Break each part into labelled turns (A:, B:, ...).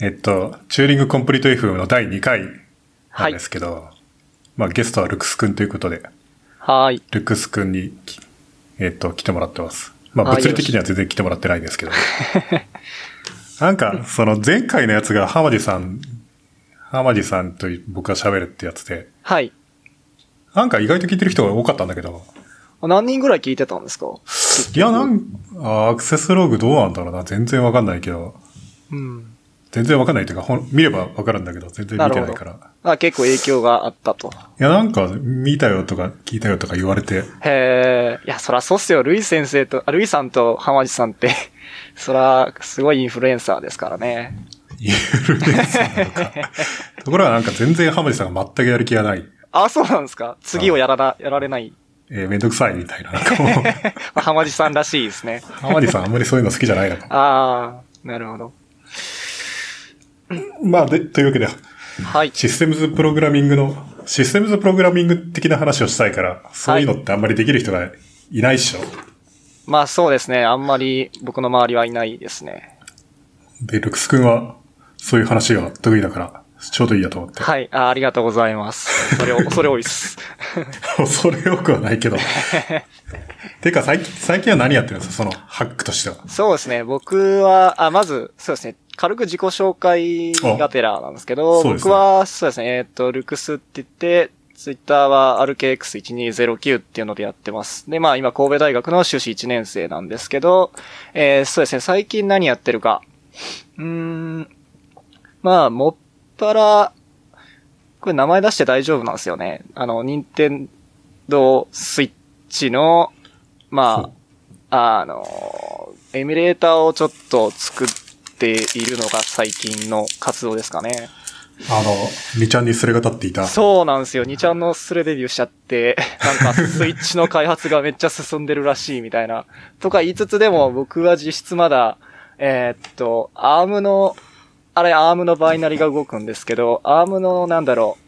A: えっと、チューリングコンプリート FM の第2回なんですけど、まあゲストはルクスくんということで、
B: はーい。
A: ルクスくんにき、えっと、来てもらってます。まあ
B: あ
A: 物理的には全然来てもらってないんですけど。なんか、その前回のやつが浜地さん、浜地さんと僕が喋るってやつで、
B: はい。
A: なんか意外と聞いてる人が多かったんだけど、
B: 何人ぐらい聞いてたんですか
A: いや、なん、あアクセスログどうなんだろうな。全然わかんないけど、
B: うん。
A: 全然わかんないっていうか、ほん見ればわかるんだけど、全然見てないから。
B: あ結構影響があったと。
A: いや、なんか、見たよとか、聞いたよとか言われて、
B: へえ。いや、そらそうっすよ。ルイ先生と、あルイさんと浜地さんって、 そら、すごいインフルエンサーですからね。
A: 言えるねそうなの か。ところがなんか全然浜地さんが全くやる気がない。
B: あ、そうなんですか次をやらな、やられない。
A: えーめんどくさいみたいな。なんかもう
B: まあ浜地さんらしいで すね。
A: 浜地さんあんまりそういうの好きじゃないのか。
B: ああ、なるほど。
A: まあ、で、というわけで、
B: はい。
A: システムズプログラミングの、システムズプログラミング的な話をしたいから、そういうのってあんまりできる人がいないっしょ。
B: まあそうですね。あんまり僕の周りはいないですね。
A: で、ルクス君は、そういう話が得意だから、ちょうどいいやと思って。
B: はい。あありがとうございます。それを、それ多いっす。
A: 恐れ多くはない けど。てか、最近、最近は何やってるんですかその、ハックとしては。
B: そうですね。僕は、あ、まず、そうですね。軽く自己紹介がてらなんですけ
A: あ
B: ど、
A: そうですね
B: 僕は、そうですね。えーっと、ルクスって言って、ツイッターは RKX1209 っていうのでやってます。で、まあ今神戸大学の修士1年生なんですけど、えーそうですね。最近何やってるか。うーん。まあ、もっぱら、これ名前出して大丈夫なんですよね。あの、任天堂スイッチの、
A: そ
B: ま
A: う
B: あ、あの、エミュレーターをちょっと作っているのが最近の活動ですかね。
A: あの、みちゃんにすれが立っていた。
B: そうなんですよ。2ちゃんのスレデビューしちゃって、なんかスイッチの開発がめっちゃ進んでるらしいみたいな。とか言いつつでも僕は実質まだ、えーっと、アームの、あれアームのバイナリが動くんですけど、アームのなんだろ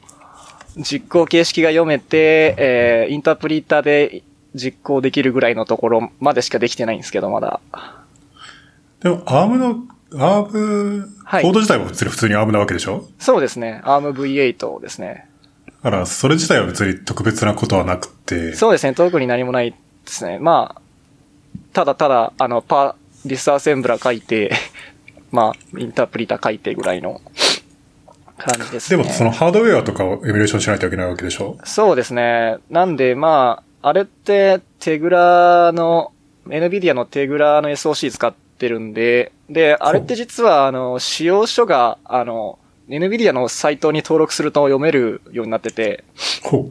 B: う、実行形式が読めて、えーインタープリーターで実行できるぐらいのところまでしかできてないんですけど、まだ。
A: でも、アームの、アーム、
B: はい
A: コード自体は別に普通にアームなわけでしょ
B: そうですね。アーム V8 ですね。
A: だから、それ自体は別に特別なことはなくて、
B: そうですね、特に何もないですね。まあ、ただただ、あの、パー、ディスアセンブラ書いて、 まあ、インタープリタ書いてぐらいの感じです
A: で
B: ね。
A: も、そのハードウェアとかをエミュレーションしないといけないわけでしょ
B: そうですね。なんで、まあ、あれって、テグラの、NVIDIA のテグラの SOC 使ってるんで、で、あれって実は、あの、使用書が、あの、NVIDIA のサイトに登録すると読めるようになってて、
A: ほ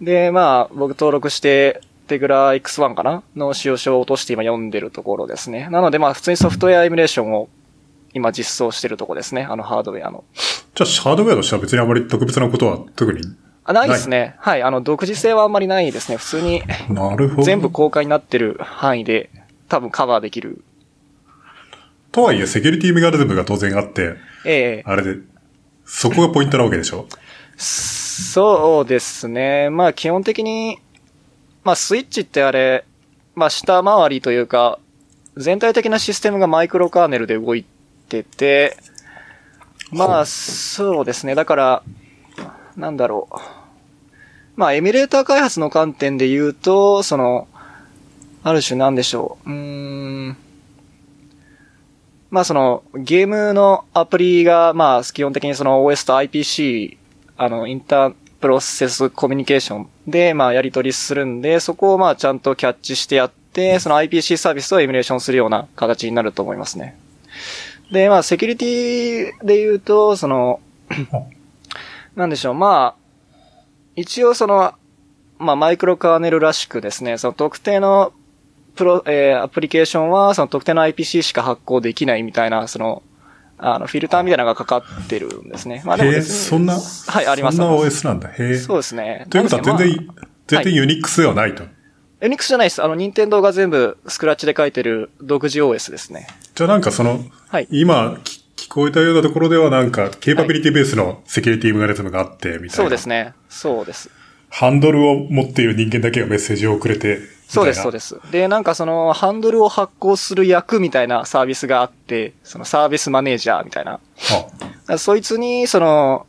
B: で、まあ、僕登録して、テグラ X1 かなの使用書を落として今読んでるところですね。なので、まあ、普通にソフトウェアエミュレーションを今実装してるとこですね。あのハードウェアの。
A: じゃあ、ハードウェアとしては別にあまり特別なことは特に。
B: あ、ないですね。はい。あの、独自性はあんまりないですね。普通に
A: なるほど。
B: 全部公開になってる範囲で多分カバーできる。
A: とはいえ、セキュリティメガニズムが当然あって、
B: ええ
A: あれで、そこがポイントなわけでしょ
B: そうですね。まあ、基本的に、まあ、スイッチってあれ、まあ、下回りというか、全体的なシステムがマイクロカーネルで動いてて、ま
A: ほ
B: あ、そうですね。だから、なんだろう。まあ、エミュレーター開発の観点で言うと、その、ある種なんでしょう。うーん。まあ、その、ゲームのアプリが、まあ、基本的にその OS と IPC、あの、インタープロセスコミュニケーションで、まあ、やり取りするんで、そこをまあ、ちゃんとキャッチしてやって、その IPC サービスをエミュレーションするような形になると思いますね。で、まあ、セキュリティで言うと、その、なんでしょう、まあ、一応その、まあ、マイクロカーネルらしくですね、その特定のプロ、えーアプリケーションは、その特定の IPC しか発行できないみたいな、その、あの、フィルターみたいなのがかかってるんですね。まあ、でも
A: へえ、
B: 別に
A: そんな、
B: はい、あります。
A: そんな
B: あります
A: OS なんだ。へえ。
B: そうですね。
A: ということは
B: なん
A: 全
B: ですけど
A: 然、全然ユニックスではないと。
B: まあ、NX じゃないです。あの、任天堂が全部、スクラッチで書いてる独自 OS ですね。
A: じゃあなんかその、
B: はい
A: 今き聞こえたようなところではなんか、ケーパビリティベースのセキュリティメガニズムがあって、みたいな。
B: そうですね。そうです。
A: ハンドルを持っている人間だけがメッセージを送れて、。
B: そうです、そうですす。で、なんかその、ハンドルを発行する役みたいなサービスがあって、そのサービスマネージャーみたいな。
A: あ
B: そいつに、その、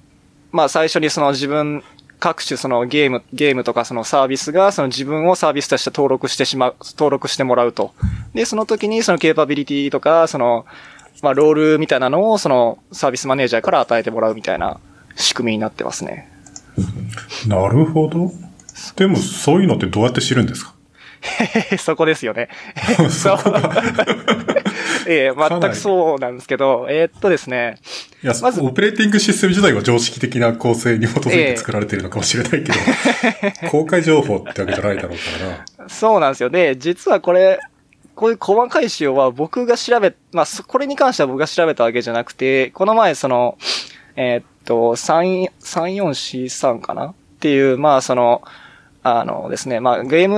B: まあ最初にその自分、各種そのゲーム、ゲームとかそのサービスがその自分をサービスとして登録してしまう、登録してもらうと。で、その時にそのケーパビリティとか、その、まあロールみたいなのをそのサービスマネージャーから与えてもらうみたいな仕組みになってますね。
A: なるほど。でも、そういうのってどうやって知るん ですか
B: そこですよ ね。
A: そこが。
B: ええ
A: か
B: 全
A: な
B: く
A: り
B: そうなんですけど、えーっとですね。
A: いや、
B: まず
A: オペレーティングシステム自体は常識的な構成に基づいて作られているのかもしれないけど、公開情報ってわけじゃないだろうからな。
B: そうなんですよ。で、実はこれ、こういう細かい仕様は僕が調べ、まあ、そこれに関しては僕が調べたわけじゃなくて、この前その、えーっと、3、3443かなっていう、まあその、あのですね、まあゲー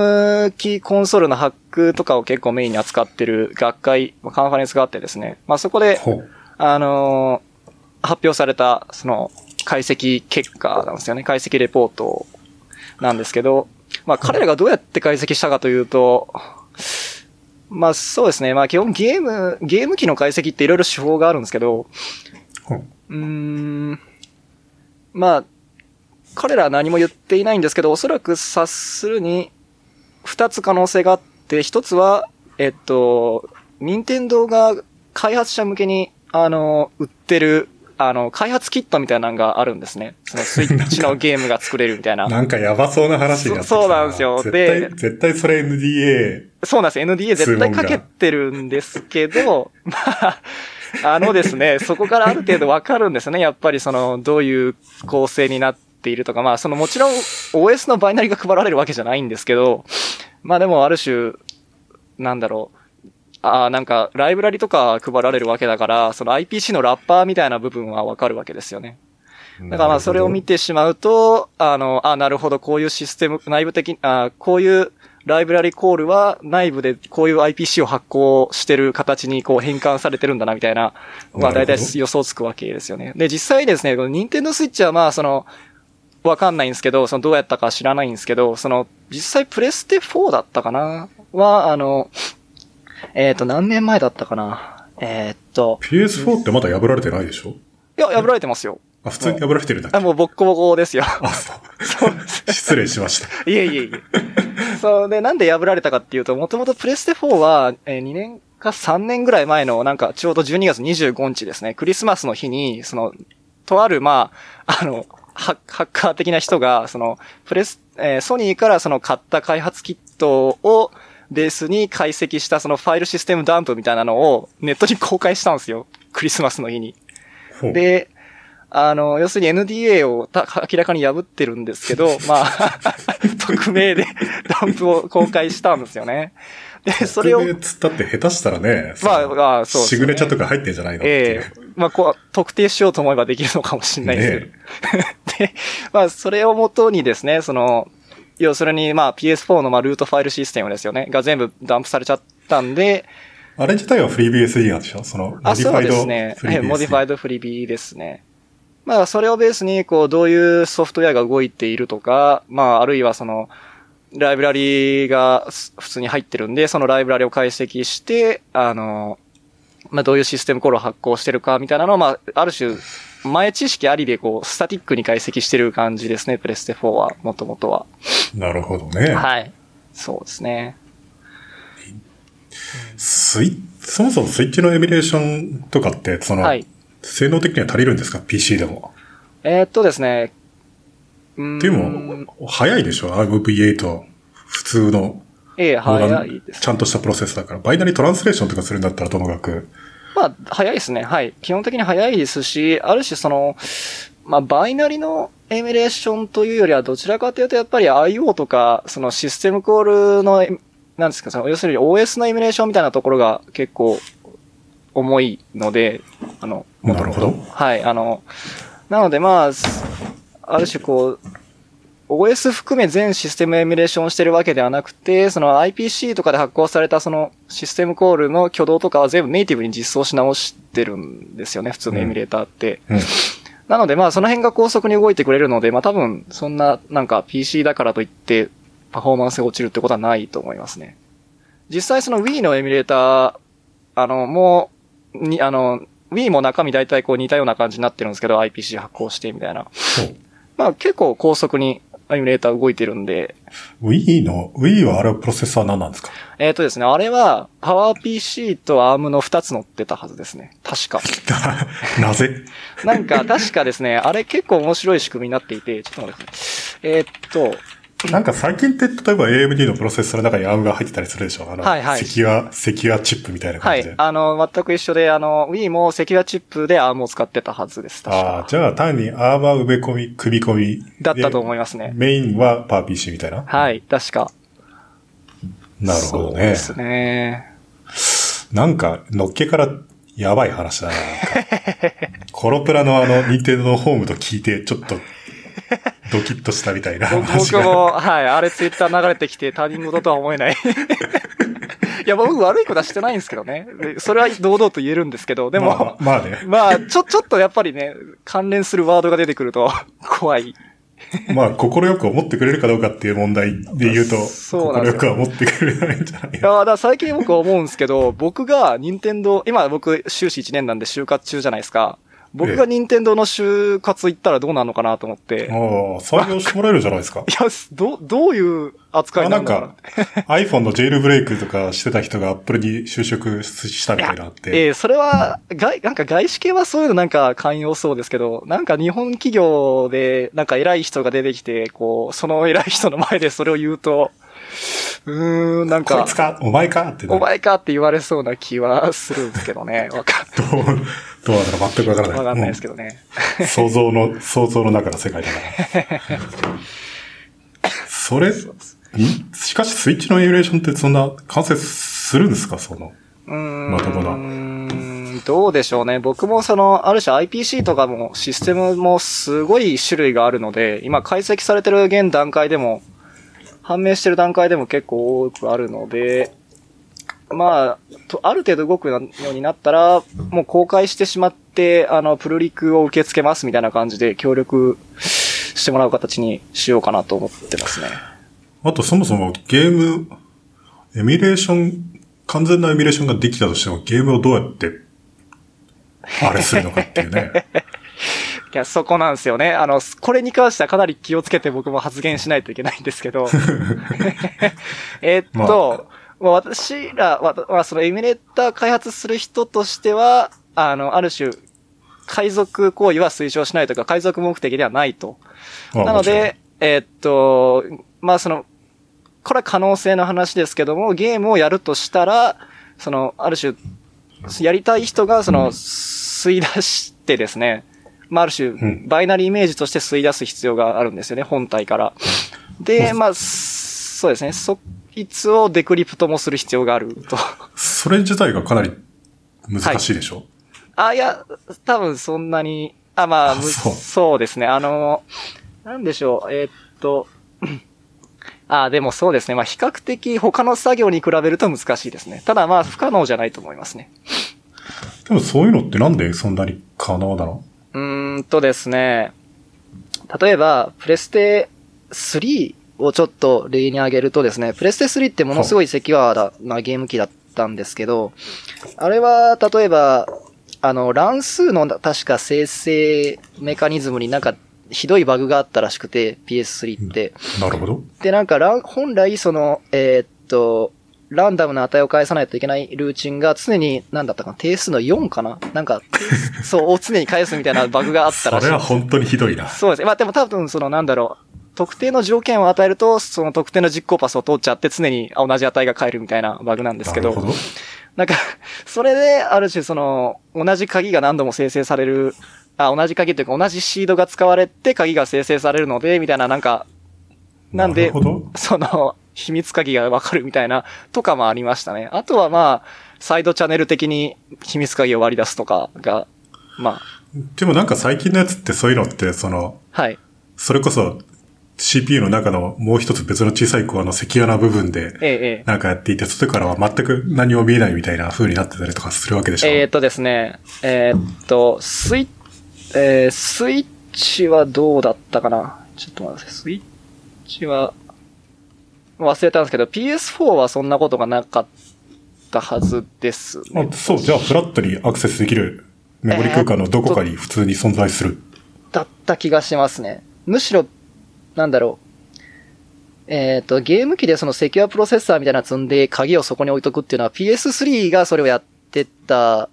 B: ム機コンソールのハックとかを結構メインに扱ってる学会、まあカンファレンスがあってですね、まあそこで、
A: ほう。
B: あのー発表された、その、解析結果なんですよね。解析レポートなんですけど、まあ彼らがどうやって解析したかというと、まあそうですね。まあ基本ゲーム、ゲーム機の解析っていろいろ手法があるんですけど、
A: ほう。
B: うーん、まあ、彼らは何も言っていないんですけど、おそらく察するに、二つ可能性があって、一つは、えっと、任天堂が開発者向けに、あの、売ってる、あの、開発キットみたいなのがあるんですね。そのスイッチのゲームが作れるみたい な。
A: なんかやばそうな話になってきた
B: そそうなんですよ
A: 絶
B: で
A: 対、絶対それ NDA。
B: そうなんですよ。NDA 絶対かけてるんですけど、まあ、あのですね、そこからある程度わかるんですよね。やっぱりその、どういう構成になっているとか、まあ、そのもちろん OS のバイナリが配られるわけじゃないんですけど、まあでもある種、なんだろう。ああ、なんか、ライブラリとか配られるわけだから、その IPC のラッパーみたいな部分はわかるわけですよね。だからまあそれを見てしまうと、あの、あ、なるほど、こういうシステム、内部的、あこういうライブラリコールは内部でこういう IPC を発行してる形にこう変換されてるんだなみたいな、まあ
A: なる
B: 大
A: ほど
B: 体予想つくわけですよね。で、実際ですね、この Nintendo Switch はまあその、わかんないんですけど、そのどうやったか知らないんですけど、その、実際プレステ4だったかなは、あの、えっ、と、何年前だったかなえっ、と、
A: PS4 ってまだ破られてないでしょ
B: いや、破られてますよ。
A: あ、普通に破られてるんだっけ
B: あもうボッコボコですよ。
A: あ、そう。
B: そうです。
A: 失礼しました。
B: いえいえいえ。そう、で、なんで破られたかっていうと、もともとプレステ4は、えー2年か3年ぐらい前の、なんか、ちょうど12月25日ですね、クリスマスの日に、その、とある、まあ、あの、ハハッカー的な人が、その、プレス、えーソニーからその買った開発キットをベースに解析したそのファイルシステムダンプみたいなのをネットに公開したんですよ。クリスマスの日に。
A: ほう、
B: で、あの、要するに NDA をた明らかに破ってるんですけど、 まあ、 匿名で ダンプを公開したんですよね。で、それを、
A: 匿名つったって下手したらね、
B: まあ
A: その
B: まあそうで
A: シ
B: すね
A: グネチャーとか入ってんじゃないのってい
B: え
A: う
B: えまあ、こう、特定しようと思えばできるのかもしれないですけど。で、まあ、それをもとにですね、その、要するに、まあ、PS4 のまあルートファイルシステムですよね、が全部ダンプされちゃったんで、
A: あれ自体は FreeBSD なんでしょその、モデ
B: あ、
A: ィフ
B: そ
A: ァイ
B: うで
A: ド
B: す
A: FreeBSD。
B: ね。はいモディファイドフリビーですね。まあ、それをベースに、こう、どういうソフトウェアが動いているとか、まあ、あるいはその、ライブラリがす普通に入ってるんで、そのライブラリを解析して、あの、まあ、どういうシステムコールを発行してるか、みたいなのを、まあ、ある種、前知識ありで、こう、スタティックに解析してる感じですね、プレステ4は、もともとは。
A: なるほどね。
B: はい。そうですね。
A: スイッそもそもスイッチのエミュレーションとかって、その、
B: はい。
A: 性能的には足りるんですか ?PC でも。
B: えーっとですね。うーん
A: でも、早いでしょ ?RV8。普通の、
B: ええ、
A: モダ
B: 早い
A: ン
B: です
A: ちゃんとしたプロセスだから。バイナリートランスレーションとかするんだったらともかく。
B: まあ、早いですね。はい。基本的に早いですし、ある種その、まあ、バイナリのエミュレーションというよりは、どちらかというと、やっぱり IO とか、そのシステムコールのエミ、なんですか、その、要するに OS のエミュレーションみたいなところが結構重いので、あの、
A: なるほど。
B: はい、あの、なのでまあ、すある種こう、OS 含め全システムエミュレーションをしてるわけではなくて、その IPC とかで発行されたそのシステムコールの挙動とかは全部ネイティブに実装し直してるんですよね、普通のエミュレーターって。
A: うん。
B: なのでまあその辺が高速に動いてくれるので、まあ多分そんななんか PC だからといって、パフォーマンスが落ちるってことはないと思いますね。実際その Wii のエミュレーター、あの、もう、に、あの、Wii も中身大体こう似たような感じになってるんですけど、IPC 発行してみたいな。まあ結構高速にエミュレーター動いてるんで、
A: Wii の、Wii はあれはプロセッサー何なんですか
B: えっ、とですね、あれは、パワー PC と ARM の2つ乗ってたはずですね。確か。
A: なぜ
B: なんか、確かですね、あれ結構面白い仕組みになっていて、ちょっと待ってください。えーっと、
A: なんか最近って例えば AMD のプロセッサーの中に ARM が入ってたりするでしょあの、
B: はいは
A: セ
B: い
A: キュア、セキュアチップみたいな
B: は
A: 感じで。
B: い。あの、全く一緒で、あの、Wii もセキュアチップで ARM を使ってたはずです。確
A: ああ
B: か。、
A: じゃあ単に ARM は埋め込み、組み込み。
B: だったと思
A: い
B: いますね。
A: メインはパワー PC みたいな。
B: はい、確か。
A: なるほど
B: そう
A: ね
B: で。すね。
A: なんか、のっけからやばい話だな。なんか コロプラのあの、任天堂のホームと聞いて、ちょっと、ドキッとしたみたいな
B: 僕
A: 話
B: 僕
A: が。
B: も、はい、あれツイッター流れてきて他人事とは思えない。 いや、僕悪いことはしてないんですけどね。でそれは堂々と言えるんですけど、でも、
A: まあ、まあね。
B: まあ、ちょ、ちょっとやっぱりね、関連するワードが出てくると 怖い。
A: まあ、心よく思ってくれるかどうかっていう問題で言うと、
B: そうな
A: 心よ
B: んですよ
A: くは思ってくれないんじゃない
B: いやだから最近僕思うんですけど、 僕が任天堂、今僕修士1年なんで就活中じゃないですか。僕
A: え
B: が
A: え
B: 任天堂の就活行ったらどうなるのかなと思っ
A: あ
B: て。い
A: あ、採用してもらえるじゃないですか。
B: や、すど、どういう扱い
A: あ
B: にな
A: な
B: る
A: ん
B: のかな
A: か、iPhone のジェイルブレイクとかしてた人が Apple に就職したみたいなのあっ
B: いやえ
A: て、
B: えそれは、外、なんか外資系はそういうのなんか寛容そうですけど、なんか日本企業で、なんか偉い人が出てきて、こう、その偉い人の前でそれを言うと、うーん、なん
A: こい
B: か
A: つ、かお前かってな
B: お前かって言われそうな気はするんですけどね。わか
A: どう、どうなのか全くわからない。
B: わかんないですけどね。
A: うん 想像の、想像の中の世界だから。それ、んしかしスイッチのエミュレーションってそんな完成するんですかその。
B: うーん。
A: まともな
B: どうでしょうね。僕もその、ある種 IPC とかもシステムもすごい種類があるので、今解析されてる現段階でも、判明してる段階でも結構多くあるので、まあ、とある程度動くようになったら、もう公開してしまって、あの、プルリクを受け付けますみたいな感じで協力してもらう形にしようかなと思ってますね。
A: あとそもそもゲーム、エミュレーション、完全なエミュレーションができたとしてもゲームをどうやって、あれするのかっていうね。
B: いや、そこなんですよね。あの、これに関してはかなり気をつけて僕も発言しないといけないんです けど。えっと、
A: まあ
B: まあ私ら、わまあ、そのエミュレーター開発する人としては、あの、ある種、海賊行為は推奨しないというか、海賊目的ではないと。
A: まあ
B: なので、えっと、まあその、これは可能性の話ですけども、ゲームをやるとしたら、その、ある種、やりたい人が、その、吸い出してですね、まあ、ある種、
A: ん
B: バイナリーイメージとして吸い出す必要があるんですよね、本体から。で、まあ、そうですね、そいつをデクリプトもする必要があると。
A: それ自体がかなり難しいでしょ、
B: あ、いや、多分そんなに、あ、まあ、
A: あ
B: む
A: そう
B: そうですね。あの、なんでしょう、えーっと、 あ、でもそうですね。まあ、比較的他の作業に比べると難しいですね。ただまあ、不可能じゃないと思いますね。
A: でもそういうのってなんでそんなに可能なの
B: うーんとですね、例えば、プレステ3をちょっと例に挙げるとですね、プレステ3ってものすごいセキュアだなゲーム機だったんですけど、あれは、例えば、あの、乱数の確か生成メカニズムになんか、ひどいバグがあったらしくて、PS3 って。
A: なるほど。
B: で、なんか、ラン本来、その、えーっと、ランダムな値を返さないといけないルーチンが常に、なんだったかな、定数の4かなな んか、そう、を常に返すみたいなバグがあった
A: そ
B: らしい
A: れ。は本当にひどいな。
B: そうですね。まあでも多分、その、なんだろう、特定の条件を与えると、その特定の実行パスを通っちゃって常に同じ値が返るみたいなバグなんですけど、
A: なるほ
B: なんか、それで、ある種、その、同じ鍵が何度も生成される、あ、同じ鍵というか同じシードが使われて鍵が生成されるので、みたいな、なんか、
A: ど。
B: なん
A: な
B: で
A: るほど。
B: その、秘密鍵がわかるみたいな、とかもありましたね。あとはまあ、サイドチャンネル的に秘密鍵を割り出すとかが、ま
A: でもなんか最近のやつってそういうのって、その、
B: あ、はい。
A: それこそ CPU の中のもう一つ別の小さいコアのセキュアな部分で、
B: ええ、ええ。
A: なんかやっていて、外からは全く何も見えないみたいな風になってたりとかするわけでしょ。
B: えーっとですね、えーっと、スイッ、えースイッチはどうだったかなちょっと待ってください。スイッチは、忘れたんですけど、PS4 はそんなことがなかったはずですね
A: あ。そう、じゃあフラットにアクセスできるメモリ空間のどこかに普通に存在する。
B: だった気がしますね。むしろ、なんだろう。えっ、と、ゲーム機でそのセキュアプロセッサーみたいなの積んで鍵をそこに置いとくっていうのは PS3 がそれをやってた。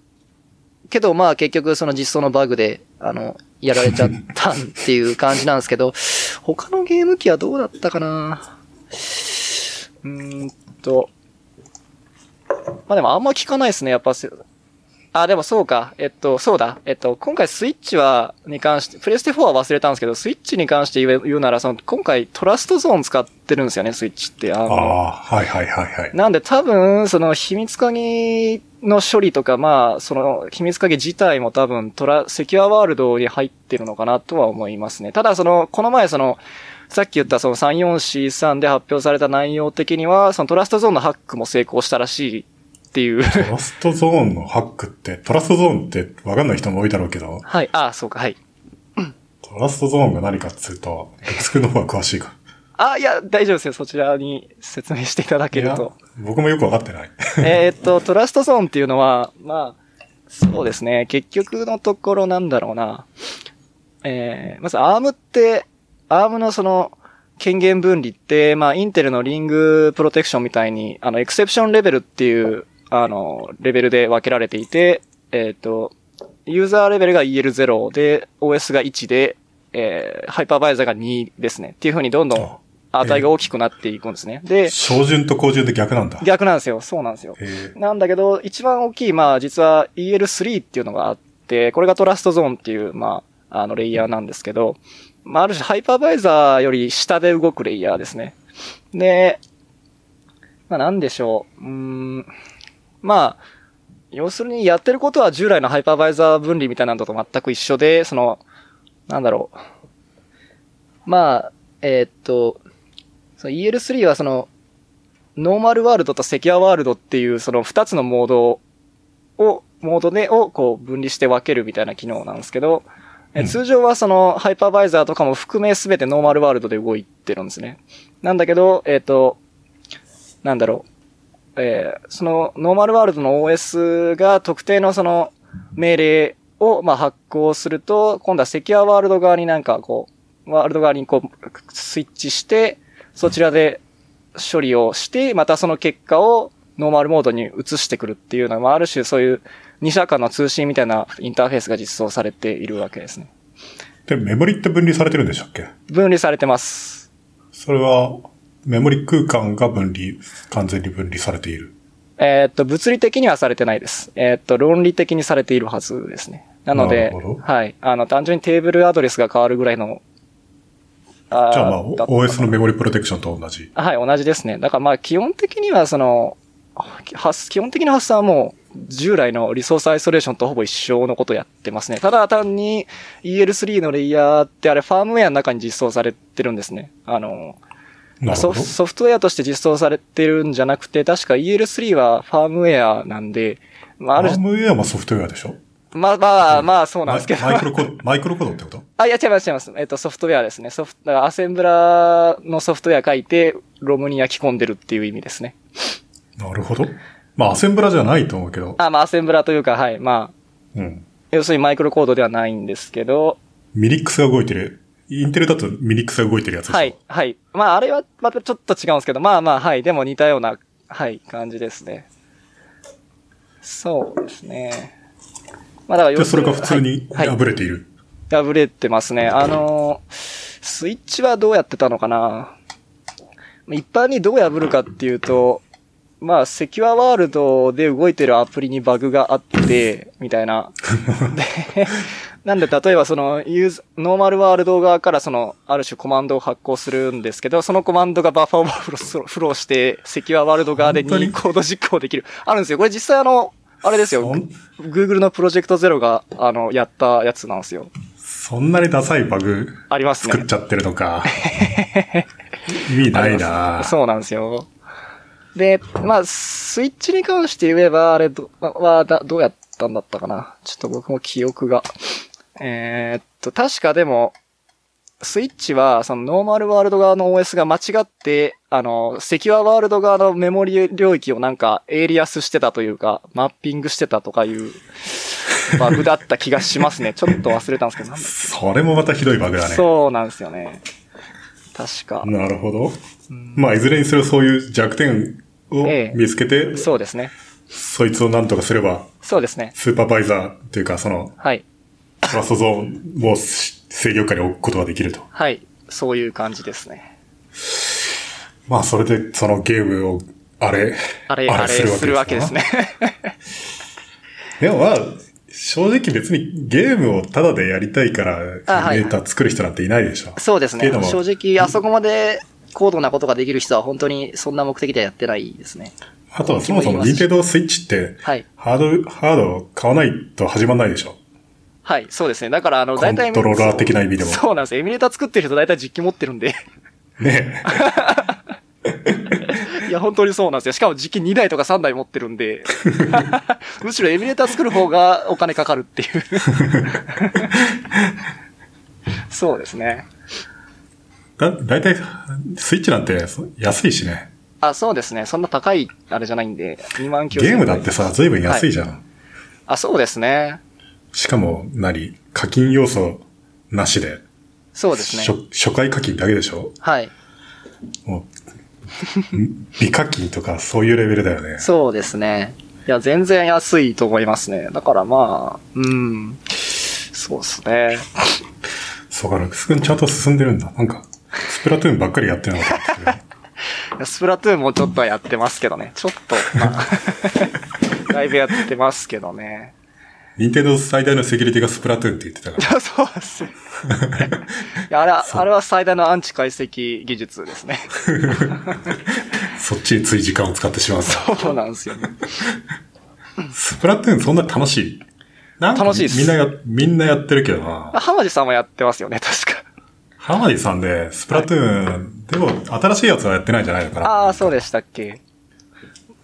B: けど、まあ結局その実装のバグで、あの、やられちゃったんっていう感じなんですけど、 他のゲーム機はどうだったかなうーんと。まあでもあんま聞かないですね、やっぱせ。あ、でもそうか。えっと、そうだ。えっと、今回スイッチは、に関して、プレステ4は忘れたんですけど、スイッチに関して言う言うなら、その、今回トラストゾーン使ってるんですよね、スイッチって。あ
A: あ
B: の
A: あー、はいはいはいはい。
B: なんで多分、その秘密鍵の処理とか、まあ、その秘密鍵自体も多分トラ、セキュアワールドに入ってるのかなとは思いますね。ただその、この前その、さっき言ったその3443で発表された内容的には、そのトラストゾーンのハックも成功したらしいっていう。
A: トラストゾーンのハックって、トラストゾーンってわかんない人も多いだろうけど、
B: はい。ああ、そうか、はい。
A: トラストゾーンが何かっつうと、ルクス君の方が詳しいか。
B: あ、いや、大丈夫ですよ。そちらに説明していただけると。
A: いや僕もよくわかってない。
B: えーっと、トラストゾーンっていうのは、まあ、そうですね、結局のところなんだろうな。えー、まずアームって、アームのその、権限分離って、まあ、インテルのリングプロテクションみたいに、あの、エクセプションレベルっていう、あの、レベルで分けられていて、えーっと、ユーザーレベルが EL0 で、OS が1で、えー、ハイパーバイザーが2ですね。っていう風にどんどん値が大きくなっていくんですね。で、
A: 照準と高順で逆なんだ。
B: 逆なんですよ。そうなんですよ。
A: へー
B: なんだけど、一番大きい、まあ実は EL3 っていうのがあって、これがトラストゾーンっていう、まあ、あの、レイヤーなんですけど、まあある種ハイパーバイザーより下で動くレイヤーですね。で、まあなんでしょう。うーん。まあ、要するにやってることは従来のハイパーバイザー分離みたいなのと全く一緒で、その、なんだろう。まあ、えーっと、その EL3 はその、ノーマルワールドとセキュアワールドっていう、その二つのモードを、モードで、をこう分離して分けるみたいな機能なんですけど、え
A: うん
B: 通常はそのハイパーバイザーとかも含めすべてノーマルワールドで動いてるんですね。なんだけど、えっ、と、なんだろう。えーそのノーマルワールドの OS が特定のその命令をまあ発行すると、今度はセキュアワールド側になんかこう、ワールド側にこう、スイッチして、そちらで処理をして、またその結果をノーマルモードに移してくるっていうのは、まあ、ある種そういう二者間の通信みたいなインターフェースが実装されているわけですね。
A: で、メモリって分離されてるんでしたっけ
B: 分離されてます。
A: それは、メモリ空間が分離、完全に分離されている。
B: えーっと、物理的にはされてないです。えーっと、論理的にされているはずですね。なの
A: なる
B: で
A: ほど、
B: はい。あの、単純にテーブルアドレスが変わるぐらいの、あー
A: じゃあまあ、
B: だったかな
A: OS のメモリプロテクションと同じ。
B: はい、同じですね。だからまあ、基本的にはその、発基本的な発想はもう、従来のリソースアイソレーションとほぼ一緒のことをやってますね。ただ単に EL3 のレイヤーってあれファームウェアの中に実装されてるんですね。あの、
A: なる
B: ソ
A: ほ
B: フ
A: ど。
B: ソフトウェアとして実装されてるんじゃなくて、確か EL3 はファームウェアなんで、まあ、あ
A: ア
B: る
A: ー、ムウェアもソフトウェアでしょ
B: まあまあ、まあそうなん
A: マ
B: ですけ
A: イ
B: ど。
A: マイクロコード、マイクロコードってこと
B: あ、いや、違います、違います。えっと、ソフトウェアですね。ソフト、だからアセンブラのソフトウェア書いて、ロムに焼き込んでるっていう意味ですね。
A: なるほど。まあ、アセンブラじゃないと思うけど。
B: あ、まあ、アセンブラというか、はい。まあ、
A: うん。
B: 要するにマイクロコードではないんですけど、
A: ミニックスが動いてる。インテルだとミニックスが動いてるやつでしょ
B: はい、はい。まあ、あれはまたちょっと違うんですけど、まあまあ、はい。でも似たような、はい、感じですね。そうですね。まあ、だから
A: で、
B: 要す
A: そ
B: る
A: れが普通に
B: はいは
A: 破れている。
B: い、破れてますね。あのー、スイッチはどうやってたのかな一般にどう破るかっていうと、まあ、セキュアワールドで動いてるアプリにバグがあって、みた いな。で、なんで、例えばその、ユーズ、ノーマルワールド側からその、ある種コマンドを発行するんですけど、そのコマンドがバッファオーバーフローフローして、セキュアワールド側で
A: 本当に
B: 任コード実行できる。あるんですよ。これ実際あの、あれですよ。
A: そん
B: Google のプロジェクトゼロが、あの、やったやつなんですよ。
A: そんなにダサいバグ
B: ありますね
A: 作っちゃってるのか。 意味ないな
B: そうなんですよ。で、まあ、スイッチに関して言えば、あれど、まあはだ、どうやったんだったかな。ちょっと僕も記憶が。えーっと、確かでも、スイッチは、そのノーマルワールド側の OS が間違って、あの、セキュアワールド側のメモリ領域をなんかエイリアスしてたというか、マッピングしてたと かいうバグだった気がしますね。ちょっと忘れたんですけど、なんだ
A: それもまたひどいバグだね。
B: そうなんですよね。確か。
A: なるほど。まあ、いずれにせよそういう弱点を
B: ええ
A: 見つけて、
B: そうですね。
A: そいつをなんとかすれば、
B: そうですね。
A: スーパーバイザーっていうか、その、
B: はい。
A: トラストゾーンを制御下に置くことができると。
B: はい。そういう感じですね。
A: まあ、それで、そのゲームを、あれ、
B: あれ、あれするわけですね。
A: でもまあ、正直別にゲームをタダでやりたいから、
B: あはい
A: メーター作る人なんていないでしょ。
B: そうです
A: ってい
B: ね
A: うの。も
B: 正直、あそこまで高度なことができる人は本当にそんな目的ではやってないですね。
A: あとはそもそも任天堂スイッチって、
B: はい。
A: ハード、ハードを買わないと始まんないでしょ。
B: はい、そうですね。だから、あの、
A: コン
B: 大
A: ト
B: 体、
A: ローラー的な意味でも。
B: そうなんですよ。エミュレーター作ってる人大体実機持ってるんで。
A: ねえ。
B: いや、本当にそうなんですよ。しかも実機2台とか3台持ってるんで。 むしろエミュレーター作る方がお金かかるっていう。 そうですね。
A: だ、だいたい、スイッチなんてそ安いしね。
B: あ、そうですね。そんな高い、あれじゃないんで。2万9 0
A: ゲームだってさ、随分安いじゃん。
B: あ、そうですね。
A: しかも、なに、課金要素なしで、
B: そうですね。
A: 初初回課金だけでしょ
B: はい。
A: もう、ん美課金とかそういうレベルだよね。
B: そうですね。いや、全然安いと思いますね。だからまあ、うん。そうですね。
A: そうか、ルクス君ちゃんと進んでるんだ。なんか、スプラトゥーンばっかりやってなか ったんです
B: スプラトゥーンもちょっとはやってますけどね。ちょっと、まあ、 だいぶやってますけどね。
A: けど。任天堂最大のセキュリティがスプラトゥーンって言ってたか
B: い
A: ら。
B: や、そうですね。いや、あれは、あれは最大のアンチ解析技術ですね。
A: そっちについ時間を使ってしまうと。
B: そうなんですよね。
A: スプラトゥーンそんな楽しいなんか
B: 楽しいです
A: みんなや、みんなやってるけどな。
B: 浜地さんもやってますよね、確か。
A: 浜地さんで、スプラトゥーン、でも新しいやつはやってないんじゃないのかな。
B: ああ、そうでしたっけ。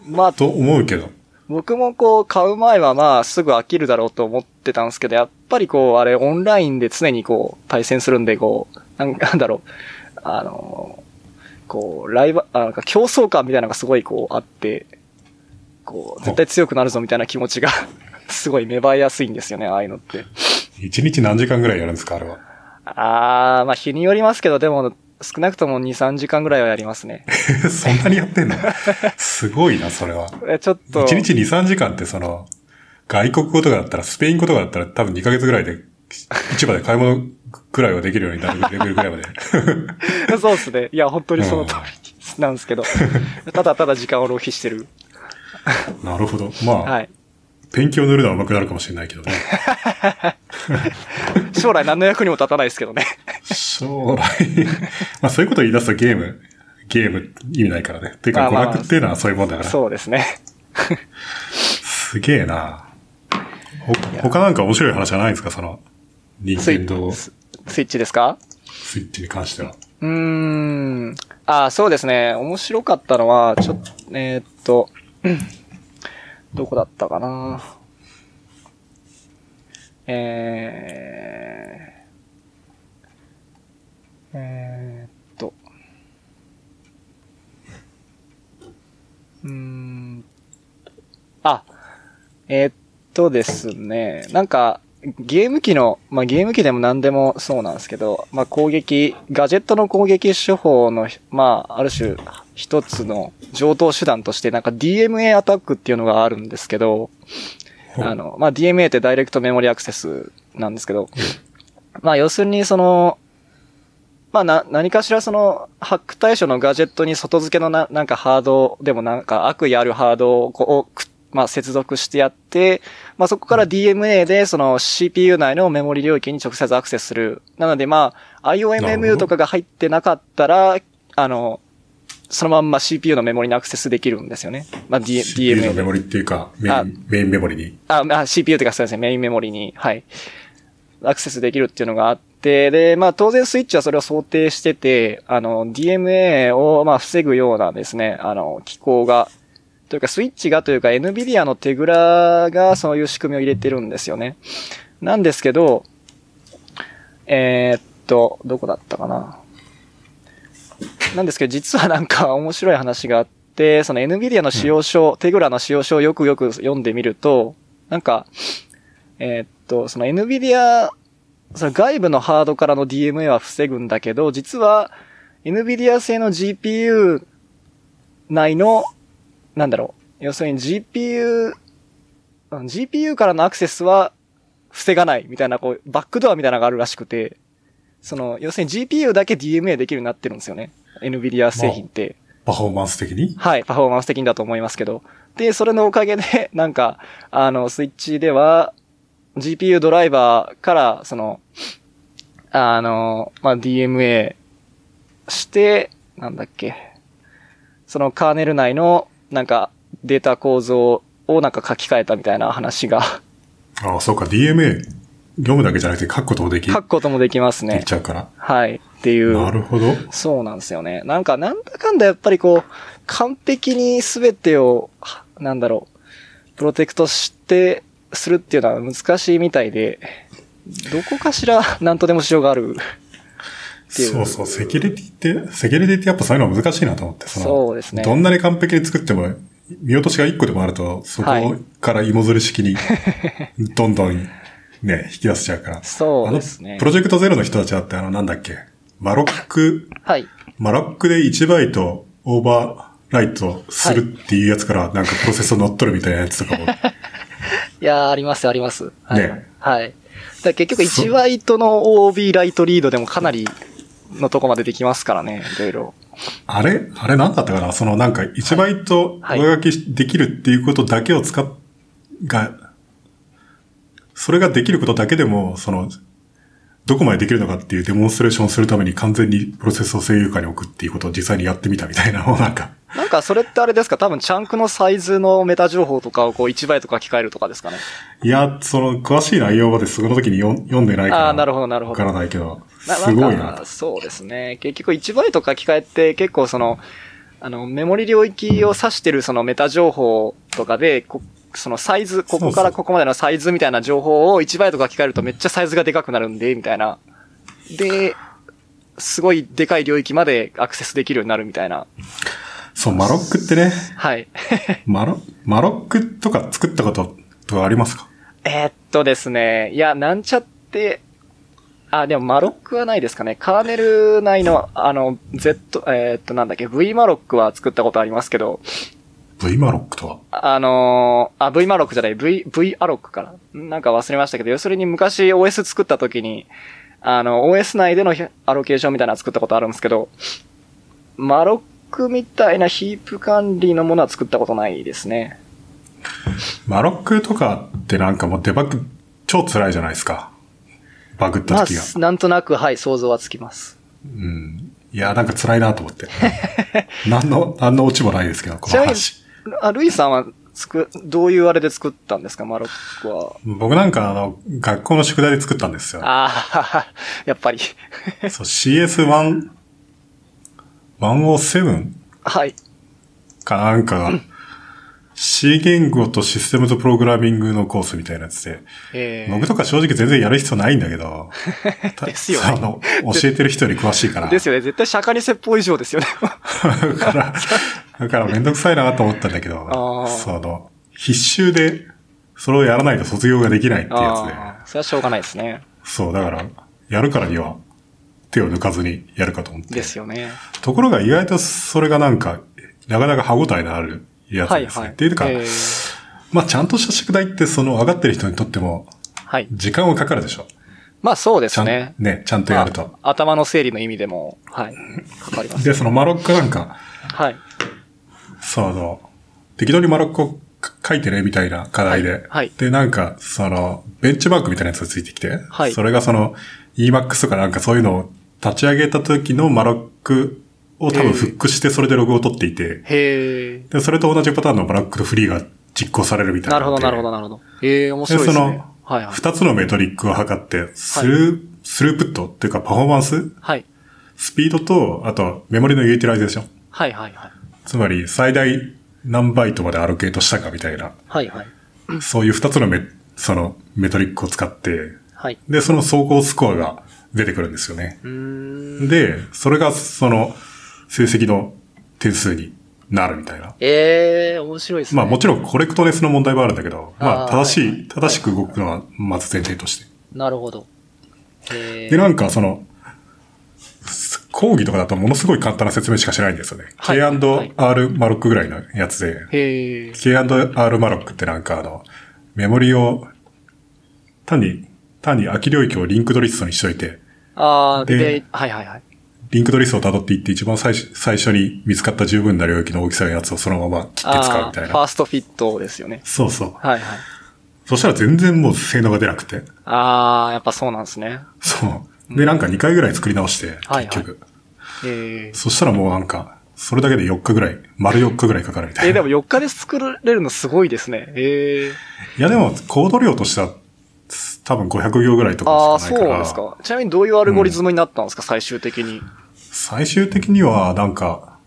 B: まあ、
A: と思うけど。
B: 僕もこう、買う前はまあ、すぐ飽きるだろうと思ってたんですけど、やっぱりこう、あれ、オンラインで常にこう、対戦するんで、こう、なん なんだろう、あのー、こう、ライバあなんか競争感みたいなのがすごいこう、あって、こう、絶対強くなるぞみたいな気持ちが、 すごい芽生えやすいんですよね、ああいうのって。
A: 一日何時間ぐらいやるんですか、あれは。
B: あー、まあ、日によりますけど、でも、少なくとも2、3時間ぐらいはやりますね。
A: そんなにやってんのすごいな、それは。
B: えちょっと、
A: 1日2、3時間ってその、外国語とかだったら、スペイン語とかだったら多分2ヶ月ぐらいで、市場で買い物ぐらいはできるようになるレベルぐらい まで。
B: そうですね。いや、本当にその通りなんですけど、ただただ時間を浪費してる。
A: なるほど。まあ、
B: はい。
A: ペンキを塗るのは上手くなるかもしれないけど ね。
B: 将来何の役にも立たないですけどね。
A: 将来、まあそういうことを言い出すとゲーム、ゲーム意味ないからね。ていうか、
B: まあまあ
A: 娯楽っていうのはそういうもんだから。
B: そうですね。
A: すげえなほ他なんか面白い話じゃないんですかその、任
B: スイ
A: 天堂
B: ッ
A: ス
B: ススイッチですか
A: イッチに関しては。
B: うーん。あー、そうですね。面白かったのは、ちょっと、えーっと、うんどこだったかな。えー、えーっと、うーん、あ、えーっとですね、なんか、ゲーム機の、まあ、ゲーム機でも何でもそうなんですけど、まあ、攻撃、ガジェットの攻撃手法の、まあ、ある種、一つの上等手段として、なんか DMA アタックっていうのがあるんですけど、
A: ほう
B: あの、まあ、DMA ってダイレクトメモリアクセスなんですけど、まあ、要するにその、まあ、な、何かしらその、ハック対象のガジェットに外付けのな、なんかハードでもなんか悪意あるハードをこうをく、まあ、接続してやって、まあ、そこから DMA でその CPU 内のメモリ領域に直接アクセスする。なのでまあ、
A: なるほど
B: IOMMU とかが入ってなかったら、あの、そのまんま CPU のメモリにアクセスできるんですよね。まあ、D-
A: CPU
B: DMA
A: のメ。
B: で
A: モリっていうか、メイ
B: あ
A: ン、メインメモリに。
B: あ、まあ、CPU というかそうですね、メインメモリに、はい。アクセスできるっていうのがあって、で、まあ当然スイッチはそれを想定してて、あの、DMA をまあ防ぐようなですね、あの、機構が、というかスイッチがというか NVIDIA の手倉がそういう仕組みを入れてるんですよね。なんですけど、えーっと、どこだったかな。なんですけど、実はなんか面白い話があって、その NVIDIA の使用書、テグラの使用書をよくよく読んでみると、なんか、えーっと、その NVIDIA、その外部のハードからの DMA は防ぐんだけど、実は NVIDIA 製の GPU 内の、なんだろう、要するに GPU、うん GPU からのアクセスは防がないみたいな、こう、バックドアみたいなのがあるらしくて、その、要するに GPU だけ DMA できるようになってるんですよね。NVIDIA 製品って。
A: パフォーマンス的に
B: はい、パフォーマンス的にだと思いますけど。で、それのおかげで、 なんか、あの、スイッチでは、GPU ドライバーから、その、あの、まあ、DMA して、なんだっけ、そのカーネル内の、なんか、データ構造をなんか書き換えたみたいな話が、
A: ああ、そうか、DMA 読むだけじゃなくて書くこともでき、
B: 書くこともできます
A: で
B: ね
A: き。ちゃうから。
B: はい、っていう。
A: なるほど。
B: そうなんですよね。なんか、なんだかんだやっぱりこう、完璧に全てを、はなんだろう、プロテクトして、するっていうのは難しいみたいで、どこかしら、なんとでもしようがある。ていう
A: そうそう、セキュリティって、セキュリティってやっぱそういうの難しいなと思って、の
B: そうですね
A: どんなに完璧に作っても、見落としが一個でもあると、そ
B: はい
A: こから芋づる式に、どんどんね、引き出せちゃうから。
B: そうです
A: あ
B: ね
A: の、プ。ロジェクトゼロの人たちだって、あの、なんだっけ、マロック、
B: はい。
A: マロックで1バイトオーバーライトするっていうやつから、なんかプロセスを乗っ取るみたいなやつとかも、
B: いやー、あります、あります。はい。
A: ね
B: はい。だから結局、
A: そう
B: 1バイトの OB ライトリードでもかなりのとこまでできますからね、いろいろ。
A: あれ あれなんだったかなそのなんか1バイト
B: はい
A: 上書きできるっていうことだけを使っ、が、それができることだけでも、その、どこまでできるのかっていうデモンストレーションをするために完全にプロセスを声優化に置くっていうことを実際にやってみたみたいな、もうなん か、
B: なんか、それってあれですか多分、チャンクのサイズのメタ情報とかをこう、1バイト書き換えるとかですかね。
A: いや、その詳しい内容までその時に読ん読んでないから、
B: あーなるほどなるほど
A: わからないけど、
B: な
A: すごい
B: ん
A: な
B: か。そうですね。結局1バイト書き換えって結構その、あの、メモリ領域を指してるそのメタ情報とかで、こそのサイズ、ここからここまでのサイズみたいな情報を1バイト書き換えるとめっちゃサイズがでかくなるんで、みたいな。で、すごいでかい領域までアクセスできるようになるみたいな。
A: そう、マロックってね、
B: はい。
A: マロ、マロックとか作ったこととかありますか
B: えーっとですね、いや、なんちゃって、あ、でもマロックはないですかね。カーネル内の、あの、Z、えーっと、なんだっけ、V マロックは作ったことありますけど、
A: ?V マロックとは。
B: あのーあ、V マロックじゃない、V、V アロックかな。なんか忘れましたけど、要するに昔 OS 作った時に、あの、OS 内でのひアロケーションみたいなの作ったことあるんですけど、マロックみたいなヒープ管理のものは作ったことないですね。
A: マロックとかってなんかもうデバッグ超辛いじゃないですか。バグった
B: ま
A: 時が。
B: あ、なんとなく、はい、想像はつきます。
A: うん。いや、なんか辛いなと思 って。何の、何のオチもないですけど、こ
B: ち
A: の
B: なみに
A: 話。、
B: あルイさんは、つく、どういうあれで作ったんですか、マロックは。
A: 僕なんかあの、学校の宿題で作ったんですよ。
B: ああ、 やっぱり。
A: そう、CS1、107
B: はい。
A: かなんかが、C 言語とシステムとプログラミングのコースみたいなやつで、
B: え
A: 僕とか正直全然やる必要ないんだけど、
B: ですよね
A: あの、教えてる人より詳しいから。
B: ですよね。絶対釈迦に説法以上ですよね。
A: だから、だからめんどくさいなと思ったんだけ
B: あ
A: ど
B: ー、
A: その、必修で、それをやらないと卒業ができないってやつで、
B: ああ、それはしょうがないですね。
A: そう、だから、やるからには、手を抜かずにやるかと思って。
B: ですよね。
A: ところが意外とそれがなんか、なかなか歯応えのあるやつ
B: はい
A: ですね。
B: はい。
A: っていうか、
B: えー
A: まあちゃんとした宿題って、その上がってる人にとっても、
B: はい。
A: 時間はかかるでしょ。
B: まあそうで
A: ちゃ
B: す
A: ん、
B: ね
A: ね。、ちゃんとやると。
B: まあ頭の整理の意味でも、はい。かかります。
A: で、そのマロックなんか、
B: はい。
A: そうそう。適当にマロックを書いてね、みたいな課題で。
B: いはい
A: で、なんか、その、ベンチマークみたいなやつがついてきて。
B: はい
A: それがその、EMAX とかなんかそういうのを立ち上げた時のマロックを多
B: ええ
A: 分フックして、それでログを取っていて、
B: へえ。
A: で、それと同じパターンのマロックとフリーが実行されるみたい
B: な
A: な
B: る
A: の
B: ほど、
A: で。
B: なるほど、なるほど。ええ、面白いです
A: で
B: ね。
A: そ
B: はいはい。
A: 二つのメトリックを測って、スルー、スループットっていうかパフォーマンス
B: はい。
A: スピードと、あとメモリのユーティライゼーション。
B: はい、はい、はい。
A: つまり最大何バイトまでアロケートしたかみたいな。
B: はい、はい。
A: そういう二つのメ、そのメトリックを使って、
B: はい。
A: で、その総合スコアが出てくるんですよね。
B: うーん。
A: で、それがその成績の点数になるみたいな。
B: ええ面白いですね。
A: まあもちろんコレクトレスの問題はあるんだけど、まあ
B: あー
A: 正し
B: はいはい
A: い、正しく動くのはまず前提として。
B: なるほど。え
A: で、なんかその、す講義とかだとものすごい簡単な説明しかしないんですよね。
B: はい
A: K&R マロックぐらいのやつで、
B: ー、へえ。
A: K&R マロックってなんかあの、メモリを単に、単に空き領域をリンクドリストにしといて、
B: ああ、で
A: で
B: はいはいはい。
A: リンクドリストを辿っていって一番最初最初に見つかった十分な領域の大きさのやつをそのまま切って使うみたい
B: あーファ
A: な
B: ー。ストフィットですよね。
A: そうそう。
B: はいはい。
A: そしたら全然もう性能が出なくて。
B: ああ、やっぱそうなんですね。
A: そう。で、なんか2回ぐらい作り直して、
B: はい
A: 結局。
B: ええ
A: そしたらもうなんか、それだけで4日ぐらい、丸4日ぐらいかかるみたい
B: え
A: な。
B: ーでも4日で作れるのすごいですね。ええ
A: いやでも、コード量としては、多分500行ぐらいと
B: あ
A: か
B: あ、
A: し
B: そ
A: かないか
B: う
A: ら。
B: なんですか。ちなみにどういうアルゴリズムになったんですか、最終的に。
A: 最終的には、なんか、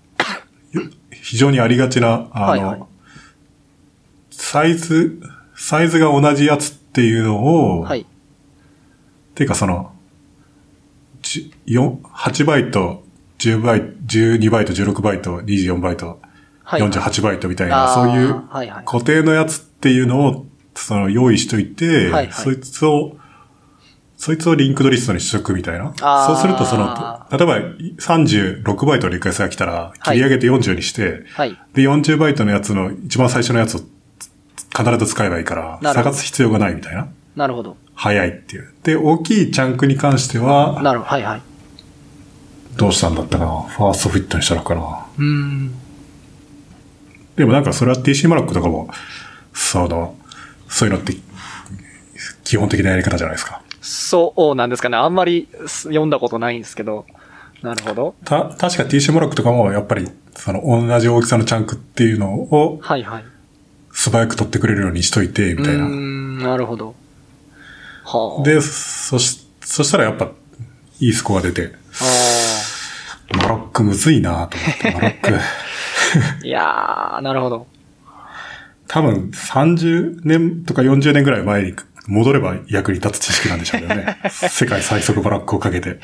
A: よ非常にありがちな、あの、
B: はいはい
A: サイズ、サイズが同じやつっていうのを、
B: はい。
A: っていうかその、じ4 8バイト、10バイト、12バイト、16バイト、24バイト、
B: はい。
A: 48バイトみたいな、
B: あー
A: そういう
B: はいはい
A: 固定のやつっていうのを、その用意しといて、
B: はいはい
A: そいつを、そいつをリンクドリストにしとくみたいな。
B: あ
A: そ
B: ー
A: うすると、その、例えば36バイトのリクエストが来たら、切り上げて40にして、
B: はい。
A: で、40バイトのやつの一番最初のやつを必ず使えばいいから、
B: なるほど
A: 探す必要がないみたいな。
B: なるほど。
A: 早いっていう。で、大きいチャンクに関しては、
B: なるほど。はいはい。
A: どうしたんだったかな。ファーストフィットにしたのかな。
B: うーん。
A: でもなんかそれは TC マラックとかも、その、そういうのって、基本的なやり方じゃないですか。
B: そうなんですかね。あんまりす読んだことないんですけど。なるほど。
A: た、確か TC マラックとかも、やっぱり、その、同じ大きさのチャンクっていうのを、
B: はいはい。
A: 素早く取ってくれるようにしといて、みたいう
B: ー
A: な。
B: ん、なるほど。はあ。
A: で、そし、そしたらやっぱ、いいスコア出て、
B: ああ
A: マラックむずいなと思って、マラック。
B: いやー、なるほど。
A: 多分30年とか40年ぐらい前に戻れば役に立つ知識なんでしょうけどね。世界最速バラックをかけて。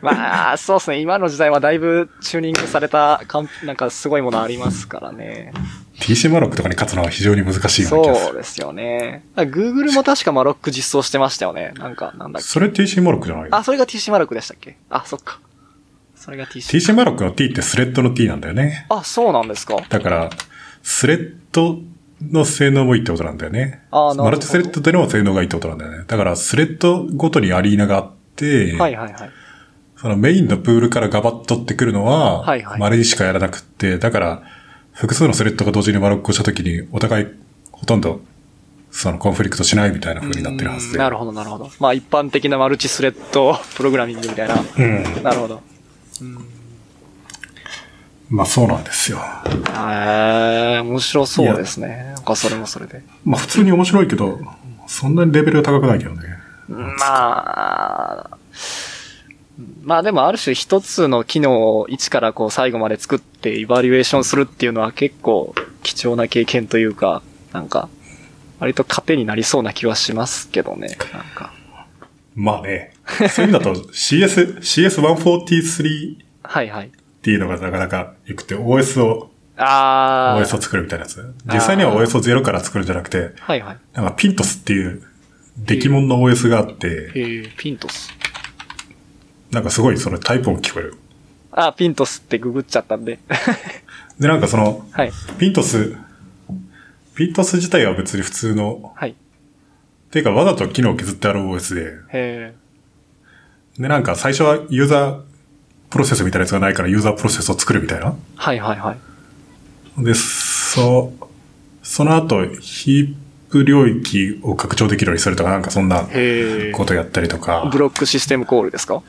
B: まあ、そうですね。今の時代はだいぶチューニングされたかん、なんかすごいものありますからね。
A: TC マロックとかに勝つのは非常に難しいような気がす
B: そう
A: る。
B: ですよね。あ Google も確かマロック実装してましたよね。なんか、なんだっけ。
A: それ TC マロックじゃない
B: あ、それが TC マロックでしたっけあ、そっか。それが TC。
A: ?TC マロックの t ってスレッドの t なんだよね。
B: あ、そうなんですか
A: だから、スレッドの性能もいいってことなんだよね。
B: あーなるほど
A: マルチスレッドっていうのも性能がいいってことなんだよね。だから、スレッドごとにアリーナがあって、
B: はいはいはい。
A: そのメインのプールからガバッとってくるのは、
B: はいはい
A: 稀にしかやらなくって、だから、複数のスレッドが同時にマロックをしたときに、お互い、ほとんど、そのコンフリクトしないみたいな風になってるはず
B: うん
A: で。
B: なるほどなるほど。まあ一般的なマルチスレッドプログラミングみたいな。
A: うん。
B: なるほど。
A: まあそうなんですよ。
B: へえ、面白そうですね。なんかそれもそれで。
A: まあ普通に面白いけど、そんなにレベルが高くないけどね。
B: まあ、まあでもある種一つの機能を一からこう最後まで作ってイバリュエーションするっていうのは結構貴重な経験というか、なんか、割と糧になりそうな気はしますけどね。なんか。
A: まあね。そういう意味だと CS、CS143
B: はいはい。
A: っていうのがなかなか良くて、OS を、
B: あー。
A: OS を作るみたいなやつ。実際には OS を0から作るんじゃなくて、
B: はいはい。
A: なんかピントスっていう、出来物の OS があって、
B: えー、ピントス。
A: なんかすごいそのタイプも聞こえる。
B: あ、ピントスってググっちゃったんで。
A: で、なんかその、
B: はい。
A: ピントス、ピントス自体は別に普通の、
B: はい。
A: ていうかわざと機能を削ってある OS で、
B: へ
A: で、なんか最初はユーザープロセスみたいなやつがないからユーザープロセスを作るみたいな。
B: ー。はいはいはい。
A: で、そう、その後、ヒープ領域を拡張できるようにするとか、なんかそんな
B: へー
A: ことやったりとか
B: ブ、ロックシステムコールですか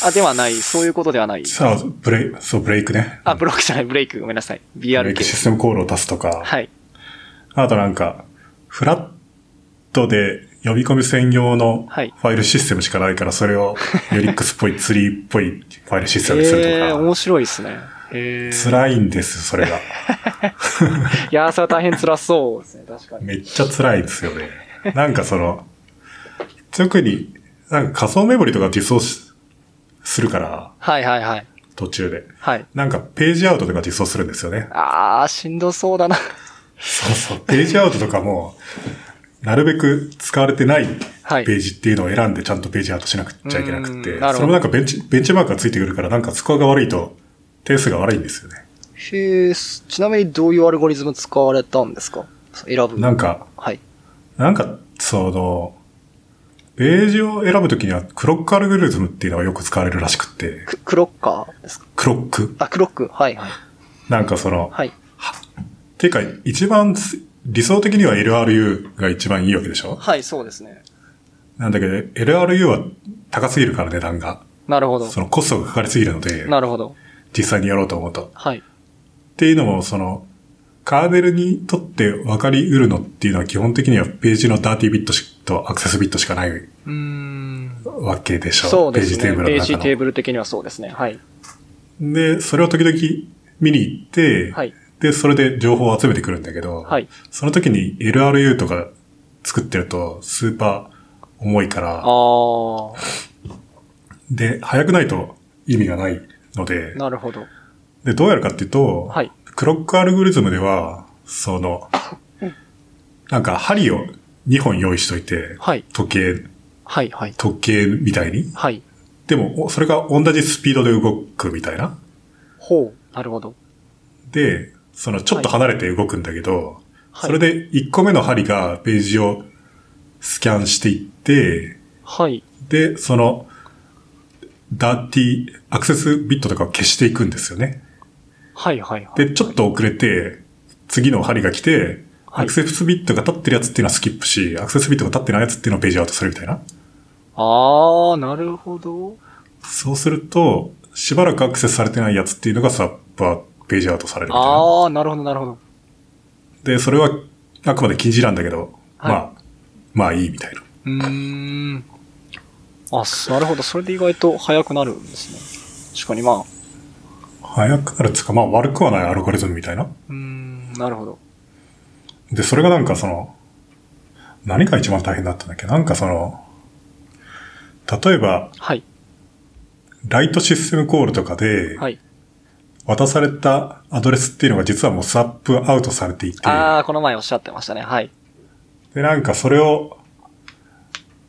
B: あ、ではない。そういうことではない。
A: さあ、ブレイク、そう、ブレイクね。
B: あ、ブロックじゃない、ブレイク。ごめんなさい。
A: ブレイ
B: BRK
A: ク。システムコールを足すとか、
B: はい。
A: あとなんか、フラットで呼び込み専用のフ
B: はい
A: ァイルシステムしかないから、それをユリックスっぽいツリーっぽいファイルシステムにす ると
B: えー、面
A: か、
B: 白いですね。えー、
A: 辛いんです、それが。
B: いやー、それは大変辛そうですね。確かに。
A: めっちゃ辛いですよね。なんかその、特に、なんか仮想メモリとか実装しするから、
B: はいはいはい。
A: 途中で。
B: はい。
A: なんかページアウトとか実装するんですよね。
B: あー、しんどそうだな。
A: そうそう。ページアウトとかも、なるべく使われてない
B: はい
A: ページっていうのを選んでちゃんとページアウトしなくちゃいけなくて、
B: うんなるほど
A: それもなんかベンチベンチマークがついてくるから、なんかスコアが悪いと点数が悪いんですよね。
B: へえ、すちなみにどういうアルゴリズム使われたんですか選ぶ。
A: なんか、
B: はい。
A: なんか、その、ページを選ぶときにはクロックアルゴリズムっていうのがよく使われるらしくって、
B: ククロッカーですか
A: クロック。
B: あ、クロック。はいはい。
A: なんかその、
B: はい。
A: ていうか一番つ理想的には LRU が一番いいわけでしょ
B: はい、そうですね。
A: なんだけど、LRU は高すぎるから値段が。
B: なるほど。
A: そのコストがかかりすぎるので、
B: なるほど。
A: 実際にやろうと思うと。
B: はい。
A: っていうのも、その、カーネルにとって分かり得るのっていうのは基本的にはページのダーティービットしとアクセスビットしかないう
B: ーん。
A: わけでしょ
B: そうです
A: ページテ
B: ね。
A: ーブ
B: ペ
A: ル
B: ー
A: の
B: ジ
A: 中
B: テー
A: の。
B: ブル的にはそうですね。はい。
A: で、それを時々見に行って、
B: はい
A: で、それで情報を集めてくるんだけど、
B: はい
A: その時に LRU とか作ってるとスーパー重いか
B: あ
A: ら、
B: ー、
A: で、早くないと意味がないので、
B: なるほど。
A: で、どうやるかっていうと、
B: はい
A: クロックアルゴリズムでは、その、なんか針を2本用意しといて、
B: はい
A: 時計、
B: はいはい。
A: 時計みたいに。
B: はい。
A: でも、おそれが同じスピードで動くみたいな。
B: ほう。なるほど。
A: で、そのちょっと離れて動くんだけど、
B: はい
A: それで1個目の針がページをスキャンしていって、
B: はい。
A: で、その、ダーティー、アクセスビットとかを消していくんですよね。
B: はいはいはい。
A: で、ちょっと遅れて、次の針が来て、
B: はい
A: アクセスビットが立ってるやつっていうのはスキップし、アクセスビットが立ってないやつっていうのをページアウトするみたいな。
B: あー、なるほど。
A: そうすると、しばらくアクセスされてないやつっていうのがサッパーページアウトされるみたいな。
B: あー、なるほどなるほど。
A: で、それはあくまで禁止なんだけど、
B: はい
A: まあ、まあいいみたいな。
B: うーん。あ、すなるほど。それで意外と早くなるんですね。確かにまあ。
A: 早くなるっつうか、まあ悪くはないアルゴリズムみたいな。
B: うーん、なるほど。
A: で、それがなんかその、何が一番大変だったんだっけなんかその、例えば、
B: はい。
A: ライトシステムコールとかで、
B: はい。
A: 渡されたアドレスっていうのが実はもうスワップアウトされていて、
B: あー、この前おっしゃってましたね。はい。
A: で、なんかそれを、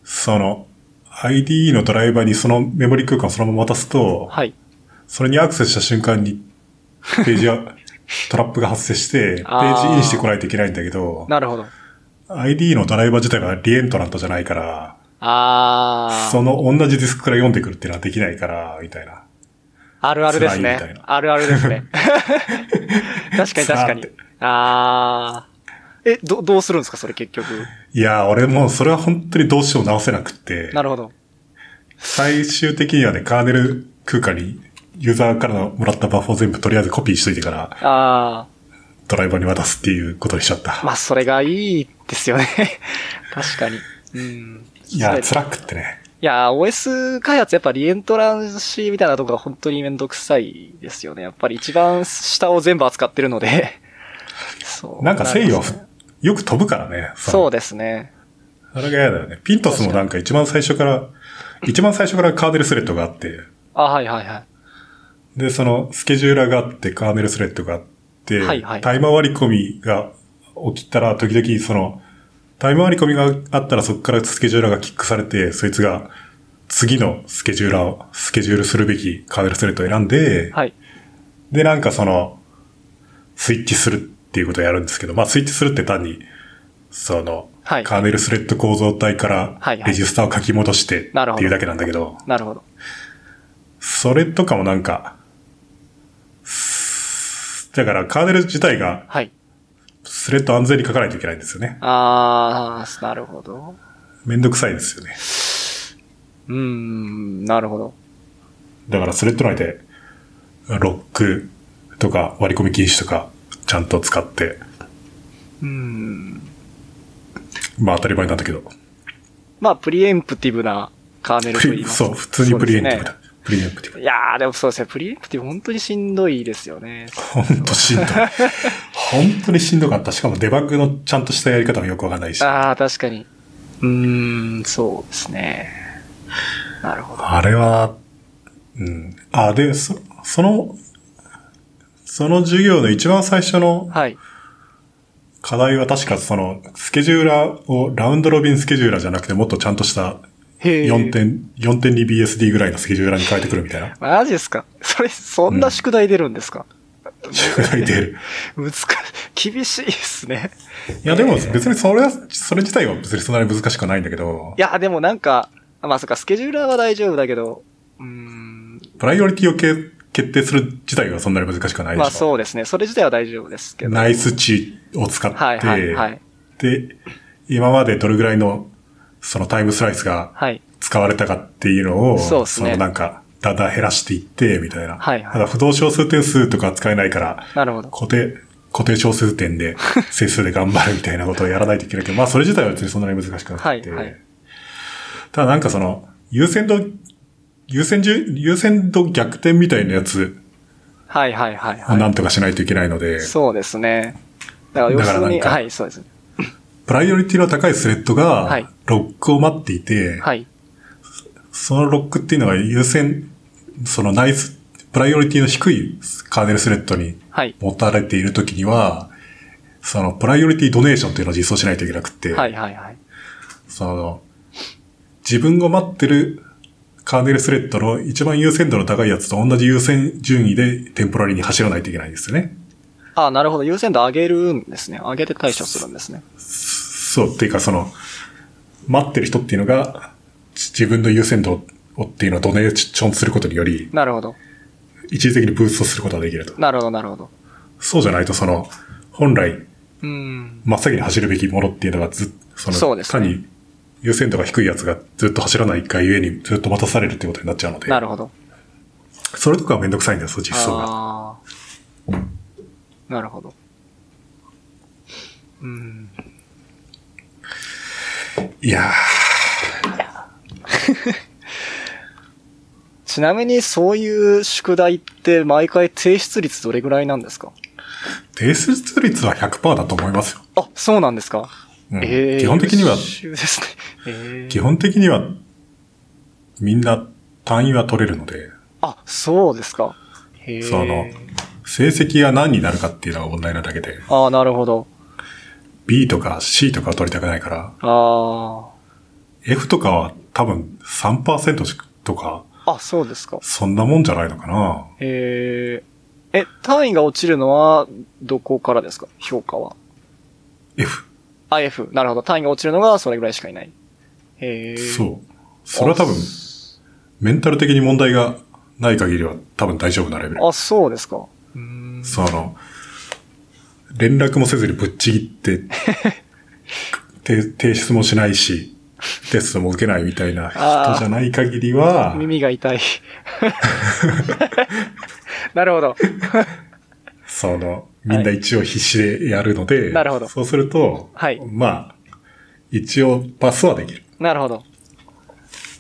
A: その、IDE のドライバーにそのメモリ空間をそのまま渡すと、
B: はい。
A: それにアクセスした瞬間 に、ページは、トラップが発生して、ペ
B: あー
A: ージインしてこないといけないんだけど、
B: なるほど。
A: IDE のドライバー自体がリエントラントじゃないから、
B: あー
A: そ、の同じディスクから読んでくるっていうのはできないから、みたいな。
B: あるあるですね
A: 辛いみたい。な
B: あるあるです ね。確かに確かに
A: さーって。
B: あー。え、ど、どうするんですかそれ結局。
A: いやー、俺もうそれは本当にどうしようも直せなくって。
B: なるほど。
A: 最終的にはね、カーネル空間にユーザーからのもらったバッフを全部とりあえずコピーしといてから
B: あ
A: ドライバーに渡すっていうことにしちゃった。
B: ー。まあ、それがいいですよ ね。確かに。うん。
A: いや、
B: それ
A: 辛くってね。
B: いやー、OS 開発やっぱリエントランシーみたいなとこが本当にめんどくさいですよね。やっぱり一番下を全部扱ってるので。 そう。
A: なんか誠意
B: り
A: は
B: ますね
A: よく飛ぶからね。
B: そう
A: だ。
B: ですね。
A: あれが嫌だよね。ピントスもなんか一番最初から、一番最初からカーネルスレッドがあって、
B: あ、はいはいはい。
A: で、そのスケジューラーがあって、カーネルスレッドがあって、
B: はいはい
A: タイマー割り込みが起きたら、時々その、タイマー割り込みがあったらそこからスケジューラーがキックされて、そいつが次のスケジューラーを、スケジュールするべきカーネルスレッドを選んで、
B: はい。
A: で、なんかその、スイッチするっていうことをやるんですけど、まあスイッチするって単に、その、
B: はい
A: カーネルスレッド構造体か
B: はい
A: ら
B: はい
A: レジスタを書き戻してって
B: なるほど
A: いうだけなんだけど、
B: なるほど。
A: それとかもなんか、すだからカーネル自体が
B: はい。
A: スレッド安全に書かないといけないんですよね。
B: あー、なるほど。
A: めんどくさいですよね。
B: うーん、なるほど。
A: だからスレッド内で、ロックとか割り込み禁止とか、ちゃんと使って、
B: うーん。
A: まあ当たり前なんだけど、
B: まあ、プリエンプティブなカーネルと
A: プ
B: 言い
A: リ
B: ます
A: そう、普通にプリエンティブ
B: そう
A: だ。
B: で
A: プリエンティブ
B: すね。いやー、でもそうですね。プリエンプティブ本当にしんどいですよね。
A: ほんとしんどい。本当にしんどかった。しかもデバッグのちゃんとしたやり方もよくわかんないし。
B: あー、確かに。うーん、そうですね。なるほど。
A: あれは、うん。あ、で、そ、その、その授業の一番最初の
B: はい。
A: 課題は確かその、スケジューラーをラウンドロビンスケジューラーじゃなくてもっとちゃんとした
B: へえ。。
A: 4点、4.2BSD ぐらいのスケジューラーに変えてくるみたいな
B: マジですかそれ、そんな宿題出るんですか、
A: 宿題出る。
B: 難しい、厳しいですね。
A: いやでも別にそれは、それ自体は別にそんなに難しくはないんだけど
B: い、や、でもなんか、あまあそっか、スケジューラーは大丈夫だけど、うーん、
A: プライオリティをけ決定する自体はそんなに難しくはないでしょ。
B: まあそうですね。それ自体は大丈夫ですけど。
A: ナイス値を使って、
B: はいはいはい。
A: で、今までどれぐらいのそのタイムスライスが
B: はい。
A: 使われたかっていうのを、
B: そうっすね
A: のなんか、だんだん減らしていって、みたいな。
B: はいはい
A: ただ不動小数点数とか使えないから、
B: なるほど。
A: 固定、固定小数点で整数で頑張るみたいなことをやらないといけないけど、まあそれ自体は別にそんなに難しくなくて。
B: はいはい
A: ただなんかその、優先度、優先順、優先度逆転みたいなやつ
B: はいはいはい
A: を
B: は
A: なんとかしないといけないので、
B: い。そうですね。だから要
A: だ
B: す
A: か
B: る
A: らな
B: に、
A: んか
B: はい、そうですね。
A: プライオリティの高いスレッド
B: は
A: が
B: い、
A: ロックを待っていて、
B: はい。
A: そのロックっていうのは優先、そのナイス、プライオリティの低いカーネルスレッドに
B: はい。
A: 持たれているときには、そのプライオリティドネーションっていうのを実装しないといけなくって、
B: はいはいはい。
A: その、自分が待ってるカーネルスレッドの一番優先度の高いやつと同じ優先順位でテンポラリーに走らないといけないんですよね。
B: あ、なるほど。優先度上げるんですね。上げて対処するんですね。
A: そう、っていうかその、待ってる人っていうのが、じ自分の優先度をっていうのをドネーションすることにより、
B: なるほど。
A: 一時的にブーストすることができると。
B: なるほど、なるほど。
A: そうじゃないと、その、本来、
B: うーん。
A: 真っ先に走るべきものっていうのがずっその、
B: そうですね
A: 単に優先度が低いやつがずっと走らないがゆえにずっと待たされるってことになっちゃうので、
B: なるほど。
A: それとかはめんどくさいんですよ、実装が。
B: ああ。なるほど。うん。
A: いや
B: ちなみに、そういう宿題って、毎回提出率どれぐらいなんですか
A: ー、提出率は100%だと思いますよ。
B: あ、そうなんですか、
A: うん
B: ええ
A: 基本的には
B: 優、秀ですね。ええ
A: 基本的には、みんな単位は取れるので、
B: あ、そうですか。へえ。
A: その、成績が何になるかっていうのが問題なだけで、
B: ああ、なるほど。
A: B とか C とかは取りたくないから、
B: あ
A: F とかは多分3%しかとか、
B: あ。あ、そうですか。
A: そんなもんじゃないのかな。
B: えー、え、単位が落ちるのは、どこからですか評価は。
A: F。
B: あ、F。なるほど。単位が落ちるのが、それぐらいしかいない。えー、う。
A: そう。それは多分、メンタル的に問題がない限りは多分大丈夫なレベル。
B: あ、そうですか。うーん。
A: その、連絡もせずにぶっちぎ って、て提出もしないし、テストも受けないみたいな人じゃない限りは、
B: 耳が 痛い。なるほど。
A: その、みんな一応必死でやるので、
B: なるほど
A: そうすると、
B: はい
A: まあ、一応パスはできる。
B: なるほど。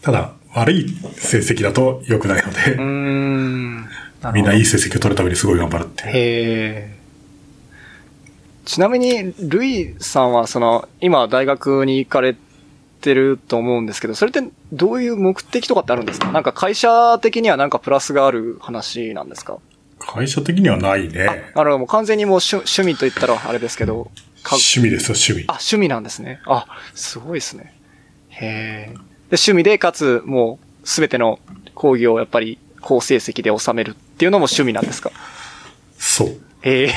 A: ただ、悪い成績だと良くないの
B: うー
A: で、
B: ん。なるほど
A: みんないい成績を取るためにすごい頑張るっていう。
B: へえ。ちなみに、ルイさんは、その、今、大学に行かれてると思うんですけど、それってどういう目的とかってあるんですかなんか会社的にはなんかプラスがある話なんですか
A: 会社的にはないね。、
B: あなるほど。もう完全にもう趣趣味と言ったらあれですけど、か
A: 趣味ですよ、趣味
B: あ、。趣味なんですね。あ、すごいですね。へえ。で、趣味で、かつ、もう、すべての講義をやっぱり、好成績で収めるっていうのも趣味なんですか
A: そう。
B: へ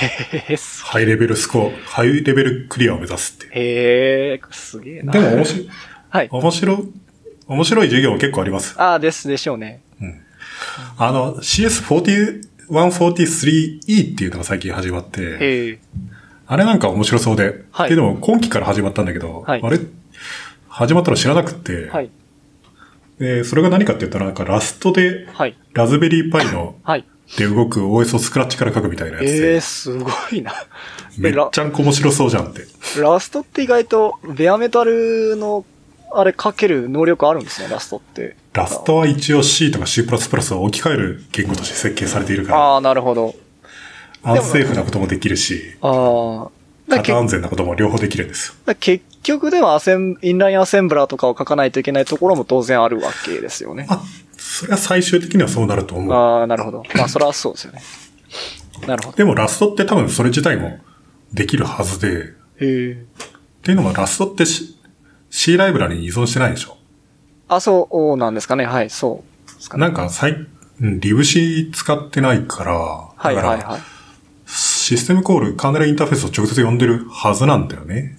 B: え、す
A: ハイレベルスコア、ハイレベルクリアを目指すっていう。
B: へえ、すげえな。
A: でも面白い、
B: はい。
A: 面白い、面白い授業も結構あります。
B: ああ、ですでしょうね。
A: あの、CS4143E っていうのが最近始まって、
B: へえ。
A: あれなんか面白そうで、
B: はい
A: ででも今期から始まったんだけど、
B: はい
A: あれ、始まったの知らなくて、
B: はい。
A: でそれが何かって言ったらなんかラストで、
B: はい。
A: ラズベリーパイの、
B: はい。
A: で動く OS をスクラッチから書くみたいなやつ
B: ええ
A: で、
B: すごいな。
A: め
B: で
A: っ
B: ラ
A: ちゃんこ面白そうじゃんって。
B: ラストって意外と、ベアメタルの、あれかける能力あるんですね、ラストって。
A: ラストは一応 C とか C++ を置き換える言語として設計されているから、
B: ああ、なるほど。
A: アンセーフなこともできるし、
B: ああ。だ
A: 型
B: け
A: 安全なことも両方できるんですよ。
B: だ結局ではアセン、インラインアセンブラーとかを書かないといけないところも当然あるわけですよね。
A: まあ、それは最終的にはそうなると思う。
B: ああ、なるほど。まあ、それはそうですよね。なるほど。
A: でもラストって多分それ自体もできるはずで、っ
B: へえ。
A: ていうのはラストってし C ライブラリに依存してないでしょ。
B: あ、そうなんですかね。はい、そうですかね。
A: なんか最、うん、リブ C 使ってないから、
B: はい、
A: だか
B: はい、
A: ら
B: はい。
A: システムコール、カーネルインターフェースを直接呼んでるはずなんだよね。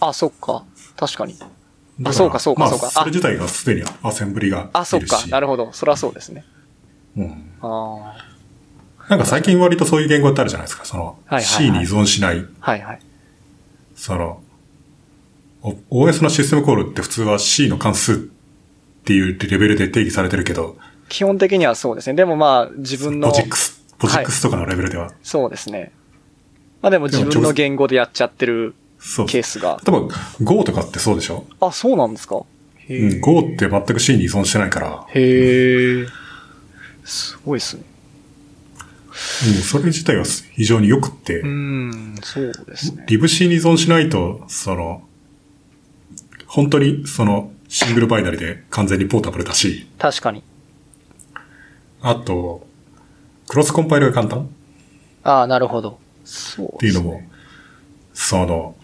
B: あ、そっか。確かに。
A: だら
B: そうかそうかそうか
A: ま
B: あ
A: あ、それ自体がすでにアセンブリがいるし。
B: あ、そっか。なるほど。それはそうですね。
A: うん
B: あ
A: なんか最近割とそういう言語ってあるじゃないですか。その
B: はいはいはい
A: C に依存しない、
B: あ。はい、はい。
A: その、お OS のシステムコールって普通は C の関数っていうレベルで定義されてるけど、
B: 基本的にはそうですね。でもまあ、自分
A: ポ
B: の
A: ジ、ックス、ポジックスとかのレベルでは。
B: そうですね。まあでも自分の言語でやっちゃってる
A: そう。
B: ケ
A: 例
B: ースが。
A: えば Go とかってそうでしょ、
B: あ、そうなんですか。へ
A: うん、?Go って全く C に依存してないから、
B: へえ。すごいですね。
A: うん、それ自体は非常に良くって、
B: うん、そうですね。
A: リブ C に依存しないと、その、本当にそのシングルバイナリで完全にポータブルだし、
B: 確かに。
A: あと、クロスコンパイルが簡単っ
B: ああ、なるほど。そう
A: て
B: で
A: いう
B: す
A: の
B: ね。
A: も、その、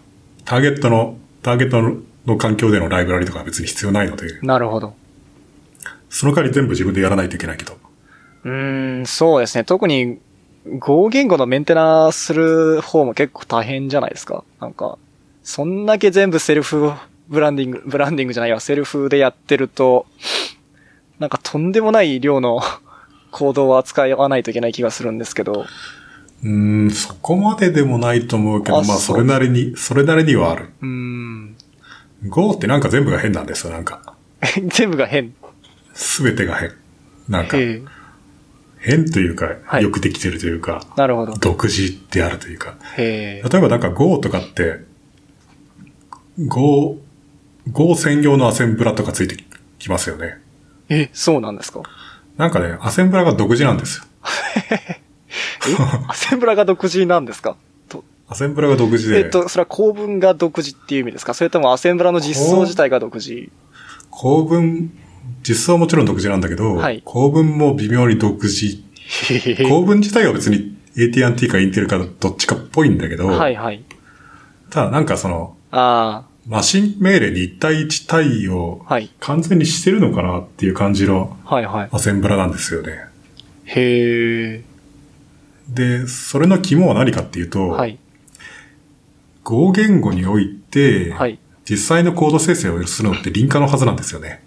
A: ターゲットの、ターゲットの環境でのライブラリとかは別に必要ないので、
B: なるほど。
A: その代わり全部自分でやらないといけないけど。
B: うーん、そうですね。特に、語言語のメンテナンスする方も結構大変じゃないですか。なんか、そんだけ全部セルフブランディング、ブランディングじゃないわ、セルフでやってると、なんかとんでもない量の 行動を扱わないといけない気がするんですけど。
A: うーん、そこまででもないと思うけど、
B: あ
A: まあ、
B: そう
A: それなりに、それなりにはある。
B: うーん。
A: Go ってなんか全部が変なんですよ、なんか。
B: 全部が変。
A: すべてが変。なんか、
B: ええ
A: 変というか、
B: はい
A: よくできてるというか、
B: なるほど。
A: 独自であるというか。
B: へえ。
A: 例えばなんか Go とかって、Go、Go 専用のアセンブラとかついてきますよね。
B: え、そうなんですか
A: なんかね、アセンブラが独自なんですよ。
B: えアセンブラが独自なんですかと
A: アセンブラが独自
B: え
A: で、
B: っと、それは構文が独自っていう意味ですかそれともアセンブラの実装自体が独自
A: 構文、実装はもちろん独自なんだけど、
B: はい
A: 構文も微妙に独自。構文自体は別に AT&T かインテルかどっちかっぽいんだけど、
B: はいはい。
A: ただなんかその、
B: あ
A: マシン命令に1対1対応
B: あ、、はい。
A: 完全にしてるのかなっていう感じの
B: はいはい。
A: アセンブラなんですよね。
B: へえ。
A: で、それの肝は何かっていうと、
B: はい。
A: 語言語において、
B: はい。
A: 実際のコード生成をするのってリンカのはずなんですよね。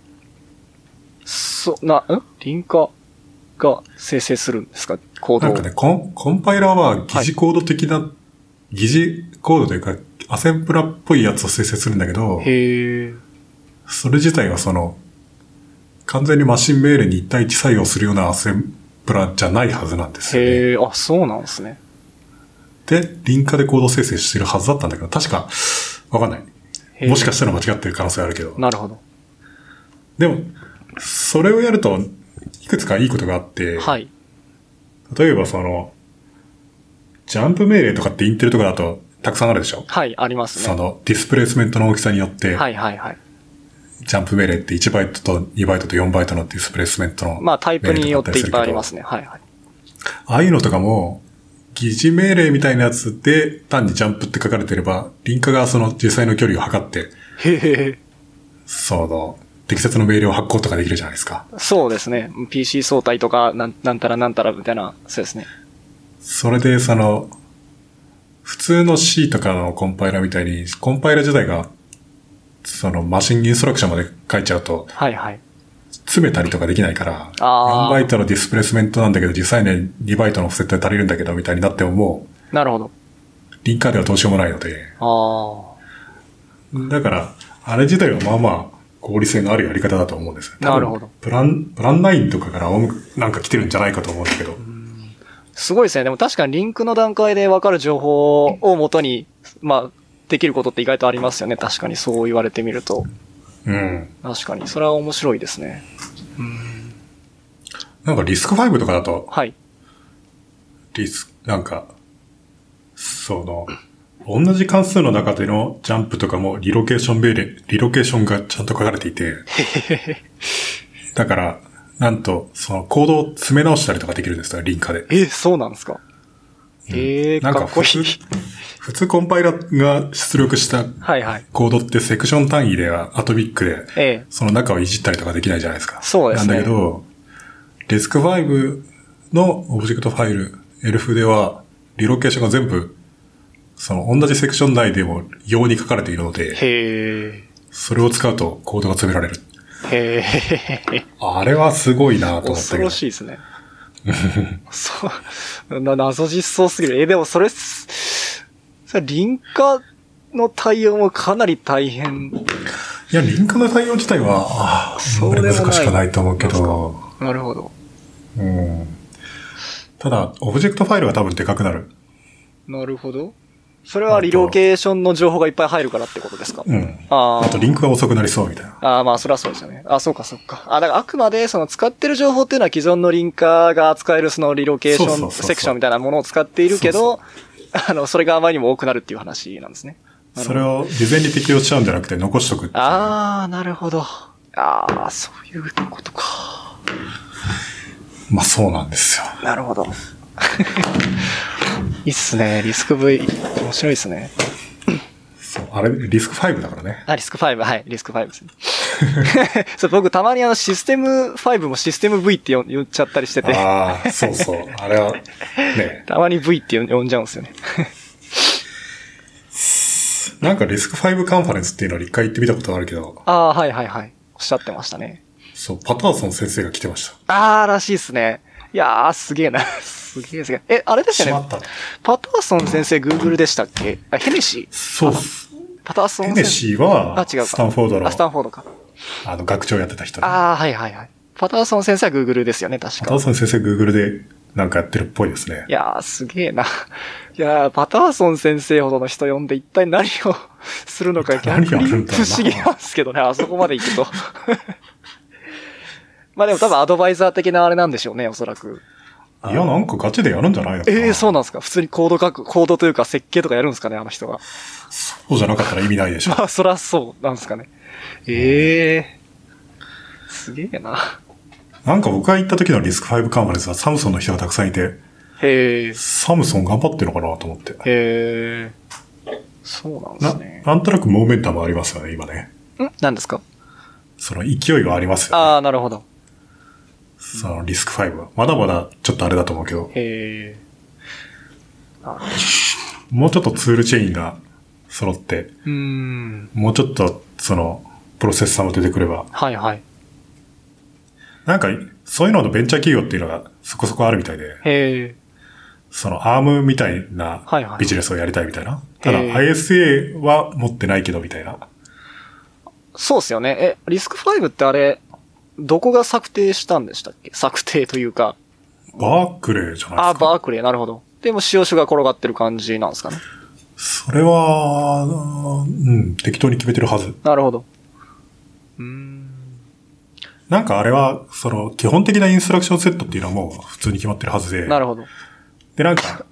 B: そ、な、んリンカが生成するんですかコー
A: な
B: ド
A: ん
B: を
A: かね、コンコンパイラーは疑似コード的な、疑似コードというか、アセンブラっぽいやつを生成するんだけど、
B: へえ。
A: それ自体はその、完全にマシン命令に一対一採用するようなアセンブラじゃないはずなんですよ、ね。
B: へえ。あ、そうなんですね。
A: で、リンカでコード生成してるはずだったんだけど、確か、わかんない。もしかしたら間違ってる可能性あるけど。
B: なるほど。
A: でも、それをやると、いくつかいいことがあって、
B: はい。
A: 例えばその、ジャンプ命令とかってインテルとかだとたくさんあるでしょ
B: はい、あります
A: そ
B: ね。
A: のディスプレイスメントの大きさによって、
B: はいはいはい。
A: ジャンプ命令って1バイトと2バイトと4バイトのディスプレイスメントの。。
B: まあタイプによっていっぱいありますすね。はいはい。
A: ああいうのとかも、疑似命令みたいなやつで単にジャンプって書かれてれば、リンカがその実際の距離を測って、
B: へえ。
A: その、適切な命令を発行とかできるじゃないですか。
B: そうですね。PC 相対とか、なんなんたらなんたらみたいな、そうですね。
A: それで、その、普通の C とかのコンパイラーみたいに、コンパイラー自体が、そのマシンインストラクションまで書いちゃうと、
B: はいはい。
A: 詰めたりとかできないから、
B: あ
A: 4
B: ー
A: バイトのディスプレイスメントなんだけど、実際ね、2バイトのオフセットで足りるんだけど、みたいになってもも
B: なるほど。
A: う、リンカーではどうしようもないので、
B: あ
A: だから、あれ自体はまあまあ、合理性のあるやり方だと思うんですよ
B: なるほど。
A: プラン、プラン9とかからなんか来てるんじゃないかと思うんだけど、
B: あ。すごいですね。でも確かにリンクの段階で分かる情報をもとに、まあ、できることって意外とありますよね。確かにそう言われてみると。
A: うん。
B: 確かに。それは面白いですね。
A: なんかリスク5とかだと、
B: はい。
A: リスなんか、その、同じ関数の中でのジャンプとかもリロケーション命令、リロケーションがちゃんと書かれてい て、だから、なんと、そのコードを詰め直したりとかできるんですよ、リンカで。
B: え、そうなんですかええ
A: なん
B: か
A: か
B: っこ
A: 普
B: い
A: 通
B: い。、
A: 普通コンパイラが出力した
B: はいはい。
A: コードってセクション単位ではアトミックで、
B: ええ。
A: その中をいじったりとかできないじゃないですか。
B: そうです
A: な
B: ね
A: んだけど、デスク5のオブジェクトファイル、ELF では、リロケーションが全部、その同じセクション内でも用に書かれているので、
B: へえ。
A: それを使うとコードが詰められる。
B: へえ。
A: あれはすごいなと思った
B: 恐
A: け
B: ろ
A: ど。
B: しいですね。そう、 な謎実装すぎる。え、でもそれ、それ輪郭の対応もかなり大変。
A: いや、リンクの対応自体は、あーあ
B: そ
A: ん
B: う
A: ま
B: で
A: り
B: もない
A: 難しくないと思うけど、
B: なるほど。
A: うん。ただ、オブジェクトファイルが多分でかくなる。
B: なるほど。それはリロケーションの情報がいっぱい入るからってことですか
A: うん。
B: あ
A: あと、
B: ー
A: リンクが遅くなりそうみたいな。
B: あー、まあ、そりゃそうですよね。あ、そうか、そうか。あ、だからあくまで、その使ってる情報っていうのは既存のリンカーが扱えるそのリロケー
A: そ
B: シ
A: うそ
B: ョ
A: う
B: ン
A: そうそう
B: セクションみたいなものを使っているけど、あの、それがあまりにも多くなるっていう話なんですね。なる
A: そ
B: ほど
A: れを事前に適用しちゃうんじゃなくて残しとくっていう
B: ああ、なるほど。ああ、そういうことか。
A: まあそうなんですよ。
B: なるほど。 いいっすね。リスク V。面白いっすね。
A: そうあれ、リスク5だからね。
B: あ、リスク5。はい。リスク5ですね。 そう、僕たまにあの、システム5もシステム V って呼ん呼っちゃったりしてて、
A: ああ、そうそう。あれは、ね。
B: たまに V って呼ん呼んじゃうんですよね。
A: なんかリスク5カンファレンスっていうのを一回行ってみたことがあるけど、
B: ああ、はいはいはい。おっしゃってましたね。
A: そう、パターソン先生が来てました。
B: ああ、らしいっすね。いやー、すげえな。 すげえすげえ。え、あれです
A: し
B: よ
A: ま
B: ね
A: っ。た。
B: パターソン先生、Google でしたっけあ、ヘネシー
A: そう。
B: パターソン
A: ヘ
B: 先
A: ネシーは、
B: あ、違うか。
A: スタンフォードの
B: あ、スタンフォードか。
A: あの学長やってた人で。パ
B: ああ、はいはいはい。パターソン先生は Google ですよね、確
A: タ
B: か
A: ー。ソン先生 Google でなんかやってるっぽいですね
B: い。やー、すげえな。 いやー、パターソン先生ほどの人呼んで一体何をするのか逆に
A: 何をやるんだ
B: 不
A: ろうな
B: 思議なんですけどね、あそこまで行くと。 まあでも多分アドバイザー的なあれなんでしょうね、おそらく。
A: いや、なんかガチでやるんじゃないのかな
B: ええー、そうなんですか普通にコード書く、コードというか設計とかやるんですかね、あの人が。
A: そうじゃなかったら意味ないでしょ。
B: まあ、そらそうなんですかね。ええー。すげえな。
A: なんか僕が行った時のリスク5カンファレンスはサムソンの人がたくさんいて、
B: へえ。
A: サムソン頑張ってるのかなと思って。
B: へえ。そうなん
A: な
B: ですね。
A: なんとなくモーメンタムありますよね、今ね。
B: ん何ですか
A: その勢いはありますよ、ね。
B: ああ、なるほど。
A: そのリスク5は。まだまだちょっとあれだと思うけど、
B: へえ。
A: もうちょっとツールチェインが揃って、
B: うーん。
A: もうちょっとそのプロセッサーも出てくれば、
B: はいはい。
A: なんかそういうののベンチャー企業っていうのがそこそこあるみたいで、
B: へえ。
A: そのアームみたいな
B: はいはい
A: ビジネスをやりたいみたいな。ただ
B: へー
A: ISA は持ってないけどみたいな。
B: そうっすよね。え、リスク5ってあれ、どこが策定したんでしたっけ策定というか。
A: バークレーじゃない
B: あ、
A: ですか。
B: バークレー、なるほど。でも、使用書が転がってる感じなんですかね。
A: それは、うん、適当に決めてるはず。
B: なるほど。うーん。
A: なんかあれは、その、基本的なインストラクションセットっていうのはもう普通に決まってるはずで。
B: なるほど。
A: で、なんか、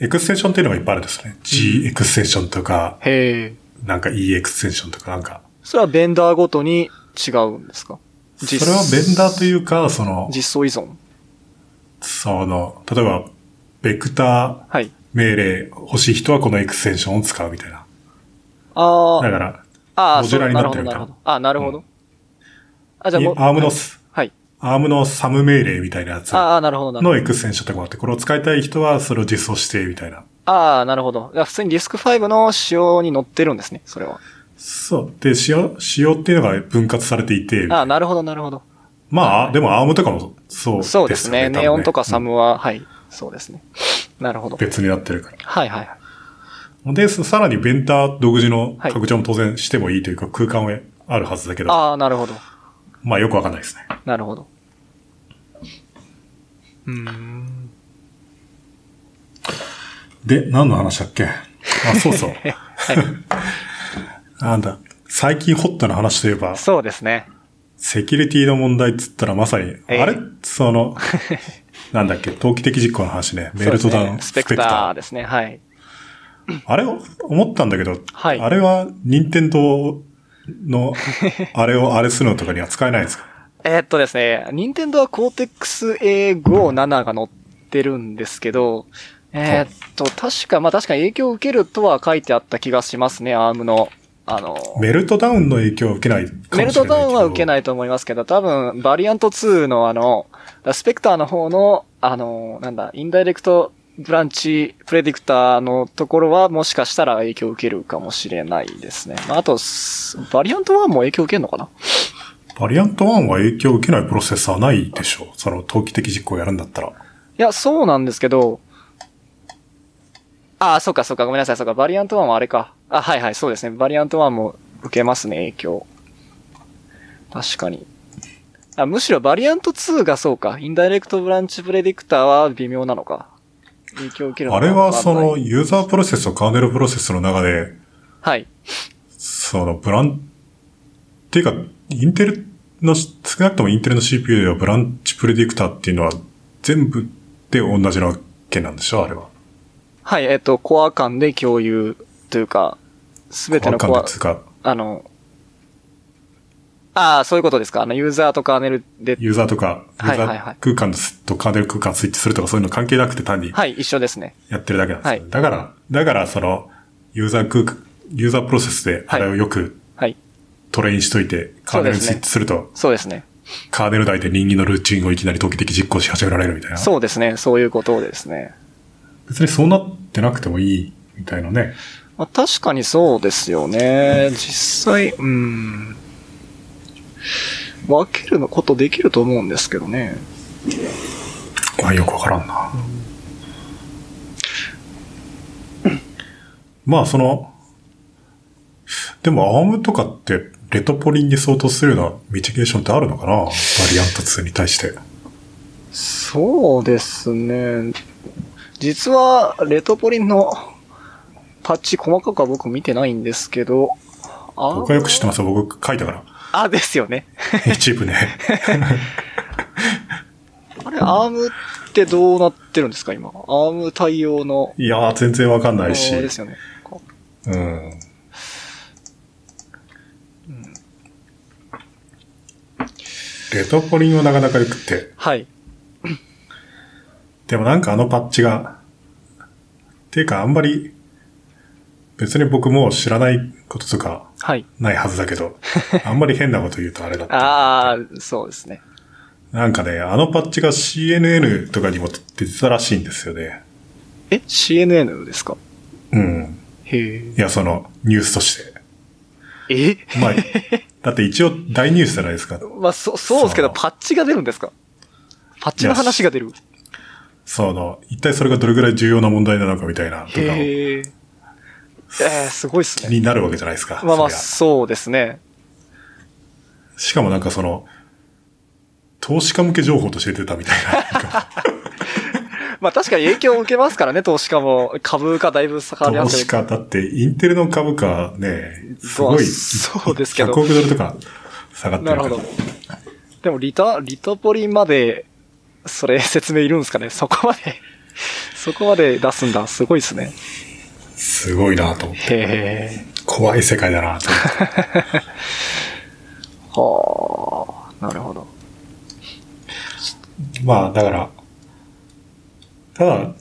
A: エクステンションっていうのがいっぱいあるんですね。G エクステンションとか、
B: へえ。
A: なんか E エクステンションとか、なんか。
B: それはベンダーごとに違うんですか
A: それはベンダーというか、その、
B: 実装依存。
A: その、例えば、ベクター
B: はい。
A: 命令欲しい人はこのエクステンションを使うみたいな。
B: あ
A: だ
B: ー
A: から、
B: あー、
A: モジュラーになってる
B: そう
A: み
B: な
A: たい
B: る
A: な
B: ほど。なるほどあ、なるほど。あ、じゃあ
A: い
B: もう、
A: アームの、
B: はい。
A: アームのサム命令みたいなやつ
B: ああ、なるほど、なるほど。
A: のエクステンションとかもあって、これを使いたい人はそれを実装してみたいな。
B: ああ、なるほど。いや普通にリスク5の仕様に載ってるんですね、それは。
A: そう。で、仕様、仕様っていうのが分割されていて、
B: ああ、なるほど、なるほど。
A: まあ、でもアームとかもそうですよ
B: そうですね。
A: 多分
B: ネオンとかサ
A: うん
B: ムは、はい。そうですね。なるほど。
A: 別になってるから。
B: はいはいはい。
A: で、そさらにベンター独自の
B: はい
A: 拡張も当然してもいいというか、空間はあるはずだけど、
B: ああ、なるほど。
A: まあよくわかんないですね。
B: なるほど。うーん。
A: で、何の話だっけあ、そう そう。なんだ。最近ホットな話といえば、
B: そうですね。
A: セキュリティの問題っつったらまさに、
B: ええ
A: あれその、なんだっけ、投機的実行の話ね。メルトダ
B: そう
A: ウ
B: で
A: ン、
B: すねスペクターですね。はい。
A: あれ、思ったんだけど、
B: はい
A: あれは、任天堂 の、あれをあれするのとかには使えないんですか
B: えーっとですね、任天堂は Cortex-A57 が乗ってるんですけど、えーっと、確か、まあ確かに影響を受けるとは書いてあった気がしますね、アームの。あの、
A: メルトダウンの影響は受けないかもしれな
B: メ
A: い
B: ルトダウンは受け
A: い。
B: ないと思いますけど、多分、バリアント2のあの、スペクターの方の、あの、なんだ、インダイレクトブランチプレディクターのところは、もしかしたら影響を受けるかもしれないですね。まあ、あと、すバリアント1も影響を受けるのかな
A: バリアント1は影響を受けないプロセッサーないでしょその、投機的実行やるんだったら。
B: いや、そうなんですけど、ああ、そうかそうか、ごめんなさい、そうか、バリアント1もあれか。あ、はいはい、そうですね、バリアント1も受けますね、影響。確かに。あ、むしろバリアント2がそうか、インダイレクトブランチプレディクターは微妙なのか。影響を受けるの
A: あ
B: か
A: れは、そ
B: わ
A: の、
B: かんない
A: ユーザープロセスとカーネルプロセスの中で、
B: はい。
A: その、ブラン、っていうか、インテルの、少なくともインテルの CPU ではブランチプレディクターっていうのは全部で同じなわけなんでしょあれは。
B: はい、えっと、コア間で共有というか、すべてのコ
A: わかん
B: ア
A: ない、つうか、
B: あの、ああ、そういうことですか。あの、ユーザーとカーネルで、
A: ユーザーとか、ユ
B: は
A: ー
B: い
A: ザ
B: はいはい
A: ー空間とカーネル空間スイッチするとかそういうの関係なくて単に
B: はい、一緒ですね。
A: やってるだけなんですよ、
B: は
A: だから、だからその、ユーザー空間、ユーザープロセスであれをよく
B: はい、
A: トレインしといて、カーネルにスイッチすると、
B: そうですね。
A: カーネル内で人間のルーチンをいきなり時々実行し始められるみたいな。
B: そうですね、そういうことですね。
A: 別にそうなってなくてもいいみたいなね。
B: まあ、確かにそうですよね。実際、うん。分けるのことできると思うんですけどね。
A: まあよくわからんな。まあその、でもアームとかってレトポリンに相当するようなミティゲーションってあるのかなバリアント2に対して。
B: そうですね。実は、レトポリンのパッチ細かくは僕見てないんですけど、あ
A: 僕はよく知ってますよ。僕書いたから。
B: あ、ですよね。
A: 一部ね。
B: あれ、アームってどうなってるんですか、今。アーム対応の。
A: いやー全然わかんないし。
B: あれですよね。
A: うん。レトポリンはなかなか良くて。
B: はい。
A: でもなんかあのパッチが、っていうかあんまり、別に僕もう知らないこととか
B: はい。
A: ないはずだけ ど、あんまり変なこと言うとあれだった。
B: ああ、そうですね。
A: なんかね、あのパッチが CNN とかにも出てたらしいんですよね。
B: え ?CNN ですか
A: うん。
B: へ
A: いや、その、ニュースとして。
B: え。え
A: まあ、だって一応大ニュースじゃないですか。
B: まあ、そ、そうですけど、
A: そう
B: パッチが出るんですかパッチの話が出る
A: その、一体それがどれぐらい重要な問題なのかみたいな、とかを
B: へえ。えー、すごいっす
A: 気
B: ね。
A: になるわけじゃないですか。
B: まあまあ、
A: そりゃ
B: そうですね。
A: しかもなんかその、投資家向け情報として出たみたいな。
B: まあ確かに影響を受けますからね、投資家も。株価だいぶ下がりま
A: 投
B: す
A: 資
B: けど。
A: 家だって、インテルの株価ね、す
B: ま
A: ご
B: あ
A: い、
B: そうですけど
A: 100億ドルとか下がって
B: な
A: る
B: る
A: から。
B: ほど。でも、リタ、リタポリまで、それ説明いるんですかねそこまで、そこまで出すんだ。すごいっすね。
A: すごいなと思って。
B: へえ。
A: 怖い世界だなと思って。
B: はあ、なるほど。
A: まあ、だから、ただ、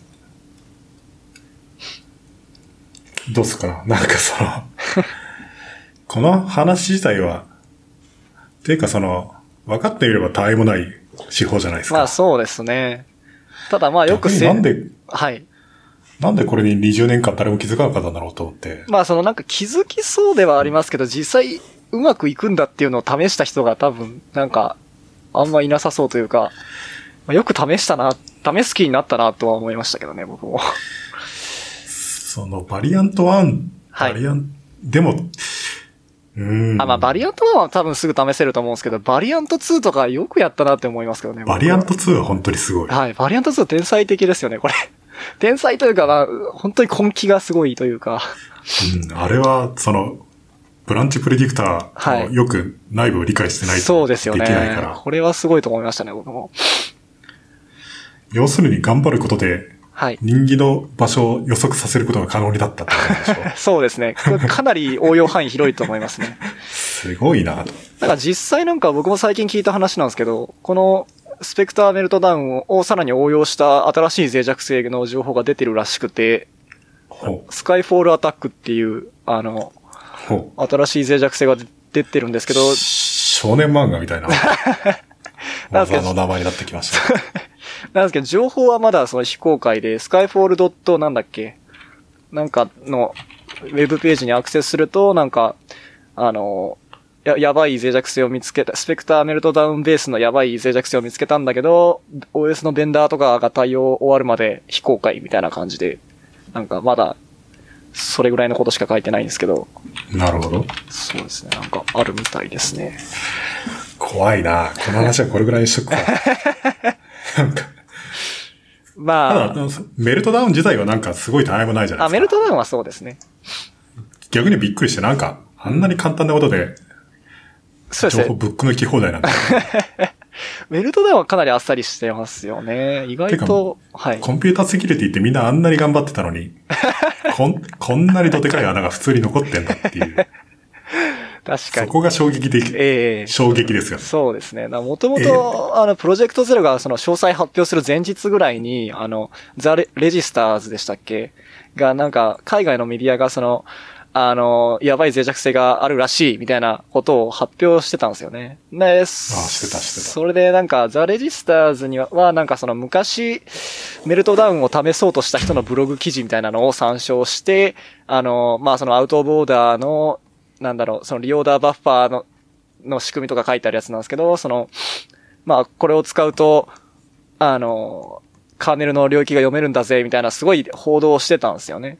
A: どうすっかな。なんかその、この話自体は、っていうかその、分かってみれば他愛もない手法じゃないですか。
B: まあそうですね。ただまあよく
A: 逆に
B: せ
A: なんで、
B: はい。
A: なんでこれに20年間誰も気づかなかったんだろうと思って。
B: まあそのなんか気づきそうではありますけど、実際うまくいくんだっていうのを試した人が多分なんかあんまいなさそうというか、まあよく試したな、試す気になったなとは思いましたけどね、僕も。
A: その、バリアント1、
B: はい
A: バリアン、でも、うーん。
B: あ、まあバ
A: バリ
B: リアント1は多分すぐ試せると思うんですけど、バリアント2とかよくやったなって思いますけどね。僕は
A: アント2は本当にすごい。
B: はい、バリアント2天才的ですよね、これ。 天才というか、まあ、本当に根気がすごいというか。
A: うん、あれは、その、ブランチプレディクタ
B: は
A: ーの
B: い
A: よく内部を理解してない
B: そ
A: と
B: う
A: で
B: です
A: き
B: よ
A: ない
B: ね
A: から。。
B: これはすごいと思いましたね、僕も。
A: 要するに頑張ることで、
B: はい。
A: 人気の場所を予測させることが可能になったってこと でしょ
B: そうですね。これかなり応用範囲広いと思いますね。
A: すごいなと。
B: なんか実際なんか僕も最近聞いた話なんですけど、このスペクターメルトダウンをさらに応用した新しい脆弱性の情報が出てるらしくて、
A: ほ
B: スカイフォールアタックっていう、あの、
A: う。ほ
B: 新しい脆弱性が出出てるんですけど、
A: う。少年漫画みたいな
B: なんすか
A: 技の名前になってきました。
B: なんですけど、情報はまだその非公開で、スカイフォールドットなんだっけなんかの、ウェブページにアクセスすると、なんか、あの、や、やばい脆弱性を見つけた、スペクターメルトダウンベースのやばい脆弱性を見つけたんだけど、OS のベンダーとかが対応終わるまで非公開みたいな感じで、なんかまだ、それぐらいのことしか書いてないんですけど、
A: なるほど。
B: そうですね、なんかあるみたいですね。
A: 怖いなこの話はこれぐらいにしとくか。なんかただあ
B: ま
A: の、メルトダウン自体はなんかすごい大もないじゃ
B: あ、
A: ない
B: あ、
A: ですか。
B: メルトダウンはそうですね。
A: 逆にびっくりして、なんか、あんなに簡単なことで、
B: そうです
A: 情
B: ね
A: 報。ぶっこ抜き放題 なんだ。
B: メルトダウンはかなりあっさりしてますよね。意外と、はい。
A: コンピューターセキュリティってみんなあんなに頑張ってたのに、こん、こんなにどでかい穴が普通に残ってんだって いう。
B: 確か
A: そ
B: に。
A: こが衝撃的、
B: ええ
A: 衝撃ですよね。
B: そうですね。もともと、あの、プロジェクトゼロが、その、詳細発表する前日ぐらいに、あの、ザレ・レジスターズでしたっけが、なんか、海外のメディアが、その、あの、やばい脆弱性があるらしい、みたいなことを発表してたんですよね。で、あ、
A: してたしてた
B: それで、なんか、ザ・レジスターズには、はなんかその、昔、メルトダウンを試そうとした人のブログ記事みたいなのを参照して、あの、まあ、その、アウト・オブ・オーダーの、なんだろう、その、リオーダーバッファーの、の仕組みとか書いてあるやつなんですけど、その、まあ、これを使うと、あの、カーネルの領域が読めるんだぜ、みたいなすごい報道をしてたんですよね。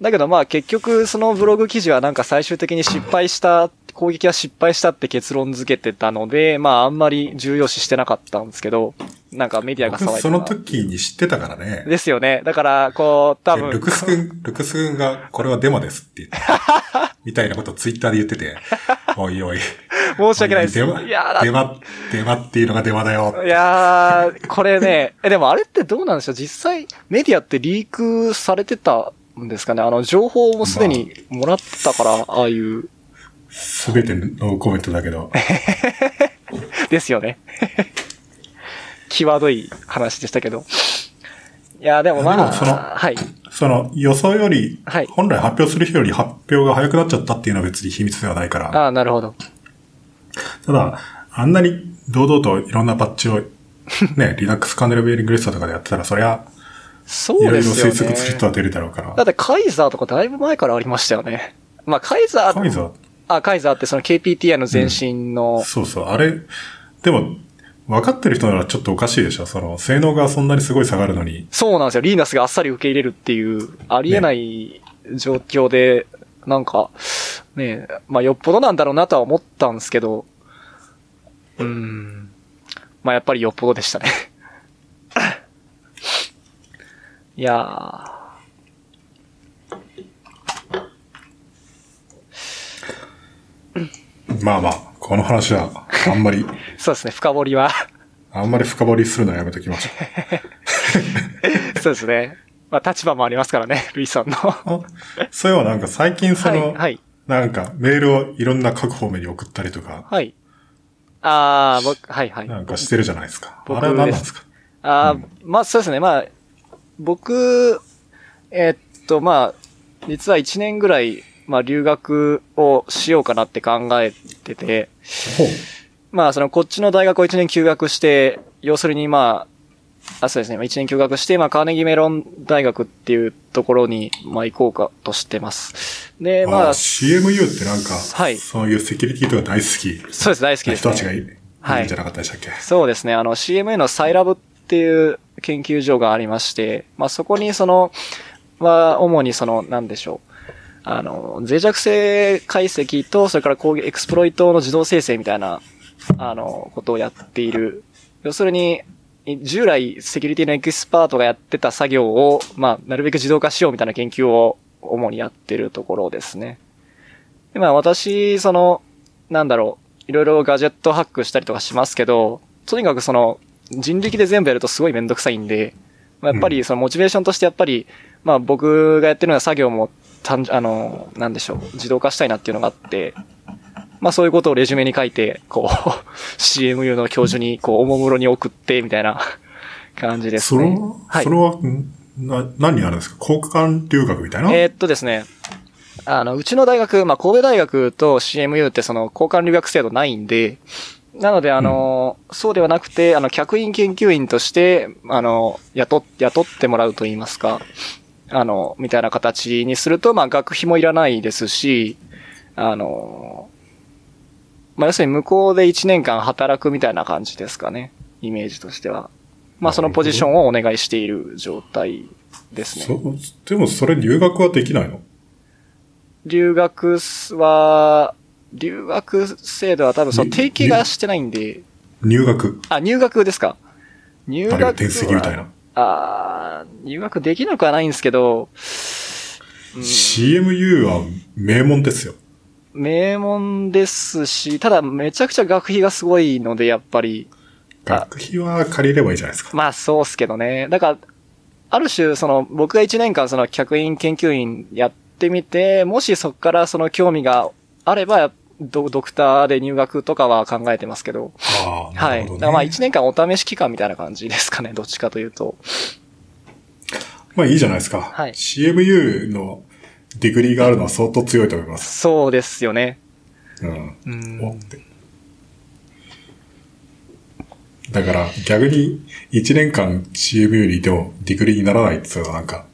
B: だけどまあ結局そのブログ記事はなんか最終的に失敗した、攻撃は失敗したって結論付けてたので、まああんまり重要視してなかったんですけど、なんかメディアが騒いで
A: 僕
B: た
A: その時に知ってたからね。
B: ですよね。だから、こう、多分。
A: ルクス君、ルクス君が、これはデマですって言って、 みたいなことをツイッターで言ってて、おいおい。
B: 申し訳ないです。
A: デ
B: いや
A: マ、
B: ーだっ
A: デマ、デマっていうのがデマだよ。
B: いやー、これね、え、でもあれってどうなんでしょう実際、メディアってリークされてたんですかねあの、情報もすでにもらってたから、ああいう、
A: すべてノーコメントだけど。
B: ですよね。際どい話でしたけど。いやー、でもま
A: でもその
B: あ、はい。
A: その予想より
B: はい、
A: 本来発表する日より発表が早くなっちゃったっていうのは別に秘密ではないから、
B: ああ、なるほど。
A: ただ、あんなに堂々といろんなパッチを、ね、Linux カーネルベーリングレストとかでやってたら、そりゃ、
B: そ
A: いろ
B: う
A: いろ
B: ですよ
A: 推測する人は
B: ね。
A: 出るだろうか
B: だ
A: ら
B: っ。て、カイザーとかだいぶ前からありましたよね。まあ、カイザー、
A: カイザ
B: あ、カイザーってその KPTI の前身の、
A: ー、そうそう、あれ、でも、分かってる人ならちょっとおかしいでしょその、性能がそんなにすごい下がるのに、
B: そうなんですよ。リーナスがあっさり受け入れるっていう、ありえない状況で、なんか、ねえ、まあよっぽどなんだろうなとは思ったんですけど、うーん。まあやっぱりよっぽどでしたね。 いやー。
A: まあまあ、この話は、あんまり、
B: そうですね、深掘りは。
A: あんまり深掘りするのはやめときましょ
B: そうですね。まあ立場もありますからね、ルイさんの。は
A: う。あそういえばなんか最近その、
B: い、はい、
A: なんかメールをいろんな各方面に送ったりとか、
B: はい。あー、僕、はい、はい。
A: なんかしてるじゃないですか。あれ
B: 僕
A: は何なんですか
B: ああ、
A: うん
B: まあそうですね。まあ、僕、えっと、まあ、実は1年ぐらい、まあ留学をしようかなって考えてて、
A: ほう。
B: まあそのこっちの大学を1年休学して、要するにまあ、あそうですね。まあ1年休学して、まあカーネギーメロン大学っていうところに、まあ行こうかとしてます。で、ま
A: あ
B: あ、
A: あ、CMU ってなんか、
B: はい
A: そういうセキュリティとか大好き
B: そうです、大好き
A: な
B: です、
A: 人
B: ね。
A: たちがいい,、
B: はい
A: んじゃなかったでしたっけ
B: そうですね。あの、CMA のサイラブっていう研究所がありまして、まあ、そこにその、は、主にその、なんでしょう。あの、脆弱性解析と、それから攻撃、エクスプロイトの自動生成みたいな、あの、ことをやっている。要するに、い従来、セキュリティのエキスパートがやってた作業を、まあ、なるべく自動化しようみたいな研究を主にやってるところですね。で、まあ、私、その、なんだろう、いろいろガジェットハックしたりとかしますけど、とにかくその、人力で全部やるとすごいめんどくさいんで、まあ、やっぱりそのモチベーションとしてやっぱり、まあ僕がやってるような作業も単純、あの、なんでしょう、自動化したいなっていうのがあって、まあそういうことをレジュメに書いて、こう、CMU の教授に、こう、おもむろに送って、みたいな感じです
A: そ
B: ね。
A: の、
B: はい
A: それは、んな、何にあるんですか交換留学みたいな、
B: えーっとですね。あの、うちの大学、まあ、神戸大学と CMU ってその交換留学制度ないんで、なので、あの、そうではなくて、あの、客員研究員として、あの、雇っ、雇ってもらうと言いますか、あの、みたいな形にすると、まあ、学費もいらないですし、あの、まあ、要するに向こうで1年間働くみたいな感じですかね。イメージとしては。まあ、そのポジションをお願いしている状態ですね。
A: そでもそれ留学はできないの
B: 留学すは、留学制度は多分その
A: に
B: 定期がしてないんで、
A: 入学。
B: あ、入学ですか。入
A: あ
B: 学
A: るい
B: は。
A: は転籍みたいな。
B: あー入学できなくはないんですけど、うん
A: CMU は名門ですよ。
B: 名門ですし、ただめちゃくちゃ学費がすごいので、やっぱり。あ
A: 学費は借りればいいじゃないですか。
B: まあそうっすけどね。だから、ある種、その、僕が1年間その客員研究員やってみて、もしそこからその興味があれば、ドドクターで入学とかは考えてますけど。
A: ああ、な
B: は
A: る
B: い。
A: ほど
B: だ
A: ね。
B: からまあ1年間お試し期間みたいな感じですかね、どっ ちかというと。
A: まあいいじゃないですか。
B: はい
A: CMU のディグリーがあるのは相当強いと思います。
B: そうですよね。
A: うん。
B: う
A: おっ
B: ん。
A: て。だから逆に1年間 CMU にいてもディグリーにならないっていうのはなん か、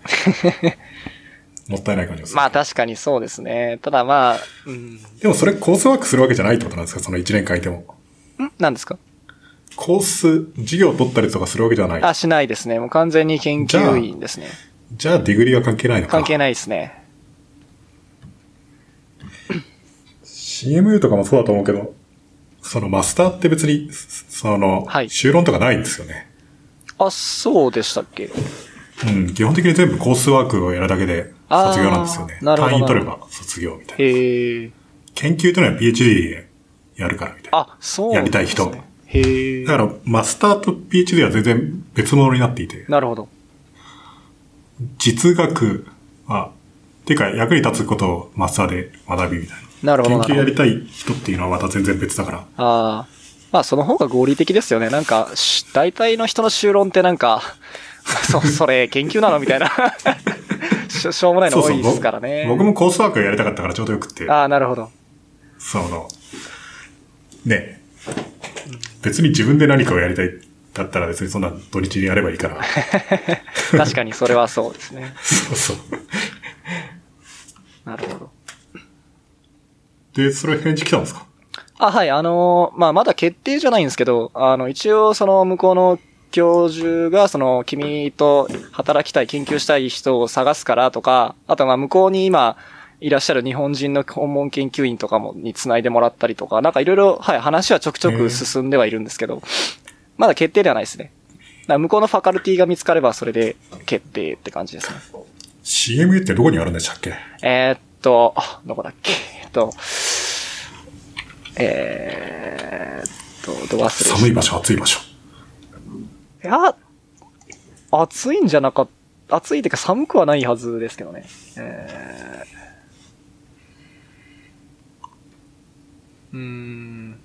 A: もったいない感じがする。
B: まあ確かにそうですね。ただまあ、うん。ん
A: でもそれコースワークするわけじゃないってことなんですかその1年間いても。
B: 何ですか
A: コース、授業を取ったりとかするわけじゃない。
B: あ、しないですね。もう完全に研究員ですね。
A: じゃあディグリーは関係ないのか。
B: 関係ないですね。
A: CMU とかもそうだと思うけど、そのマスターって別に、その、
B: はい
A: 修論とかないんですよね。
B: あ、そうでしたっけ
A: うん、基本的に全部コースワークをやるだけで
B: あー
A: 卒業なんですよね。
B: なるほど
A: 単位取れば卒業みたいな。
B: へえ。
A: 研究というのは PhD でやるからみたいな。
B: あ、そうなんです、
A: や
B: ね。
A: りたい人
B: へえ
A: だ。からマスターと PhD は全然別物になっていて、
B: なるほど。
A: 実学は、っていうか役に立つことをマスターで学びみたい
B: なる
A: な。
B: ほ
A: 研
B: ど。な
A: 究
B: るほ
A: や
B: ど
A: りたい人っていうのはまた全然別だから。
B: ああ。まあ、その方が合理的ですよね。なんか、し大体の人の修論ってなんか、 そ、それ、研究なのみたいな しょ。しょうもないの多いですからね。
A: 僕僕もコースワークをやりたかったからちょうどよくって。
B: ああ、な るほど。
A: その、ね、別に自分で何かをやりたいだったら別にそんな土日にやればいいから。
B: 確かにそれはそうですね。
A: そうそう。
B: なるほど。
A: で、それ返事来たんですか
B: あ、はい、あのーまあ、まだ決定じゃないんですけど、あの、一応、その、向こうの教授が、その、君と働きたい、研究したい人を探すからとか、あと、まあ、向こうに今、いらっしゃる日本人の訪問研究員とかも、に繋いでもらったりとか、なんかいろいろ、はい、話はちょくちょ
A: へえ
B: く進んではいるんですけど、まだ決定ではないですね。だから向こうのファカルティが見つかれば、それで決定って感じですね。
A: ?CMU ってどこにあるんでしたっけ
B: えーっと、どこだっけえーっと、えーっと、ど忘れ
A: 寒い場所、暑い場所。
B: いや、暑いんじゃなかった、暑いっていうか寒くはないはずですけどね。えー、うーん。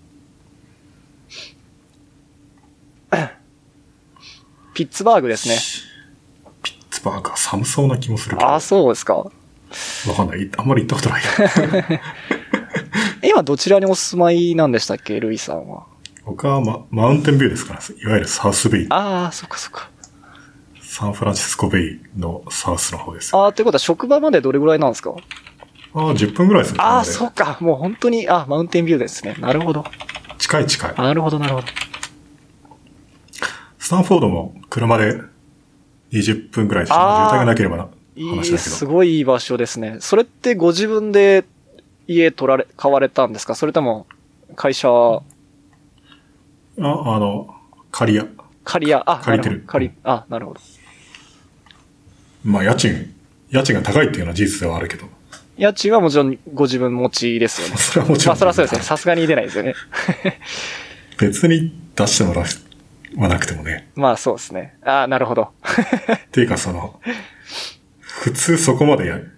B: ピッツバーグですね。
A: ピッツバーグは寒そうな気もするけど。
B: あ、
A: わ
B: そうですか。
A: かんない。あんまり行ったことない。
B: 今どちらにお住まいなんでしたっけ、ルイさんは。
A: 僕はママウンテンビューですから、いわゆるサウスベイ、
B: ああ、そっかそっか。
A: サンフランシスコベイのサウスの方です。あ
B: ああ、ということは職場までどれぐらいなんですか
A: あ、10分ぐらいすると思
B: あ
A: の
B: あ、
A: で
B: そうか。もう本当に、あマウンテンビューですね。なるほど。
A: 近い近い。
B: なるほど、なるほど。
A: スタンフォードも車で20分ぐらいです。渋
B: あー
A: 滞がなければない話
B: い、
A: だけ
B: す
A: ど。
B: ごいいい場所ですね。それってご自分で家取られ、買われたんですかそれとも、会社、
A: あ、あの、借りや。
B: 借りや、あ、
A: 借りてる
B: なほど借り、あ、なるほど。
A: まあ、家賃、家賃が高いっていうのは事実ではあるけど。
B: 家賃はもちろんご自分持ちですよね。
A: それはもちろん。
B: まあ、それはそうですね。さすがに出ないですよね。
A: 別に出してもらうはなくてもね。
B: まあそうですね。ああ、なるほど。
A: っていうかその、普通そこまでやる。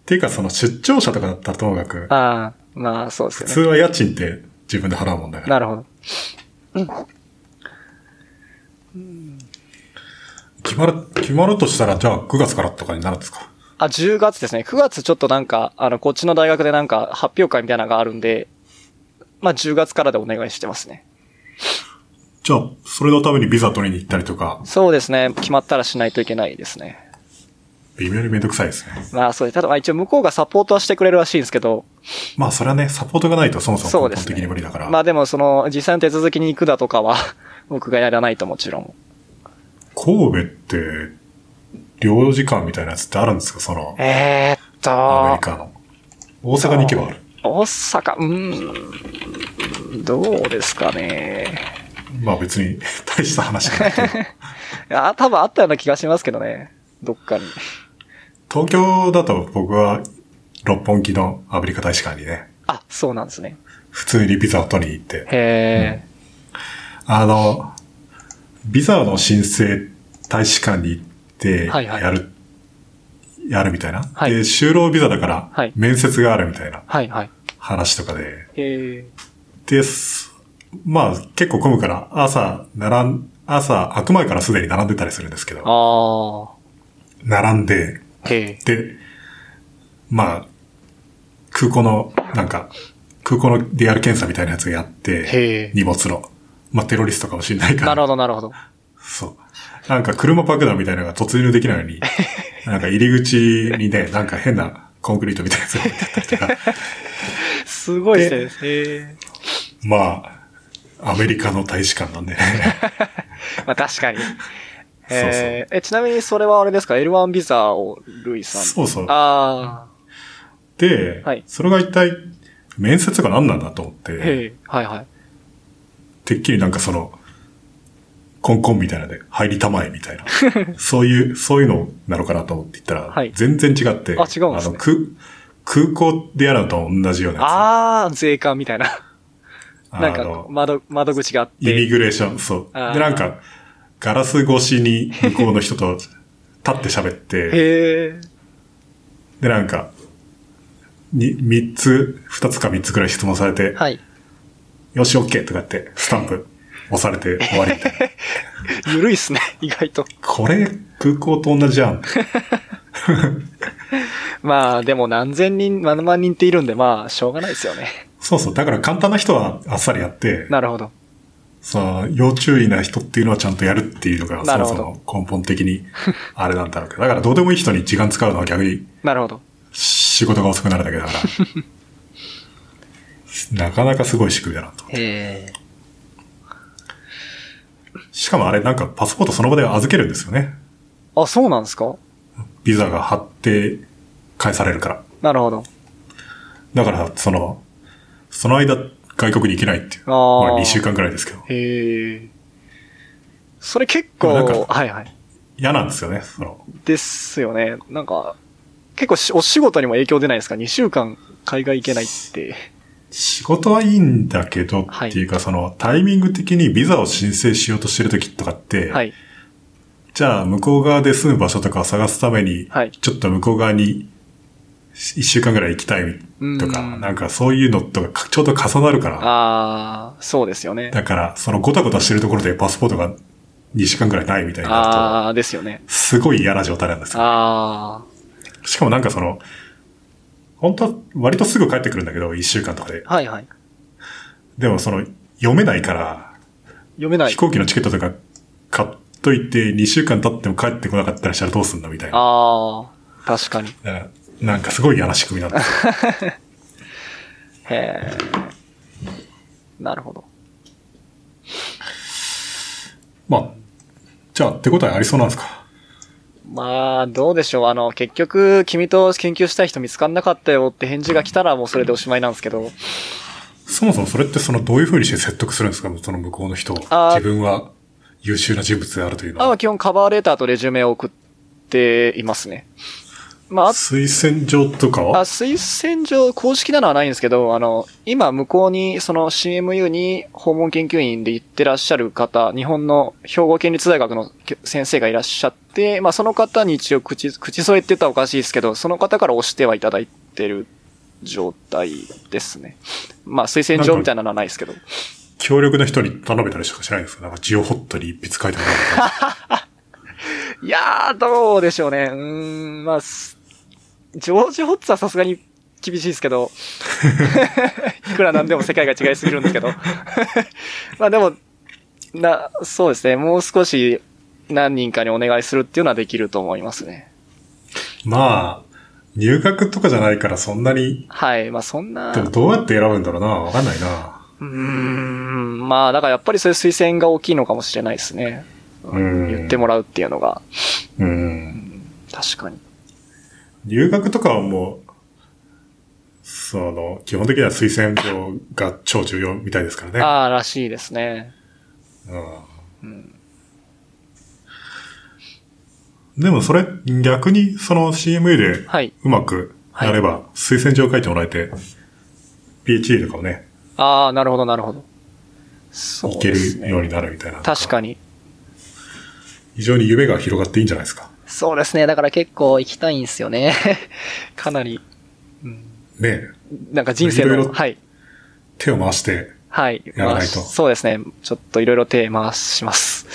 A: っていうかその出張者とかだったらともかく、
B: ああ、まあそうで
A: 普
B: す
A: 通
B: よね。
A: は家賃って自分で払うもんだから。
B: なるほど。
A: 決まる、決まるとしたら、じゃあ9月からとかになるんですか
B: あ、10月ですね。9月ちょっとなんか、あの、こっちの大学でなんか発表会みたいなのがあるんで、まあ10月からでお願いしてますね。
A: じゃあ、それのためにビザ取りに行ったりとか、
B: そうですね。決まったらしないといけないですね。
A: 微妙にめんどくさいですね。
B: まあそうです。ただまあ一応向こうがサポートはしてくれるらしいんですけど、
A: まあ、それはね、サポートがないとそもそ
B: そ
A: も
B: うで
A: 根本
B: す
A: 的
B: ね。
A: に無理だから。
B: まあでもその、実際の手続きに行くだとかは、 僕がやらないともちろん。
A: 神戸って、領事館みたいなやつってあるんですかその、
B: えー、っと、
A: アメリカの。大阪に行けばある。
B: 大阪、うーん、どうですかね。
A: まあ別に 大した話じゃないけど。
B: あ、多分あったような気がしますけどね。どっかに。
A: 東京だと僕は、六本木のアメリカ大使館にね、
B: あ、そうなんですね。
A: 普通にビザを取りに行って、
B: へえ、
A: あの、ビザの申請、大使館に行って、やる、
B: はいはい
A: やるみたいな。
B: はい
A: で、就労ビザだから
B: はい、
A: 面接があるみたいな
B: はいはい。
A: 話とかで。
B: へえ、
A: です。まあ、結構混むから、朝、並ん、朝、開く前からすでに並んでたりするんですけど、
B: あ
A: 並んで、
B: あ、へえ、
A: で、まあ、空港の、なんか、空港の DR 検査みたいなやつやっ
B: へ
A: て
B: え、
A: 荷物の、まあ、テロリストかもしれないから。
B: なるほどなるほど。
A: そう。なんか車爆弾みたいなのが突入できないの に、なんか入り口にね、なんか変なコンクリートみたいなやつが置いてあったりと か、
B: すごいですね。へえ。
A: まあ、アメリカの大使館 なんでね。
B: まあ確 かに。
A: そう
B: えーえ、ちなみにそれはあれですか ?L1 ビザをルイさん。
A: そうそう
B: あ
A: で、
B: はい
A: それが一体面接が何なんだと思っ
B: あ、
A: て、
B: へえ、はいはい。
A: てっきりなんかその、コンコンみたいなので入りたまえみたい な。そういう、そういうのなのかなと思って行ったら、
B: はい
A: 全然違って、
B: あ違うんですね
A: の空、空港でやるのと同じようなやつ。
B: ああ、税関みたいな。
A: あ
B: なんか
A: の、
B: 窓、窓口があっ
A: イミ
B: て。
A: グレーション、そう。で、
B: あー
A: なんか、ガラス越しに向こうの人と立って喋って、
B: へえ、
A: で、なんか、に、三つ、二つか三つくらい質問されて、
B: はい。
A: よし、オッケーとかやって、スタンプ押されて終わりみた いな。
B: ゆるいっすね、 意外と。
A: これ、空港と同じじゃん。
B: まあ、でも何千人、何万人っているんで、まあ、しょうがないです よね。
A: そうそう。だから簡単な人はあっさりやって、
B: なるほど。
A: さあ、要注意な人っていうのはちゃんとやるっていうのが、そ
B: なる
A: も
B: ほ
A: そ
B: ど
A: も根本的にあれなんだろうけど。だからどうでもいい人に時間使うのは逆に
B: なるほど。
A: 仕事が遅くなるだけだから。 なかなかすごい仕組みだなと。
B: へえ。
A: しかもあれなんかパスポートその場で預けるんですよね。
B: あ、そうなんですか
A: ビザが貼って返されるから。
B: なるほど。
A: だからその、その間外国に行けないっていう。
B: あー
A: まあ2週間くらいですけど。
B: へえ。それ結
A: でもなん
B: 構、
A: か
B: はいはい。
A: 嫌なんですよね。その、
B: ですよね。なんか、結構しお仕事にも影響出ないですか ?2 週間海外行けないって。
A: 仕事はいいんだけどっていうか、そのタイミング的にビザを申請しようとしてる時とかって、
B: はい。
A: じゃあ向こう側で住む場所とかを探すために、
B: はい
A: ちょっと向こう側に一週間ぐらい行きたいと
B: う
A: か、
B: ん
A: なんかそういうのとかちょうど重なるから、
B: ああ、そうですよね。
A: だからそのごたごたしてるところでパスポートが2週間ぐらいないみたいになる
B: ああ、ですよね。
A: と、すごい嫌な状態なんですよ。
B: あ
A: しかもなんかその、本当は割とすぐ帰ってくるんだけど、1週間とかで。
B: あ、はいはい。
A: でもその、読めないから、
B: 読めない
A: 飛。行機のチケットとか買っといて2週間経っても帰ってこなかったりしたらどうすんだみたいな。
B: ああ、確かに。
A: だからなんかすごい嫌な仕組みなんですよ。
B: へえ。なるほど。
A: まあ、じゃあ、手応えありそうなんですか
B: まあ、どうでしょう。あの、結局、君と研究したい人見つかんなかったよって返事が来たらもうそれでおしまいなんですけど。
A: そもそもそれってそのどういう風にして説得するんですかその向こうの人を。
B: あー
A: 自分は優秀な人物であるというの
B: あ
A: は。
B: は基本カバーレターとレジュメを送っていますね。まあ、あ
A: 推薦状とか
B: あ、
A: は
B: 推薦状、公式なのはないんですけど、あの、今、向こうに、その CMU に訪問研究員で行ってらっしゃる方、日本の兵庫県立大学のけ先生がいらっしゃって、まあ、その方に一応口、口添えって言ったらおかしいですけど、その方から押してはいただいてる状態ですね。まあ、推薦状みたいなのはないですけど。
A: 強力な人に頼めたりしかしないんですかなんかジオホットに一筆書いてもらったり
B: いやー、どうでしょうね。うーん、まあ、すジョージ・ホッツはさすがに厳しいです けど、いくらなんでも世界が違いすぎるんですけど。 まあでも、な、そうですね、もう少し何人かにお願いするっていうのはできると思いますね。
A: まあ、入学とかじゃないからそんなに、
B: はい、まあそんな、
A: でも
B: う
A: どうやって選ぶんだろうなわかんないな。
B: ーん、まあだからやっぱりそういう推薦が大きいのかもしれないですね。
A: うん
B: 言ってもらうっていうのが、
A: うん。
B: 確かに。
A: 入学とかはもう、その、基本的には推薦状が超重要みたいですからね。
B: ああ、らしいですね。
A: うんでもそれ、逆にその CMA で
B: はい。
A: うまくやれば、推薦状書いてもらえて、PhD とかもね、
B: ああ、なるほど、なるほど。そう
A: いけ
B: ですね
A: るようになるみたいな。
B: 確かに。
A: 非常に夢が広がっていいんじゃないですか。
B: そうですね。だから結構行きたいんです よね。かなり。
A: ねえ
B: なんか人生
A: いろい
B: の、
A: ろ
B: はい。
A: 手を回して、
B: はい。
A: やらないと
B: まあそうですね。ちょっといろいろ手回します。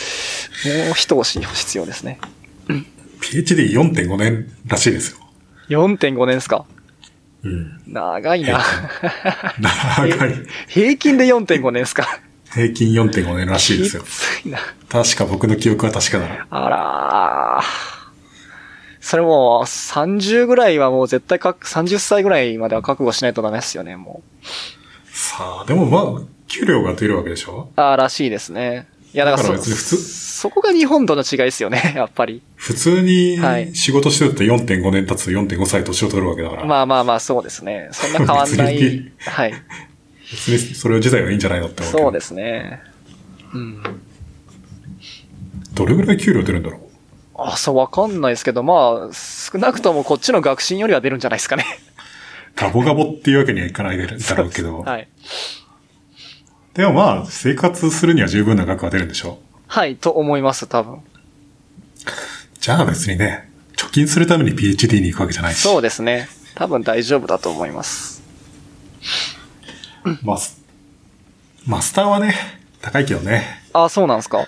B: もう一押し必要ですね。
A: PhD4.5 年らしいですよ。
B: 4.5年ですか。
A: うん。
B: 長いな。
A: 長い。
B: 平均で4.5年ですか。
A: 平均4.5年らしいですよ
B: き。ついな。
A: 確か僕の記憶は確かなら。
B: あらー。それもう30ぐらいはもう絶対か、30歳ぐらいまでは覚悟しないとダメですよね、もう。
A: さあ、でもまあ、給料が出るわけでしょ
B: ああ、らしいですね。いや、だから
A: だから別
B: そ、
A: に普通
B: そこが日本との違いですよね、 やっぱり。
A: 普通
B: はい
A: に仕事してると4.5年経つと4.5歳年を取るわけだから、
B: まあまあまあ、そうですね。そんな変わんな
A: 別
B: い
A: に。
B: はい。
A: 別にそれ自体はいいんじゃないのって思うけど
B: そうですね。うん。
A: どれぐらい給料出るんだろう
B: あ、そう、わかんないですけど、まあ、少なくともこっちの学信よりは出るんじゃないですかね。
A: ガボガボっていうわけにはいかないだろうけど、
B: はい。
A: でもまあ、生活するには十分な額は出るんでしょ
B: はい、と思います、多分。
A: じゃあ別にね、貯金するために PhD に行くわけじゃないし、
B: そうですね。多分大丈夫だと思います。
A: マスマスターはね、高いけどね。
B: あ、そうなんですか。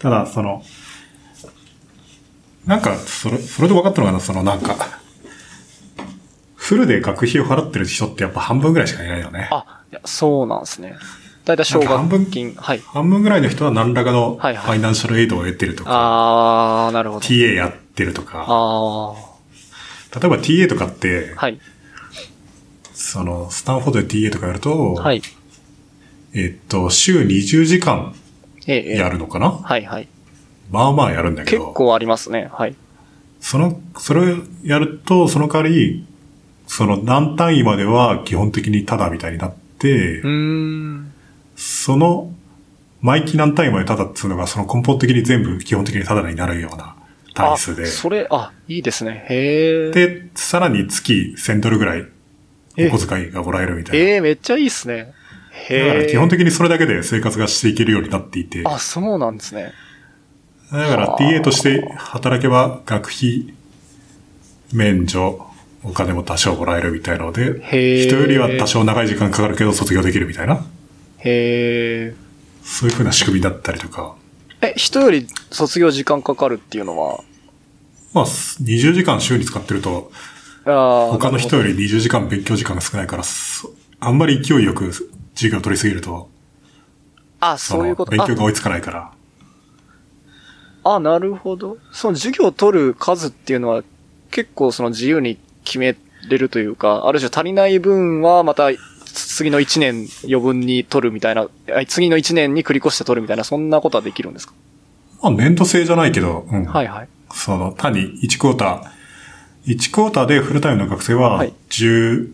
A: ただ、その、なんか、それ、それで分かったのかな、そのなんか、フルで学費を払ってる人ってやっぱ半分ぐらいしかいないよね。
B: あ、いやそうなんですね。だいたい奨
A: なんか半
B: 学
A: 分
B: 金。はい。
A: 半分ぐらいの人は何らかのフ
B: はいはい
A: ァイナンシャルエイドを得てるとか、
B: あー、なるほど。
A: TA やってるとか、
B: あ
A: 例えば TA とかって、
B: ー。はい。
A: その、スタンフォードで TA とかやると、
B: はい。
A: えっと、週20時間
B: ええええ
A: やるのかな、
B: はいはい。
A: まあまあやるんだけ
B: 結
A: ど、
B: 構ありますね。はい。
A: その、それをやると、その代わり、その何単位までは基本的にタダみたいになって、
B: うーん。
A: その、毎期何単位までタダっつうのが、その根本的に全部基本的にタダになるような単位数で
B: あ、それ、あ、いいですね。へえ。
A: で、さらに月1000ドルぐらい、お小遣いがもらえるみたいな。
B: ええめっちゃいいですね。へえ。
A: だから基本的にそれだけで生活がしていけるようになっていて、だ
B: あ、そうなんですね。
A: から
B: はあ
A: TA として働けば学費免除、お金も多少もらえるみたいので、
B: へえ
A: 人よりは多少長い時間かかるけど卒業できるみたいな、
B: へえ。
A: そういう風な仕組みだったりとか、
B: え、人より卒業時間かかるっていうのは、
A: まあ20時間週に使ってると、
B: あー
A: 他の人
B: なる
A: より20時間勉強時間が少ないから、そあんまり勢いよく授業取りすぎると、
B: ほどあ、そういうこと
A: の
B: あ
A: 勉強が追いつかないから。
B: あ、なるほど。その授業を取る数っていうのは、結構その自由に決めれるというか、ある種足りない分はまた次の1年余分に取るみたいな、あ次の1年に繰り越して取るみたいな、そんなことはできるんですか
A: まあ年度制じゃないけど、うん
B: はいはい。
A: その単に1クォーター、1クォーターでフルタイムの学生は
B: はい
A: 12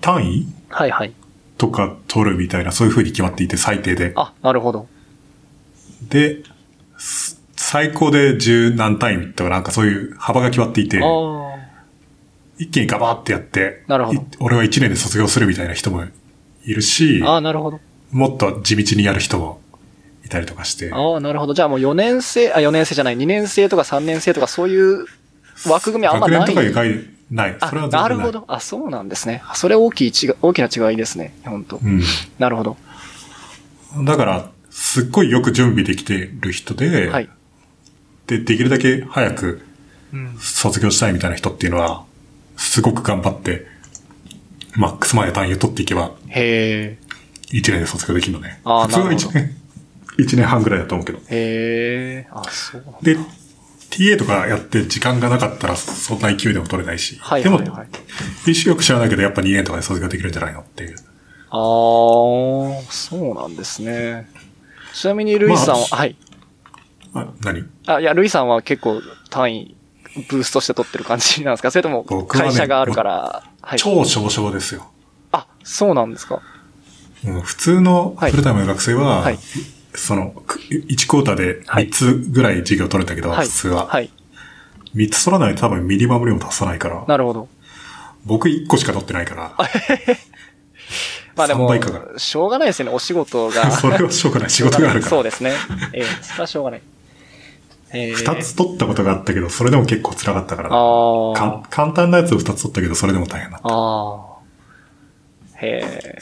A: 単位
B: はいはい。
A: とか取るみたいな、そういう風に決まっていて最低で。
B: あ、なるほど。
A: で、す最高で十何単位とかなんかそういう幅が決まっていて、
B: ああ。
A: 一気にガバーってやって、
B: なるほど
A: い俺は一年で卒業するみたいな人もいるし、
B: ああ、なるほど。
A: もっと地道にやる人もいたりとかして、
B: ああ、なるほど。じゃあもう4年生、あ、4年生じゃない、2年生とか3年生とかそういう枠組みあんま
A: 学
B: な
A: 年
B: い。
A: とかいう概念ない。
B: あ、
A: それは全然ない。
B: なるほど。あ、そうなんですね。あそれ大きい違い、大きな違いですね。本当、
A: う
B: なるほど。
A: ん。だから、すっごいよく準備できてる人で、
B: はい。
A: で、できるだけ早く
B: うん。
A: 卒業したいみたいな人っていうのは、すごく頑張って、マックスまで単位を取っていけば、
B: へえ。
A: 1年で卒業できるのね。
B: あー
A: 普通
B: な
A: は
B: るほど
A: 1年、一年半ぐらいだと思うけど。
B: へえ。あ、そうなんだ。
A: で、TA とかやって時間がなかったら、そんな勢いでも取れないし。
B: はい
A: で
B: はい
A: も、
B: はい。
A: 一よく知らないけど、やっぱ2年とかで卒業できるんじゃないのっていう。
B: ああ、そうなんですね。ちなみに、ルイさんは、
A: まあ
B: はい。
A: あ、何
B: あ、いや、ルイさんは結構単位、ブーストして取ってる感じなんですかそれとも、
A: 僕はね
B: 会社があるから、はい。
A: 超少々ですよ。
B: あ、そうなんですか。
A: うん普通の
B: はい
A: フルタイムの学生は、
B: はい
A: その、く1クォーターで
B: はい
A: 3つぐらい授業取れたけど、
B: はい。
A: 普通は。
B: はい。
A: 3つ取らないと多分ミニマム量も足さないから、
B: なるほど。
A: 僕1個しか取ってないから、
B: まあで
A: 3
B: も
A: 倍かか、
B: しょうがないですよね、お仕事 が。
A: それはしょうがない。仕事があるか
B: そう
A: ら。
B: ですね。ええそれはしょうがない。ええ
A: 2つ取ったことがあったけど、それでも結構辛かったから、
B: あ
A: か
B: あ
A: ん。簡単なやつを2つ取ったけど、それでも大変だった。
B: ああ。へえ。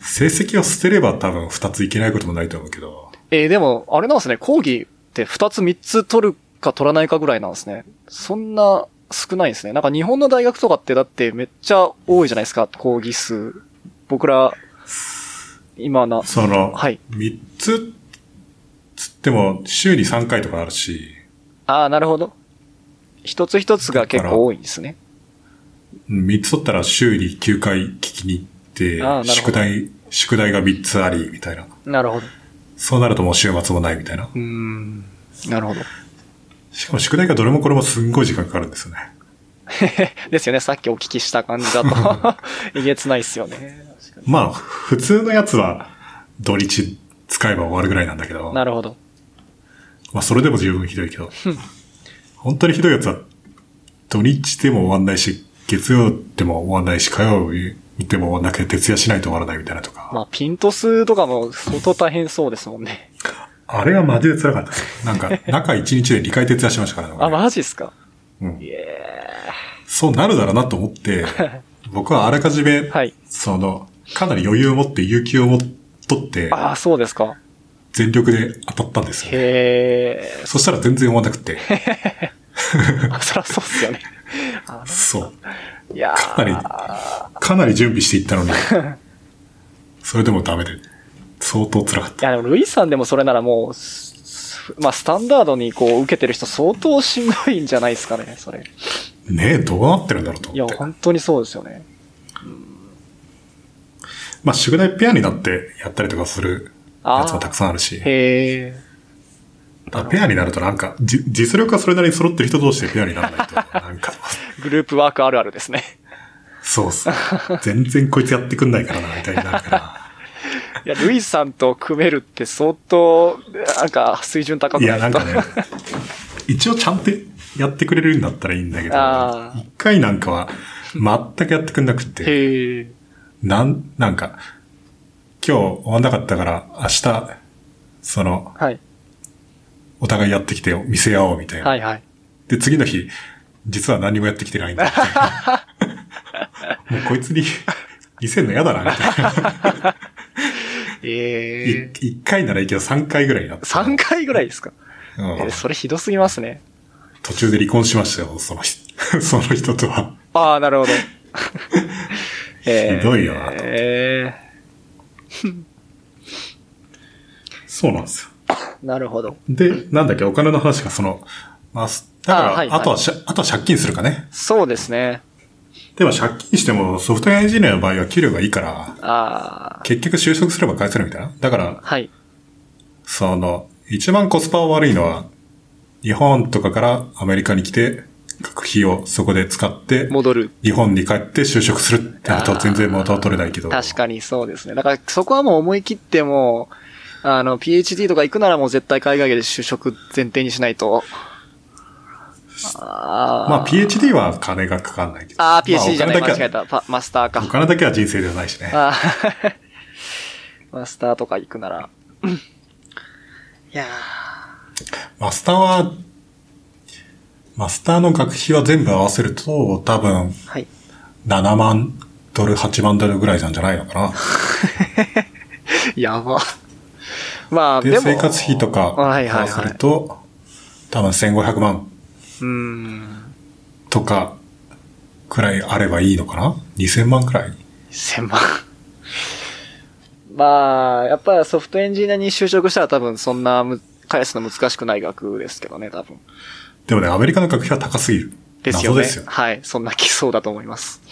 A: 成績を捨てれば多分2ついけないこともないと思うけど、
B: えーでも、あれなんですね、講義って2つ3つ取るか取らないかぐらいなんですね。そんな少ないんですね。なんか日本の大学とかってだってめっちゃ多いじゃないですか、講義数。僕ら、今な、
A: その、
B: はい
A: 3つ、つっても週に3回とかあるし、
B: ああ、なるほど。一つ一つが結構多いんですね。
A: うん3つ取ったら週に9回聞きに
B: あ
A: 行
B: あなるほ
A: って、
B: ど
A: 宿題、宿題が3つあり、みたいな。
B: なるほど。
A: そうなるともう週末もないみたいな
B: う。ーん。なるほど。
A: しかも宿題がどれもこれもすんごい時間かかるんですよね。
B: ですよね、さっきお聞きした感じだと。えげつないっすよね。確かに
A: まあ、普通のやつは土日使えば終わるぐらいなんだけど、
B: な
A: ま
B: るほど。
A: あそれでも十分ひどいけど、本当にひどいやつは土日でも終わんないし、月曜でも終わんないし、火曜日でも終わんなくて徹夜しないと終わらないみたいなとか、
B: まあ、ピント数とかも相当大変そうですもんね。
A: あれはマジで辛かったです。なんか、中1日で2回徹夜しましたからね。
B: あ、
A: 俺
B: マジっすか
A: うん
B: いえ
A: そうなるだろうなと思 って、僕はあらかじめ、
B: はい
A: その、かなり余裕を持って、有給をも取って
B: ー。、ああ、そうですか。
A: 全力で当たったんですよね、
B: へえ。
A: そしたら全然終わんなく て、
B: あそりゃそうっすよね。あ
A: そう。
B: いやー
A: かなり、かなり準備していった のに、それでもダメで、相当辛かっ
B: い
A: た。
B: や、でも、ルイさんでもそれならもう、すまあ、スタンダードにこう、受けてる人相当しんどいんじゃないですかね、それ。
A: ねえ、どうなってるんだろうと
B: いや、
A: 思って。
B: 本当にそうですよね。
A: まあ、宿題ペアになってやったりとかするやつもたくさんあるし、
B: へえ。
A: まあペアになるとなんか、じ実力がそれなりに揃ってる人同士でペアにならないと、なんか、
B: グループワークあるあるですね。
A: そうっす。全然こいつやってくんないからな、みたいになる から。
B: いや、ルイさんと組めるって相当、なんか、水準高く
A: い
B: な
A: や、
B: い
A: なん
B: と
A: かね、一応ちゃんとやってくれるんだったらいいんだけど、
B: あー
A: 一回なんかは全くやってくんなくて、
B: へえ。
A: なん、なんか、今日終わんなかったから、明日、その、
B: はい。
A: お互いやってきて見せ合おうみたいな。
B: はいはい。
A: で、次の日、実は何もやってきてないんだみたいな。も うこいつに見せんの嫌だな、みたいな。
B: ええ。
A: 1回ならいいけど3回ぐらいになって。
B: 3回ぐらいで すか、
A: うん
B: えーそれひどすぎますね。
A: 途中で離婚しましたよ、その人、 その人とは。
B: ああ、なるほど。えー
A: ひどいよなと
B: え
A: そうなんですよ。
B: ーなるほど。
A: で、なんだっけ、お金の話がその、まあ、だから、
B: あ
A: あ,、
B: はいはい
A: とはしゃ、あとは借金するかね。
B: そうですね。
A: でも借金してもソフトウェアエンジニアの場合は給料がいいから、
B: ああ、
A: 結局就職すれば返せるみたいな。だから、
B: はい。
A: その、一番コスパ悪いのは、日本とかからアメリカに来て、学費をそこで使って、
B: 戻る。
A: 日本に帰って就職するってなると全然元は取れないけど。
B: 確かにそうですね。だからそこはもう思い切ってもう、あの、PhD とか行くならもう絶対海外で就職前提にしないと。あー
A: まあ PhD は金がかかんないけど。
B: あー、PhD じゃない、
A: まあお
B: 間違
A: 金
B: え
A: だ
B: た。パマスター
A: け
B: か
A: は、お。金だけは人生ではないしね。
B: あーマスターとか行くなら。いや
A: マスターは、マスターの学費は全部合わせると、多分
B: ーはい。
A: 7万ドル、8万ドルぐらいなんじゃないのかな。
B: やば。まあ、で
A: で、
B: も。
A: 生活費とか合
B: はいは
A: わ
B: い
A: せ
B: はい
A: る。と、多分1500万
B: うーん。
A: とかくらいあればいいのかな ?2000 万くらい
B: 1000万。まあ、やっぱソフトエンジニアに就職したら多分そんなむ返すの難しくない額ですけどね、多分。
A: でもね、アメリカの学費は高すぎる。
B: ですよ
A: 謎
B: ね。
A: ですよ
B: はい。そんな基礎だと思います。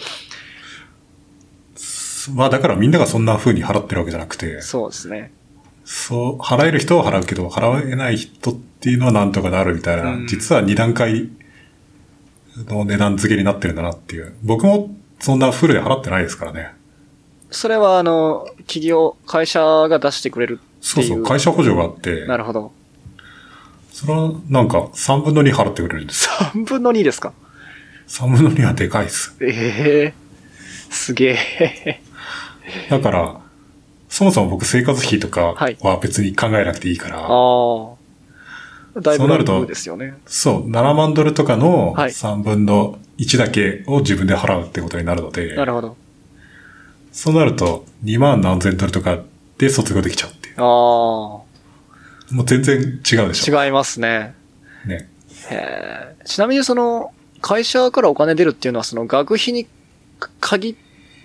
A: まあだからみんながそんな風に払ってるわけじゃなくて、
B: そうですね。
A: そう、払える人は払うけど、払えない人っていうのはなんとかなるみたいな、
B: うん
A: 実は2段階の値段付けになってるんだなっていう。僕もそんなフルで払ってないですからね。
B: それは、あの、企業、会社が出してくれるって
A: そう
B: いう。
A: そう、会社補助があって、
B: なるほど。
A: それはなんか3分の2払ってくれるんです。
B: 3分の2ですか
A: 3分の2はでかいです。
B: ええすげえ。
A: だから、そもそも僕生活費とか
B: はい
A: は別に考えなくていいから、
B: ああ。だいぶ
A: そうなると
B: 楽ですよね。
A: そう、7万ドルとかの
B: はい
A: 3分の1だけを自分で払うってことになるので、
B: なるほど。
A: そうなると2万何千ドルとかで卒業できちゃうってい
B: あ
A: う。もう全然違うでしょ。
B: あ。違いますね。
A: ね。
B: へえちなみにその、会社からお金出るっていうのは、その学費に限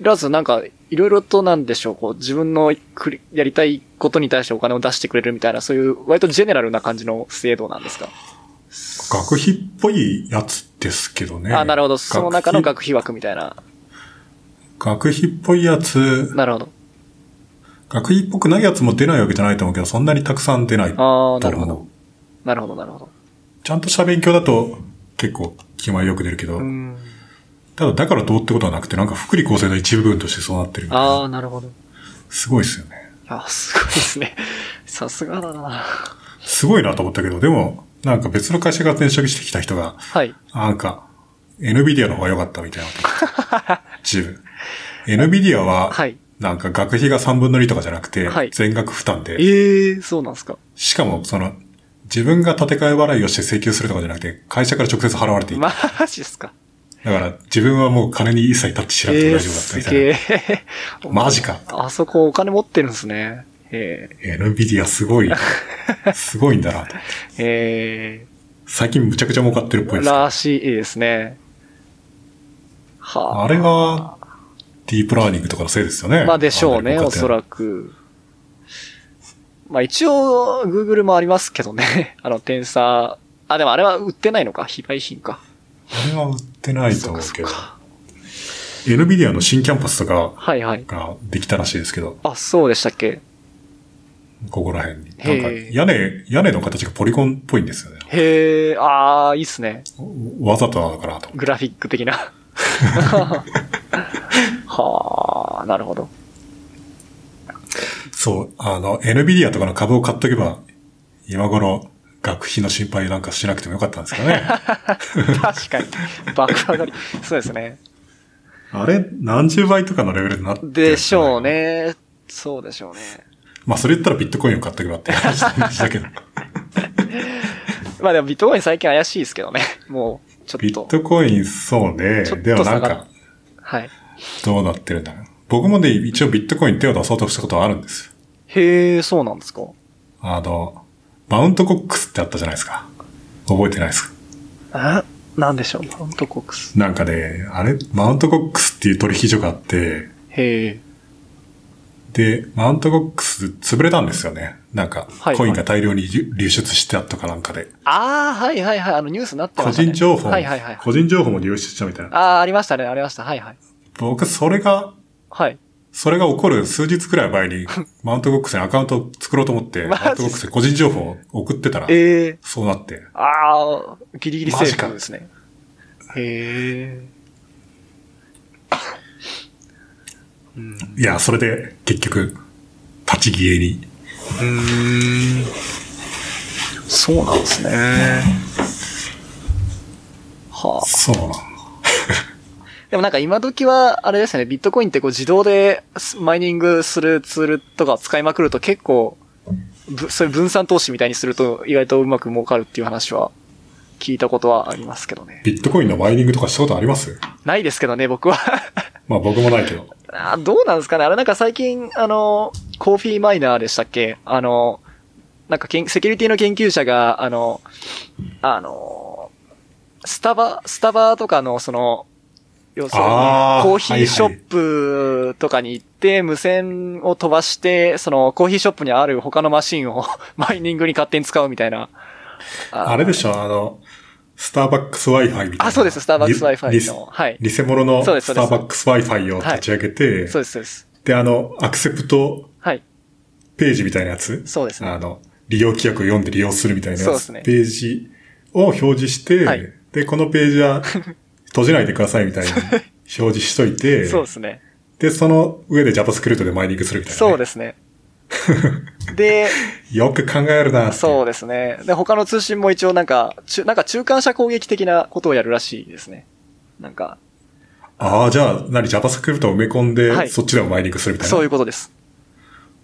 B: らず、なんか、いろいろとなんでしょう、こう、自分のくりやりたいことに対してお金を出してくれるみたいな、そういう、割とジェネラルな感じの制度なんですか、
A: 学費っぽいやつですけどね。
B: あ、なるほど。その中の
A: 学費。
B: 学費枠みたいな。
A: 学費っぽいやつ、
B: なるほど。
A: 学費っぽくないやつも出ないわけじゃないと思うけど、そんなにたくさん出ないと
B: ああ、なるほ
A: 思
B: ど
A: う。。
B: なるほど、なるほど。
A: ちゃんとした勉強だと結構気前よく出るけど、
B: うん。
A: ただだからどうってことはなくて、なんか福利厚生の一部分としてそうなってるみたい
B: あ
A: な。
B: あ、なるほど。
A: すごいですよね。
B: あすごいですね。 さすがだな。
A: すごいなと思ったけど、でも、なんか別の会社が転職してきた人が、
B: はい。
A: なんか、NVIDIA の方が良かったみたいなこと。自分。NVIDIA は
B: はい、
A: なんか学費が3分の2とかじゃなくて
B: はい、
A: 全額負担で、
B: ええそうなんですか。
A: しかもその、自分が建て替え払いをして請求するとかじゃなくて、会社から直接払われている。だ
B: マジっすか。
A: から自分はもう金に一切タッチしなくて
B: え
A: も
B: え
A: 大丈夫だった
B: す
A: みたい
B: げ
A: な。
B: え。
A: マジか。
B: あそこお金持ってるんですね。え
A: NVIDIA すごい、 すごいんだなと。
B: ええ
A: 最近むちゃくちゃ儲かってるっぽい
B: え
A: ですけど
B: らしいですね。は
A: あれは、ディープラーニングとかのせいですよね。
B: まあでしょうね、おそら
A: く。
B: く。まあ一応、Google もありますけどね。 あの、テンサー。あ、でもあれは売ってないのか。非売品か。
A: あれは売ってないと
B: そっ
A: 思う
B: かそっ
A: けど。
B: か。
A: NVIDIA の新キャンパスとか
B: はいはい。
A: ができたらしいですけど、
B: あ、そうでしたっけ。
A: ここら辺に。
B: へ
A: な
B: え
A: んか屋根、屋根の形がポリコンっぽいんですよね。
B: へえ、ああ、いいっすね。
A: わざとなのかなと。
B: グラフィック的 な。はあ、なるほど。
A: そう、あの、NVIDIA とかの株を買っとけば、今頃、学費の心配なんかしなくてもよかったんですけどね。
B: 確かに。爆上がり。そうですね。
A: あれ、何十倍とかのレベルになってるんじゃない
B: でしょう。ね。そうでしょうね。
A: まあ、それ言ったらビットコインを買っとけばって話だ けど。
B: まあでもビットコイン最近怪しいですけどね。 もう、ちょ
A: ビ
B: っ
A: ッ
B: と。
A: トコイン、そうね
B: ちょっ。と
A: でもなん
B: 下がっ
A: か、
B: はい。
A: どうなってるんだろう。僕もね、一応ビットコイン手を出そうとしたことはあるんですよ。
B: へえ、そうなんですか。
A: あの、マウントコックスってあったじゃないですか。覚えてないですか。
B: えなんでしょう。マウントコックス。
A: なんかね、あれ、マウントコックスっていう取引所があって、
B: へえ。
A: で、マウントコックス潰れたんですよね。なんか
B: はい、
A: コインが大量に流流出してあったかなんかで。
B: ああ、はいはいはい。あの、ニュースになって
A: 個
B: ましたね。
A: 人情報も
B: はいはいはい、。
A: 個人情報も流出したみたいな。
B: ああー、ありましたね。ありました。はいはい。
A: 僕、それが、
B: はい。
A: それが起こる数日くらい前 に、マウントコックスにアカウントを作ろうと思って、
B: マ
A: マ
B: ジっす
A: ウントコックスに個人情報を送ってたら、
B: ええ。
A: そうなって。
B: ああ、ギリギリセーフ
A: マ
B: で
A: ジ
B: すね。へえ。うん、
A: いや、それで結局、立ち消えに
B: うん。そうなんですね。はあ。
A: そうなの。
B: でもなんか今時は、あれですね、ビットコインってこう自動でマイニングするツールとかを使いまくると結構、ぶそういう分散投資みたいにすると意外とうまく儲かるっていう話は聞いたことはありますけどね。
A: ビットコインのマイニングとかしたことあります
B: ないですけどね、僕は。
A: まあ僕もないけど。
B: あどうなんですかねあれなんか最近、あの、コーヒーマイナーでしたっけあの、なんかけんセキュリティの研究者が、あの、あの、スタバ、スタバとかのその、要するに、コ
A: あー
B: ーヒーショップとかに行って、無線を飛ばして、その、コーヒーショップにある他のマシンを マイニングに勝手に使うみたいな。
A: あれでしょ、あの、スターバックス Wi-Fi みたいな。
B: あ、そうです、スターバックス
A: リ
B: Wi-Fi
A: リ
B: の。はい。
A: 偽物のス
B: そうですそ
A: タ
B: うです
A: ーバックス Wi-Fi を立ち上げて、
B: そうです、そうです。
A: で、あの、アクセプト
B: はい。
A: ページみたいなやつ、
B: そうですね
A: あの、利用規約を読んで利用するみたいなやつ
B: そうですね
A: ページを表示して、
B: はい
A: で、このページ は閉じないでくださいみたいに表示しといて、
B: そうですね。
A: で、その上で JavaScript でマイニングするみたいなね、
B: そうで すね。で、
A: よく考えるな
B: そう
A: う。
B: ですね。で、他の通信も一応なんか、中なんか中間車攻撃的なことをやるらしいですね。なんか、
A: ああ、じゃあ、何、JavaScript を埋め込んで、
B: はい
A: そっちでもマイニングするみたいな。
B: そういうことです。。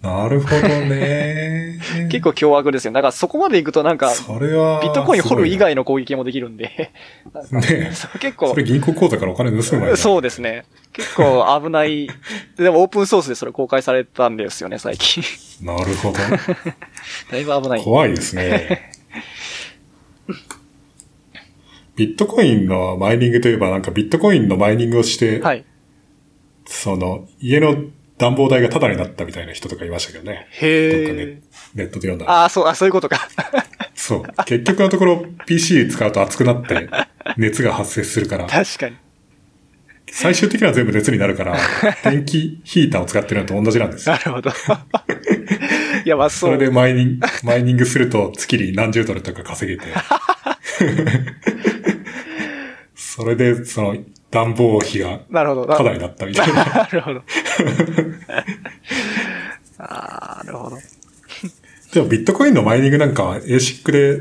A: なるほどね
B: 結構凶悪ですよ。だからそこまで行くとなんか、
A: それは、
B: ビットコイン掘る以外の攻撃もで きるんで、なんか
A: すごいな。ね
B: そう結
A: そ
B: 構
A: れ、銀行口座からお金盗む前う。
B: そうですね。結構危ない。でもオープンソースでそれ公開されたんですよね、最近。
A: なるほ ど。
B: だいぶ危ない。
A: 怖いですね。ビットコインのマイニングといえば、なんかビットコインのマイニングをして、
B: はい。
A: その、家の暖房代がタダになったみたいな人とかいましたけどね。どっか
B: へ
A: ね
B: え。
A: ネットで読んだら。
B: ああ、そう、あ、そういうことか。
A: そう。結局のところ PC 使うと熱くな って熱が発生するから、
B: 確かに。
A: 最終的には全部熱になる から、電気ヒーターを使ってるのと同じなんですよ
B: なるほど。 いや、まあ
A: そ
B: そう
A: れ。でマイニング、マイニングすると月に何十ドルとか稼 げて。それで、その、暖房費が
B: なるほど。
A: ただになったみたい な。
B: なるほど。ああ、なるほど。
A: でもビットコインのマイニングなんかは ASIC で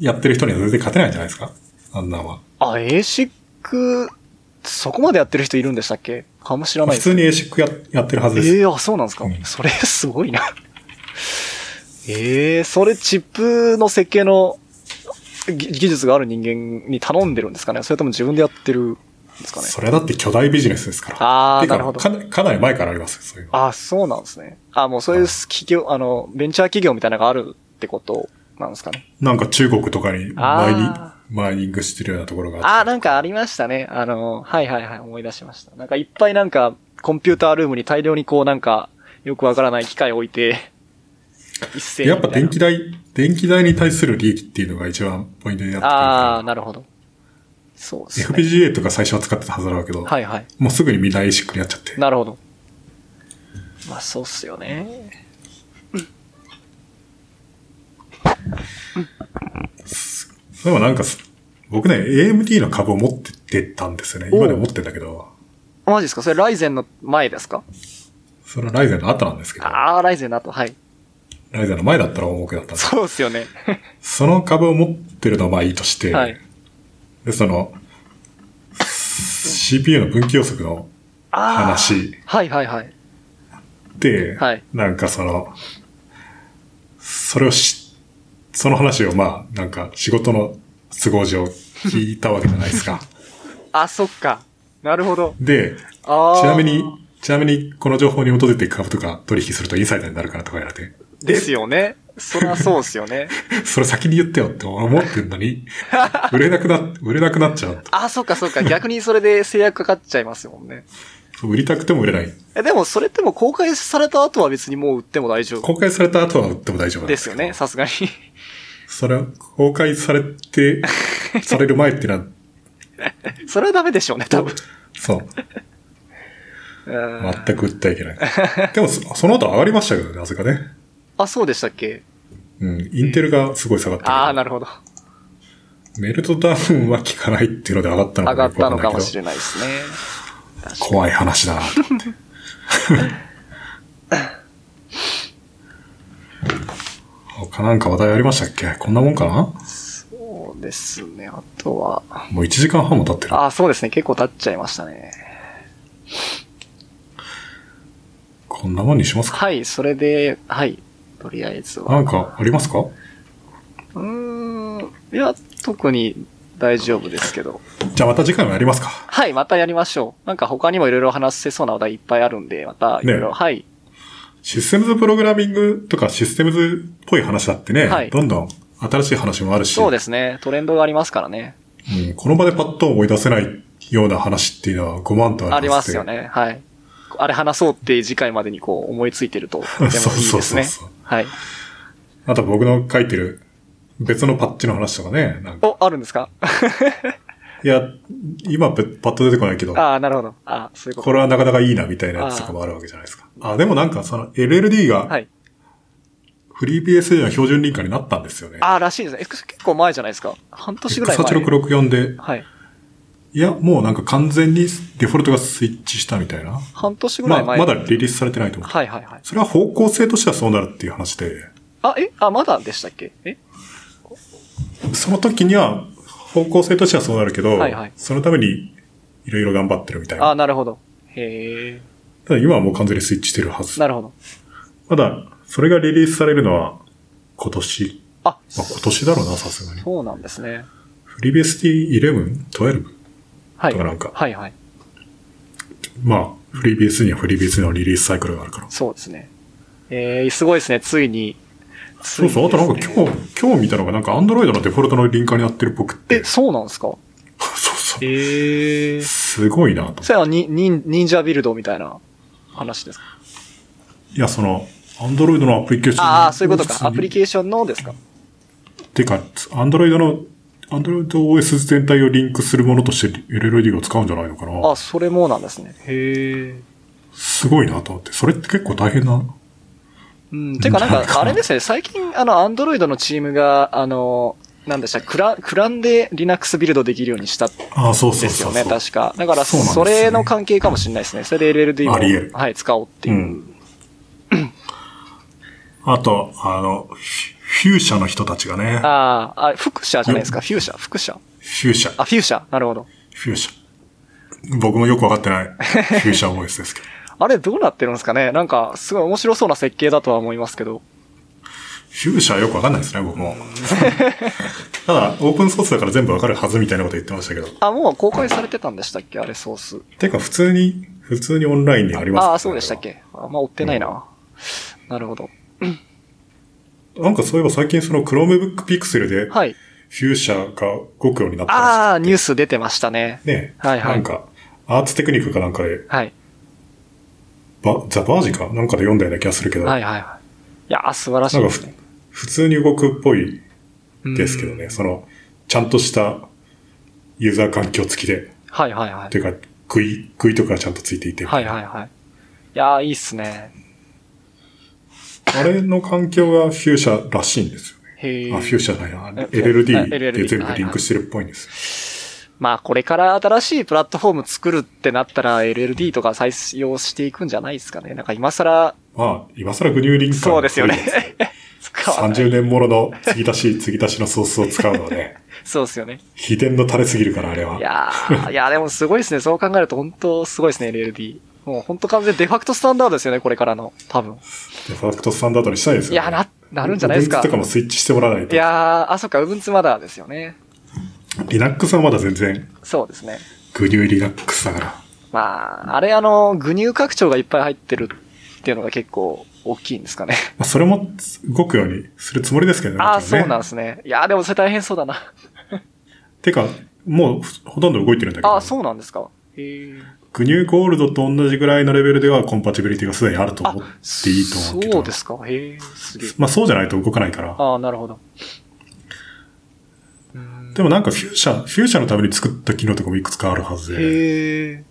A: やってる人には全然勝てないんじゃないですかあんなんは。
B: あ、ASIC、そこまでやってる人いるんでしたっけあんま知らない
A: 普
B: です。
A: 通に ASIC ややってるはずです。
B: ええあ、そうなんですか、
A: うん
B: それ、すごいな。ええそれ、チップの設計のぎ技術がある人間に頼んでるんですかねそれとも自分でやってるんですかね
A: それだって巨大ビジネスですから。
B: あー
A: てか
B: なるほど
A: かなかなり前からありますよ、そういうの。
B: あ、そうなんですね。あ、もうそういう企業、あの、ベンチャー企業みたいなのがあるってことなんですかね
A: なんか中国とかにマイニ
B: あ
A: ンマイニングしてるようなところが
B: あ
A: あ
B: ー、なんかありましたね。あの、はいはいはい、思い出しました。なんかいっぱいなんか、コンピュータールームに大量にこうなんか、よくわからない機械を置いて、 一斉
A: って
B: に
A: や
B: み
A: ったぱ
B: いな。
A: 電気代、電気代に対する利益っていうのが一番ポイントになってくるから
B: ああ、なるほど。そうですね。
A: FPGA とか最初は使ってたはずだけど、
B: はいはい。
A: もうすぐにみんな ASIC になっちゃって。
B: なるほど。まあそうっすよね。
A: でもなんかす、僕ね、AMD の株を持っててたんですよね。
B: おう
A: 今でも持ってんだけど、
B: マジですかそれライゼンの前ですか
A: それはライゼンの後なんですけど、
B: ああ、ライゼンの後、はい。
A: ライゼンの前だったら重くだったんです
B: そうっすよね。
A: その株を持ってるのはまあいいとして、
B: はい。
A: で、その、CPU の分岐予測の
B: ああ。
A: 話
B: はいはいはい。
A: で、
B: はい
A: なんかその、それをし、その話をまあ、なんか仕事の都合上聞いたわけじゃないです か。
B: あ、そっか。なるほど。
A: で、
B: あ
A: ち
B: あ。
A: なみに、ちなみに、この情報に基づいて株とか取引するとインサイダーになるからとか言われて、
B: ですよね。そりゃそうですよね。
A: それ先に言ってよって思ってんの に、売れなくな、売れなくなっちゃう。
B: あ、そっかそっか。逆にそれで制約かかっちゃいますもんね。
A: 売りたくても売れない。
B: え、でもそれってもう公開された後は別にもう売っても大丈夫
A: 公開された後は売っても大丈夫なん
B: で
A: ですす
B: よ
A: けど
B: ね。。さすがに。
A: それは、公開されて、される前ってのは、
B: それはダメでしょうね、多分。
A: そう、
B: うん
A: 全く売ってはいけない。でもそ、その後上がりましたけどね、なぜかね。
B: あ、そうでしたっけ
A: うん、インテルがすごい下がったけど。
B: ああ、なるほど。
A: メルトダウンは効かないっていうので上がったの
B: 上がったのかもし
A: ない
B: れないですね。
A: けど。怖い話だなと思って。他なんか話題ありましたっけこんなもんかな
B: そうですね、あとは。
A: もう1時間半も経ってる。
B: あ、そうですね、結構経っちゃいましたね。
A: こんなもんにしますか
B: はい、それで、はい、とりあえずは。
A: なんかありますか
B: うーん、いや、特に大丈夫ですけど。
A: じゃあまた次回もやりますか。
B: はい、またやりましょう。なんか他にもいろいろ話せそうな話題いっぱいあるんで、またいろいろ、
A: ね
B: はい、
A: システムズプログラミングとかシステムズっぽい話だってね、
B: はい
A: どんどん新しい話もあるし、
B: そうですね、トレンドがありますからね。
A: うんこの場でパッと思い出せないような話っていうのは5万と
B: あ
A: あり
B: り
A: ま
B: ますすよ。ね、はい。あれ話そうって次回までにこう思いつい てると、とてもいい
A: そうそう
B: で
A: そ
B: す
A: う
B: ね
A: そう。
B: はい。
A: あと僕の書いてる別のパッチの話とかね、なんか
B: お、あるんですか
A: いや、今パッと出てこないけど、
B: ああ、なるほど。ああ、そういうこと。
A: これはなかなかいいなみたいなやつとかもあるわけじゃないですか。あでもなんかその LLD
B: は
A: が
B: い。
A: フリー PSA の標準認可になったんですよね。
B: ああ、らしいですね。え結構前じゃないですか。半年ぐらい前。
A: X8664 で、
B: はい。
A: いや、もうなんか完全にデフォルトがスイッチしたみたいな。
B: 半年ぐ
A: ま
B: ら
A: あ、
B: い前。
A: まだリリースされてないと思う。
B: はいはいはい。
A: それは方向性としてはそうなるっていう話で、
B: あ、えあ、まだでしたっけえ
A: その時には方向性としてはそうなるけど、
B: はいはい
A: そのためにいろいろ頑張ってるみたい
B: あ
A: な。
B: あ、なるほど。へ
A: ただ今はもう完全にスイッチしてるは
B: え。
A: ず
B: な。るほど。
A: まだ、それがリリースされるのは今年。
B: あ、
A: まあ、今年だろうな、さすがに。
B: そうなんですね。
A: フリーベスティ 11?12?
B: はい。
A: だからなんか
B: はいはい。
A: まあ、フリーベースにはフリーベースのリリースサイクルがあるから。
B: そうですね。えー、すごいですね。ついに。つい
A: そうそう、
B: に
A: あとなんか
B: ですね
A: 今日、今日見たのがなんか Android のデフォルトのリンカーになってるっぽくって。
B: え、そうなんですか
A: そうそう。
B: ええ。
A: すごいなと。
B: それはに、に、忍者ビルドみたいな話ですか
A: いや、その、Android のアプリケーション
B: ああ、そういうことか。アプリ
A: ーシ
B: ケーションのですか
A: ョン。てか、Android の、AndroidOS 全体をリンクするものとして LLD を使うんじゃないのかな
B: あ、。それもなんですね。へえ。
A: すごいなと思って。それって結構大変な。
B: うん、てかなん
A: なんか
B: か、あれですね、最近、あの、アンドロイドのチームが、あの、なんでした、クラ、クランで Linux ビルドできるようにしたんで
A: ああ、そうそう
B: す
A: そ
B: よ
A: うそ
B: ね、
A: う。
B: 確か。だから、
A: そうなんですよ
B: そ
A: ね
B: れの関係かもしれないですね。それで LLD
A: あり得る
B: も、はい、使おうっていうう。
A: ん。あと、あの、フューシャの人たちがね、
B: ああ、あ、フクシャじゃないですか、フューシャ、フクシャ。
A: フューシャ、
B: あ、フューシャ、なるほど。
A: フューシャ。僕もよくわかってない、フューシャ OS ですけど。
B: あれ、どうなってるんですかねなんか、すごい面白そうな設計だとは思いますけど。
A: フューシャはよくわかんないですね、僕 も。ただ、オープンソースだから全部わかるはずみたいなこと言ってましたけど。
B: あ、もう公開されてたんでしたっけあれ、ソース。
A: てか、普通に、普通にオンラインにありますから
B: ああ、そうでしたっけあんま追ってないな。なるほど。
A: なんかそういえば最近その Chromebook Pixel で、
B: はい。
A: フューシャが動くようになった
B: ああ、ニュー
A: ス。
B: ス出てましたね。
A: ね。
B: はいはい
A: なんか、アーツテクニックかなんかで、
B: はい。
A: ばザ・バージかなんかで読んだような気がするけど、
B: はいはいはい。いやー、素晴らし
A: ないんか
B: で
A: ふ
B: すね。
A: 普通に動くっぽいですけど
B: う
A: ね、
B: ん。
A: その、ちゃんとしたユーザー環境付きで、
B: はいはいはい
A: と。いうか、グイ、グイとかがちゃんとついていて、
B: はいはいはい。いやー、いいっすね。
A: あれの環境がフューシャらしいんですよね。
B: へ
A: あ、フュー
B: え。
A: シャじゃないな、
B: え
A: LLD
B: え
A: で全
B: LLD
A: 部リンクしてるっぽいんですよ。
B: まあ、これから新しいプラットフォーム作るってなったら、LLD とか採用していくんじゃないですかね。なんか今更、
A: まあ、今更グニューリンク
B: そうですよね。 使わない。
A: 30年ものの継ぎ足し、継ぎ足しのソースを使うのは ね、
B: そうですよね。
A: 秘伝のタレすぎるから、あれは。
B: いや ー、いやーでもすごいですね。そう考えると本当すごいですね、LLD。もう本当完全にデファクトスタンダードですよね、これからの。多分。
A: デファクトスタンダードにしたいですよ、
B: い
A: ね。
B: やー、な、なるんじゃないですか
A: Ubuntu。とかもスイッチしてもらわない
B: い
A: と。
B: やー、あ、そっか、ウブンツまだですよね。
A: Linux はまだ全然、
B: そうですね。
A: グニュー Linux だから。
B: まあ、あれあの、グニュー拡張がいっぱい入ってるっていうのが結構大きいんですかね。
A: まあ、それも動くようにするつもりですけどね。
B: ああ、
A: もちろ
B: そうなん
A: ね
B: ですね。いやー、でもそれ大変そうだな。
A: てか、もうふほとんど動いてるんだけど。
B: ああ、そうなんですか。へえ。
A: グニューゴールドと同じぐらいのレベルではコンパチビリティがすでにあると
B: あ
A: 思っていいと思うけど。
B: そうですか。へえ、すげえ。
A: まあそうじゃないと動かないから。
B: ああ、なるほど。うーん
A: でもなんかフューチャー、フューチャーのために作った機能とかもいくつかあるはずで。
B: へえ。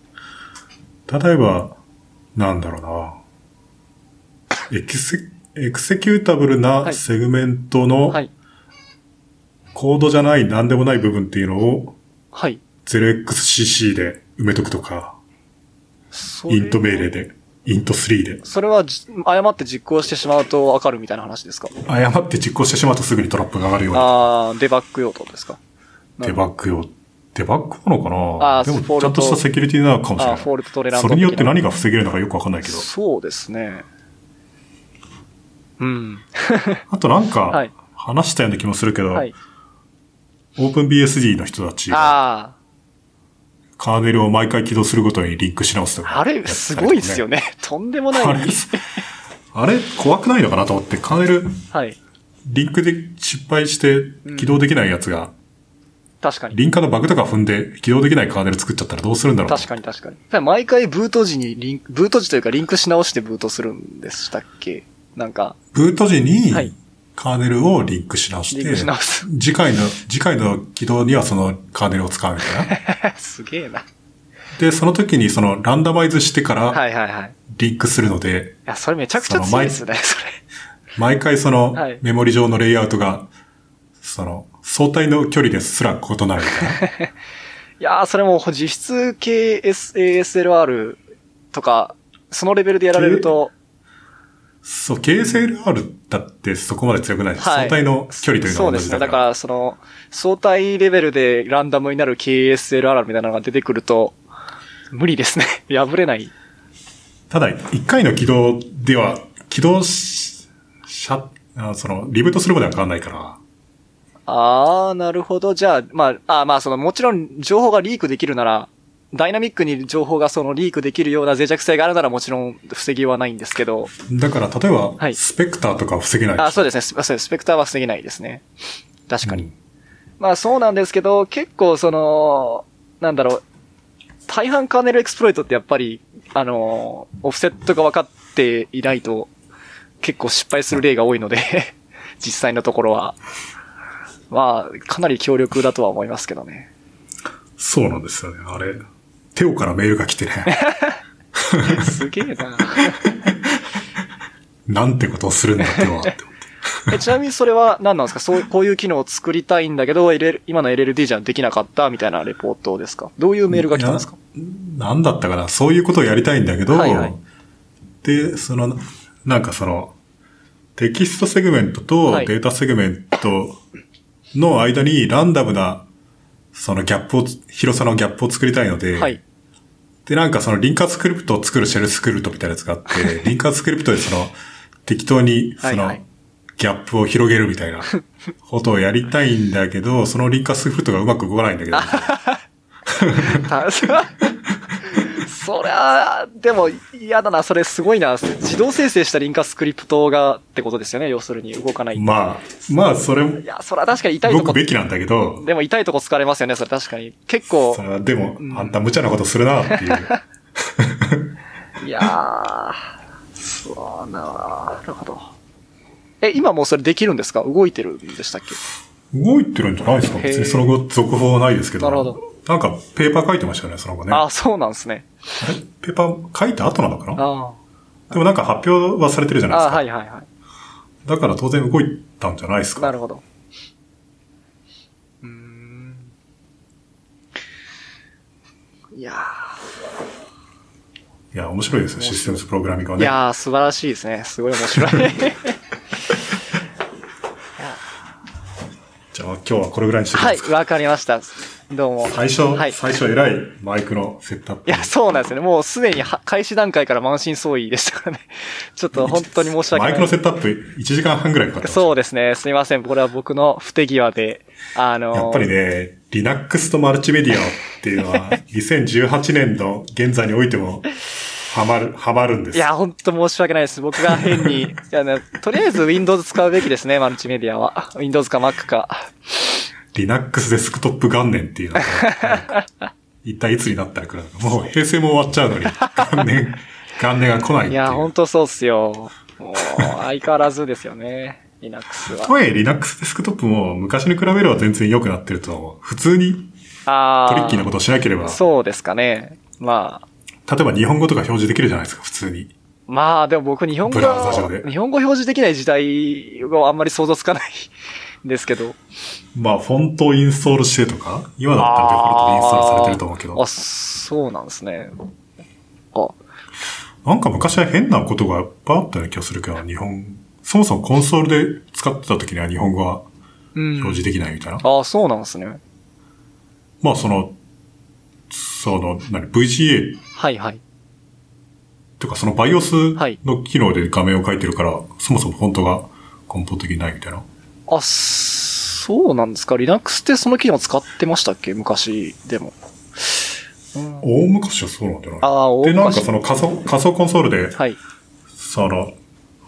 A: 例えば、なんだろうな。エクセ、エクセキュータブル
B: は
A: ないセグメントの
B: はい。
A: コードじゃない何でもない部分っていうのを
B: はい。
A: 0xcc で埋めとくとか、
B: それ
A: イント命令。で、イント3で。
B: それはじ、誤って実行してしまうとわかるみたいな話ですか
A: 誤って実行してしまうとすぐにトラップが上がるような
B: あー、デバッグ用途ですか
A: デバッグを、デバッグなのかな
B: あー
A: で
B: フォ
A: も、
B: ル
A: ちゃ
B: ト
A: んとしたセキュリティなのかもしれ
B: あ
A: な
B: ー、フォー
A: い。
B: ルトトレラント
A: それ
B: 的な。
A: によって何が防げるのかよくわかんないけど。
B: そうですね。うん。
A: あとなん
B: は
A: か
B: い、
A: 話したような気もするけど、
B: はい。
A: オープン BSD の人たちが、
B: あ
A: カーネルを毎回起動するごとにリンクし直すと
B: あ、
A: か。
B: あれ、すごいですよね。とんでもない。
A: あれ、すあれ怖くないのかなと思って、カーネル、
B: はい。
A: リンクで失敗して起動できないやつが、
B: 確かに。
A: リンカのバグとか踏んで起動できないカーネル作っちゃったらどうするんだろうな
B: 確かに確かに。ただ毎回ブート時にリンク、ブート時というかリンクし直してブートするんでしたっけなんか、
A: ブート時
B: はい
A: に、カーネルをリンクし直し
B: リン
A: て、
B: クし直す。
A: 次回の、次回の起動にはそのカーネルを使うみたいな。
B: すげえな。
A: で、その時にそのランダマイズしてから
B: はいはいはい。い
A: リンクするので、
B: や、それめちゃくちゃ強いですね、それ。
A: 毎回その
B: はい
A: メモリ上のレイアウトが、その相対の距離ですら異なるみ たいな。
B: いやー、それもう実質 KSASLR とか、そのレベルでやられると、
A: そう、KSLR だってそこまで強くないです。
B: はい
A: 相対の距離というの
B: そ
A: は
B: う
A: 同
B: で
A: じ
B: す
A: だ
B: ね。
A: か
B: だ
A: ら。
B: から、その、相対レベルでランダムになる KSLR みたいなのが出てくると、無理ですね。 破れない。
A: ただ、一回の起動では、起動し、しゃ、あその、リブートするまでは変わんないから。
B: あー、なるほど。じゃあ、まあ、あーまあ、その、もちろん情報がリークできるなら、ダイナミックに情報がそのリークできるような脆弱性があるならもちろん防ぎようはないんですけど、
A: だから、例えば、
B: はい
A: スペクターとかは防げない。
B: あ、そうですね。スペそうですスペクターは防げないですね。確かに。
A: うん
B: まあそうなんですけど、結構その、なんだろう、大半カーネルエクスプロイトってやっぱり、あの、オフセットが分かっていないと、結構失敗する例が多いので、 実際のところは。まあ、かなり強力だとは思いますけ どね。
A: そうなんですよね。あれ、テオからメールが来て ね、
B: すげえな。
A: なんてことをするんだ、テオはって思って。
B: えちなみにそれは何なんですかそう、こういう機能を作りたいんだけど、LL 今の LLD じゃできなかったみたいなレポートですかどういうメールが来たんですか
A: ななんだったかな、そういうことをやりたいんだけど、
B: はいはい
A: で、その、なんかその、テキストセグメントと
B: はい
A: データセグメントの間にランダムな、そのギャップを、広さのギャップを作りたいので、
B: はい。
A: で、なんかそのリンカースクリプトを作るシェルスクリプトみたいなやつがあって、 リンカースクリプトでその、適当にそ
B: は
A: の
B: いはい、
A: ギャップを広げるみたいなことをやりたいんだけど、そのリンカースクリプトがうまく動かないん だけど、
B: た そりゃあ、でも嫌だな、それすごいな。自動生成したリンカスクリプトがってことですよね、要するに動かない。い
A: まあ、まあそれも
B: や、それは確かに痛い
A: 動
B: と
A: く
B: こ、
A: べきなんだけど、
B: でも痛いとこ疲れますよね、それ確かに。結構
A: そ、れはでも、あんた無茶なことするなっていう。
B: いやー、そうなるほど。え、今もうそれできるんですか動いてるんでしたっけ
A: 動いてるんじゃないですか
B: へー
A: 別にその後、続報はないですけど。
B: なるほど
A: なんか、ペーパー書いてましたよね、その後ね。
B: あ、そうなんですね。
A: あれペーパー書いた後なのかな
B: あ
A: でもなんか発表はされてるじゃ
B: ー
A: ないです
B: あー、
A: か。
B: はいはいは
A: だから当然動いたんじゃないです
B: い。な
A: か。
B: るほど。うーん。いやー。
A: いや、面白いですよ、システムズプログラミングはいね。
B: やー、素晴らしいですね。すごい面白い。
A: じゃあ今日はこれぐらいにして
B: は
A: で
B: い
A: す、か。
B: わかりました。どうも。
A: 最初、
B: はい
A: 最初偉いマイクのセットアップ。
B: いや、そうなんですよね。もうすでには開始段階から満身創痍でしたからね。 ちょっと本当に申し訳
A: マ
B: ない。
A: イクのセットアップ1時間半ぐらいかかってました
B: そうですね。すいません。これは僕の不手際で。あのー
A: やっぱりね、Linux とマルチメディアっていうの は、2018年の現在においても、ハマる、ハマるんです。
B: いや、本当申し訳ないです。僕が変に。 いやね、とりあえず Windows 使うべきですね、マルチメディアは。Windows か Mac か。
A: Linux デスクトップ元年っていうの が、一体いつになったら来るのか。もう平成も終わっちゃうのに、元年、元年が来ないって
B: い
A: いう。
B: や、本当そうっすよ。もう、相変わらずですよね。Linux
A: と
B: は。
A: はいえ、Linux デスクトップも昔に比べれば全然良くなってると思う。普通に
B: あー
A: トリッキーなことをしなければ、例
B: そうですかね。まあ、
A: えば日本語とか表示できるじゃないですか、普通に。
B: まあ、でも僕日本語
A: ブラウザ上で、
B: 日本語表示できない時代があんまり想像つかないですけど。
A: まあ、フォントをインストールしてとか、今だったらデフォルトでインストールされてると思うけど。
B: あ、そうなんですね。あ、
A: なんか昔は変なことがいっぱいあったような気がするけど、日本、そもそもコンソールで使ってた時には日本語は
B: うん。
A: 表示できないみたいな。
B: ああ、そうなんですね。
A: まあその、その、何、VGA
B: はいはい。
A: とかその BIOS の機能で画面を描いてるから、そもそもフォントが根本的にないみたいな。
B: あ、そうなんですか。Linux ってその機能使ってましたっけ昔でも。うん、
A: 大昔はそうなんじゃない
B: ああ、大
A: で、
B: 昔
A: なんかその仮想、仮想コンソールで、
B: はい。
A: その、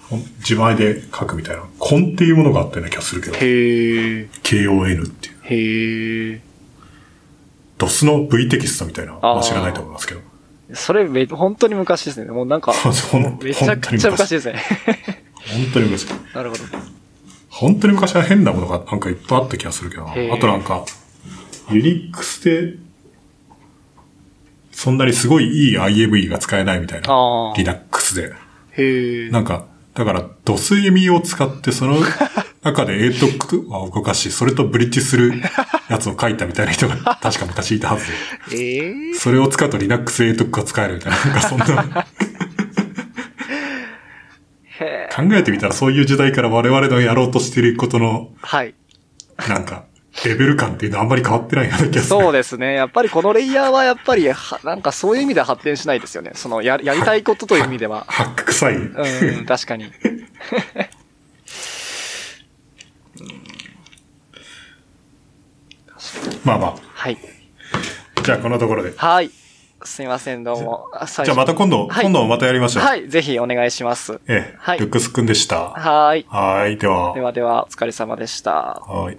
A: ほん自前で書くみたいな。コンっていうものがあったような気がするけど。
B: へえ、
A: KON っていう。
B: へえ。
A: DOS の V テキストみたいな。
B: あー
A: まあ知らないと思いますけど。
B: それめ、本当に昔ですね。もうなん か、
A: ほん
B: めちゃくちゃ昔ですね。
A: 本当に昔。
B: なるほど。
A: 本当に昔は変なものがなんかいっぱいあった気がするけどな。あ
B: へー
A: となんか、ユニックスで、そんなにすごいいい IME が使えないみたいな。
B: ああ。
A: Linux で。
B: へえ。
A: なんか、だから、ドスエミを使って、その中で ATOC は動かし、それとブリッジするやつを書いたみたいな人が確か昔いたはずで、
B: ええ
A: それを使うと Linux ATOC が使えるみたいな、なんかそんな、
B: へえ。
A: 考えてみたらそういう時代から我々のやろうとしていることの、
B: はい。
A: なんか、レベル感っていうのはあんまり変わってないような気がする。
B: そうですね。やっぱりこのレイヤーはやっぱりは、なんかそういう意味では発展しないですよね。その、や、やりたいことという意味では。
A: ハック臭い。
B: うん、確かに。
A: まあま
B: はい。
A: あ。じゃあこんなところで。
B: はい。すいません、どうも。じ
A: じゃあまた今度、
B: はい
A: 今度またやりましょう。
B: はい、ぜひお願いします。
A: ええ、
B: はい
A: ルックスくんでした。
B: はーい。
A: はい、では。
B: ではでは、お疲れ様でした。
A: はい。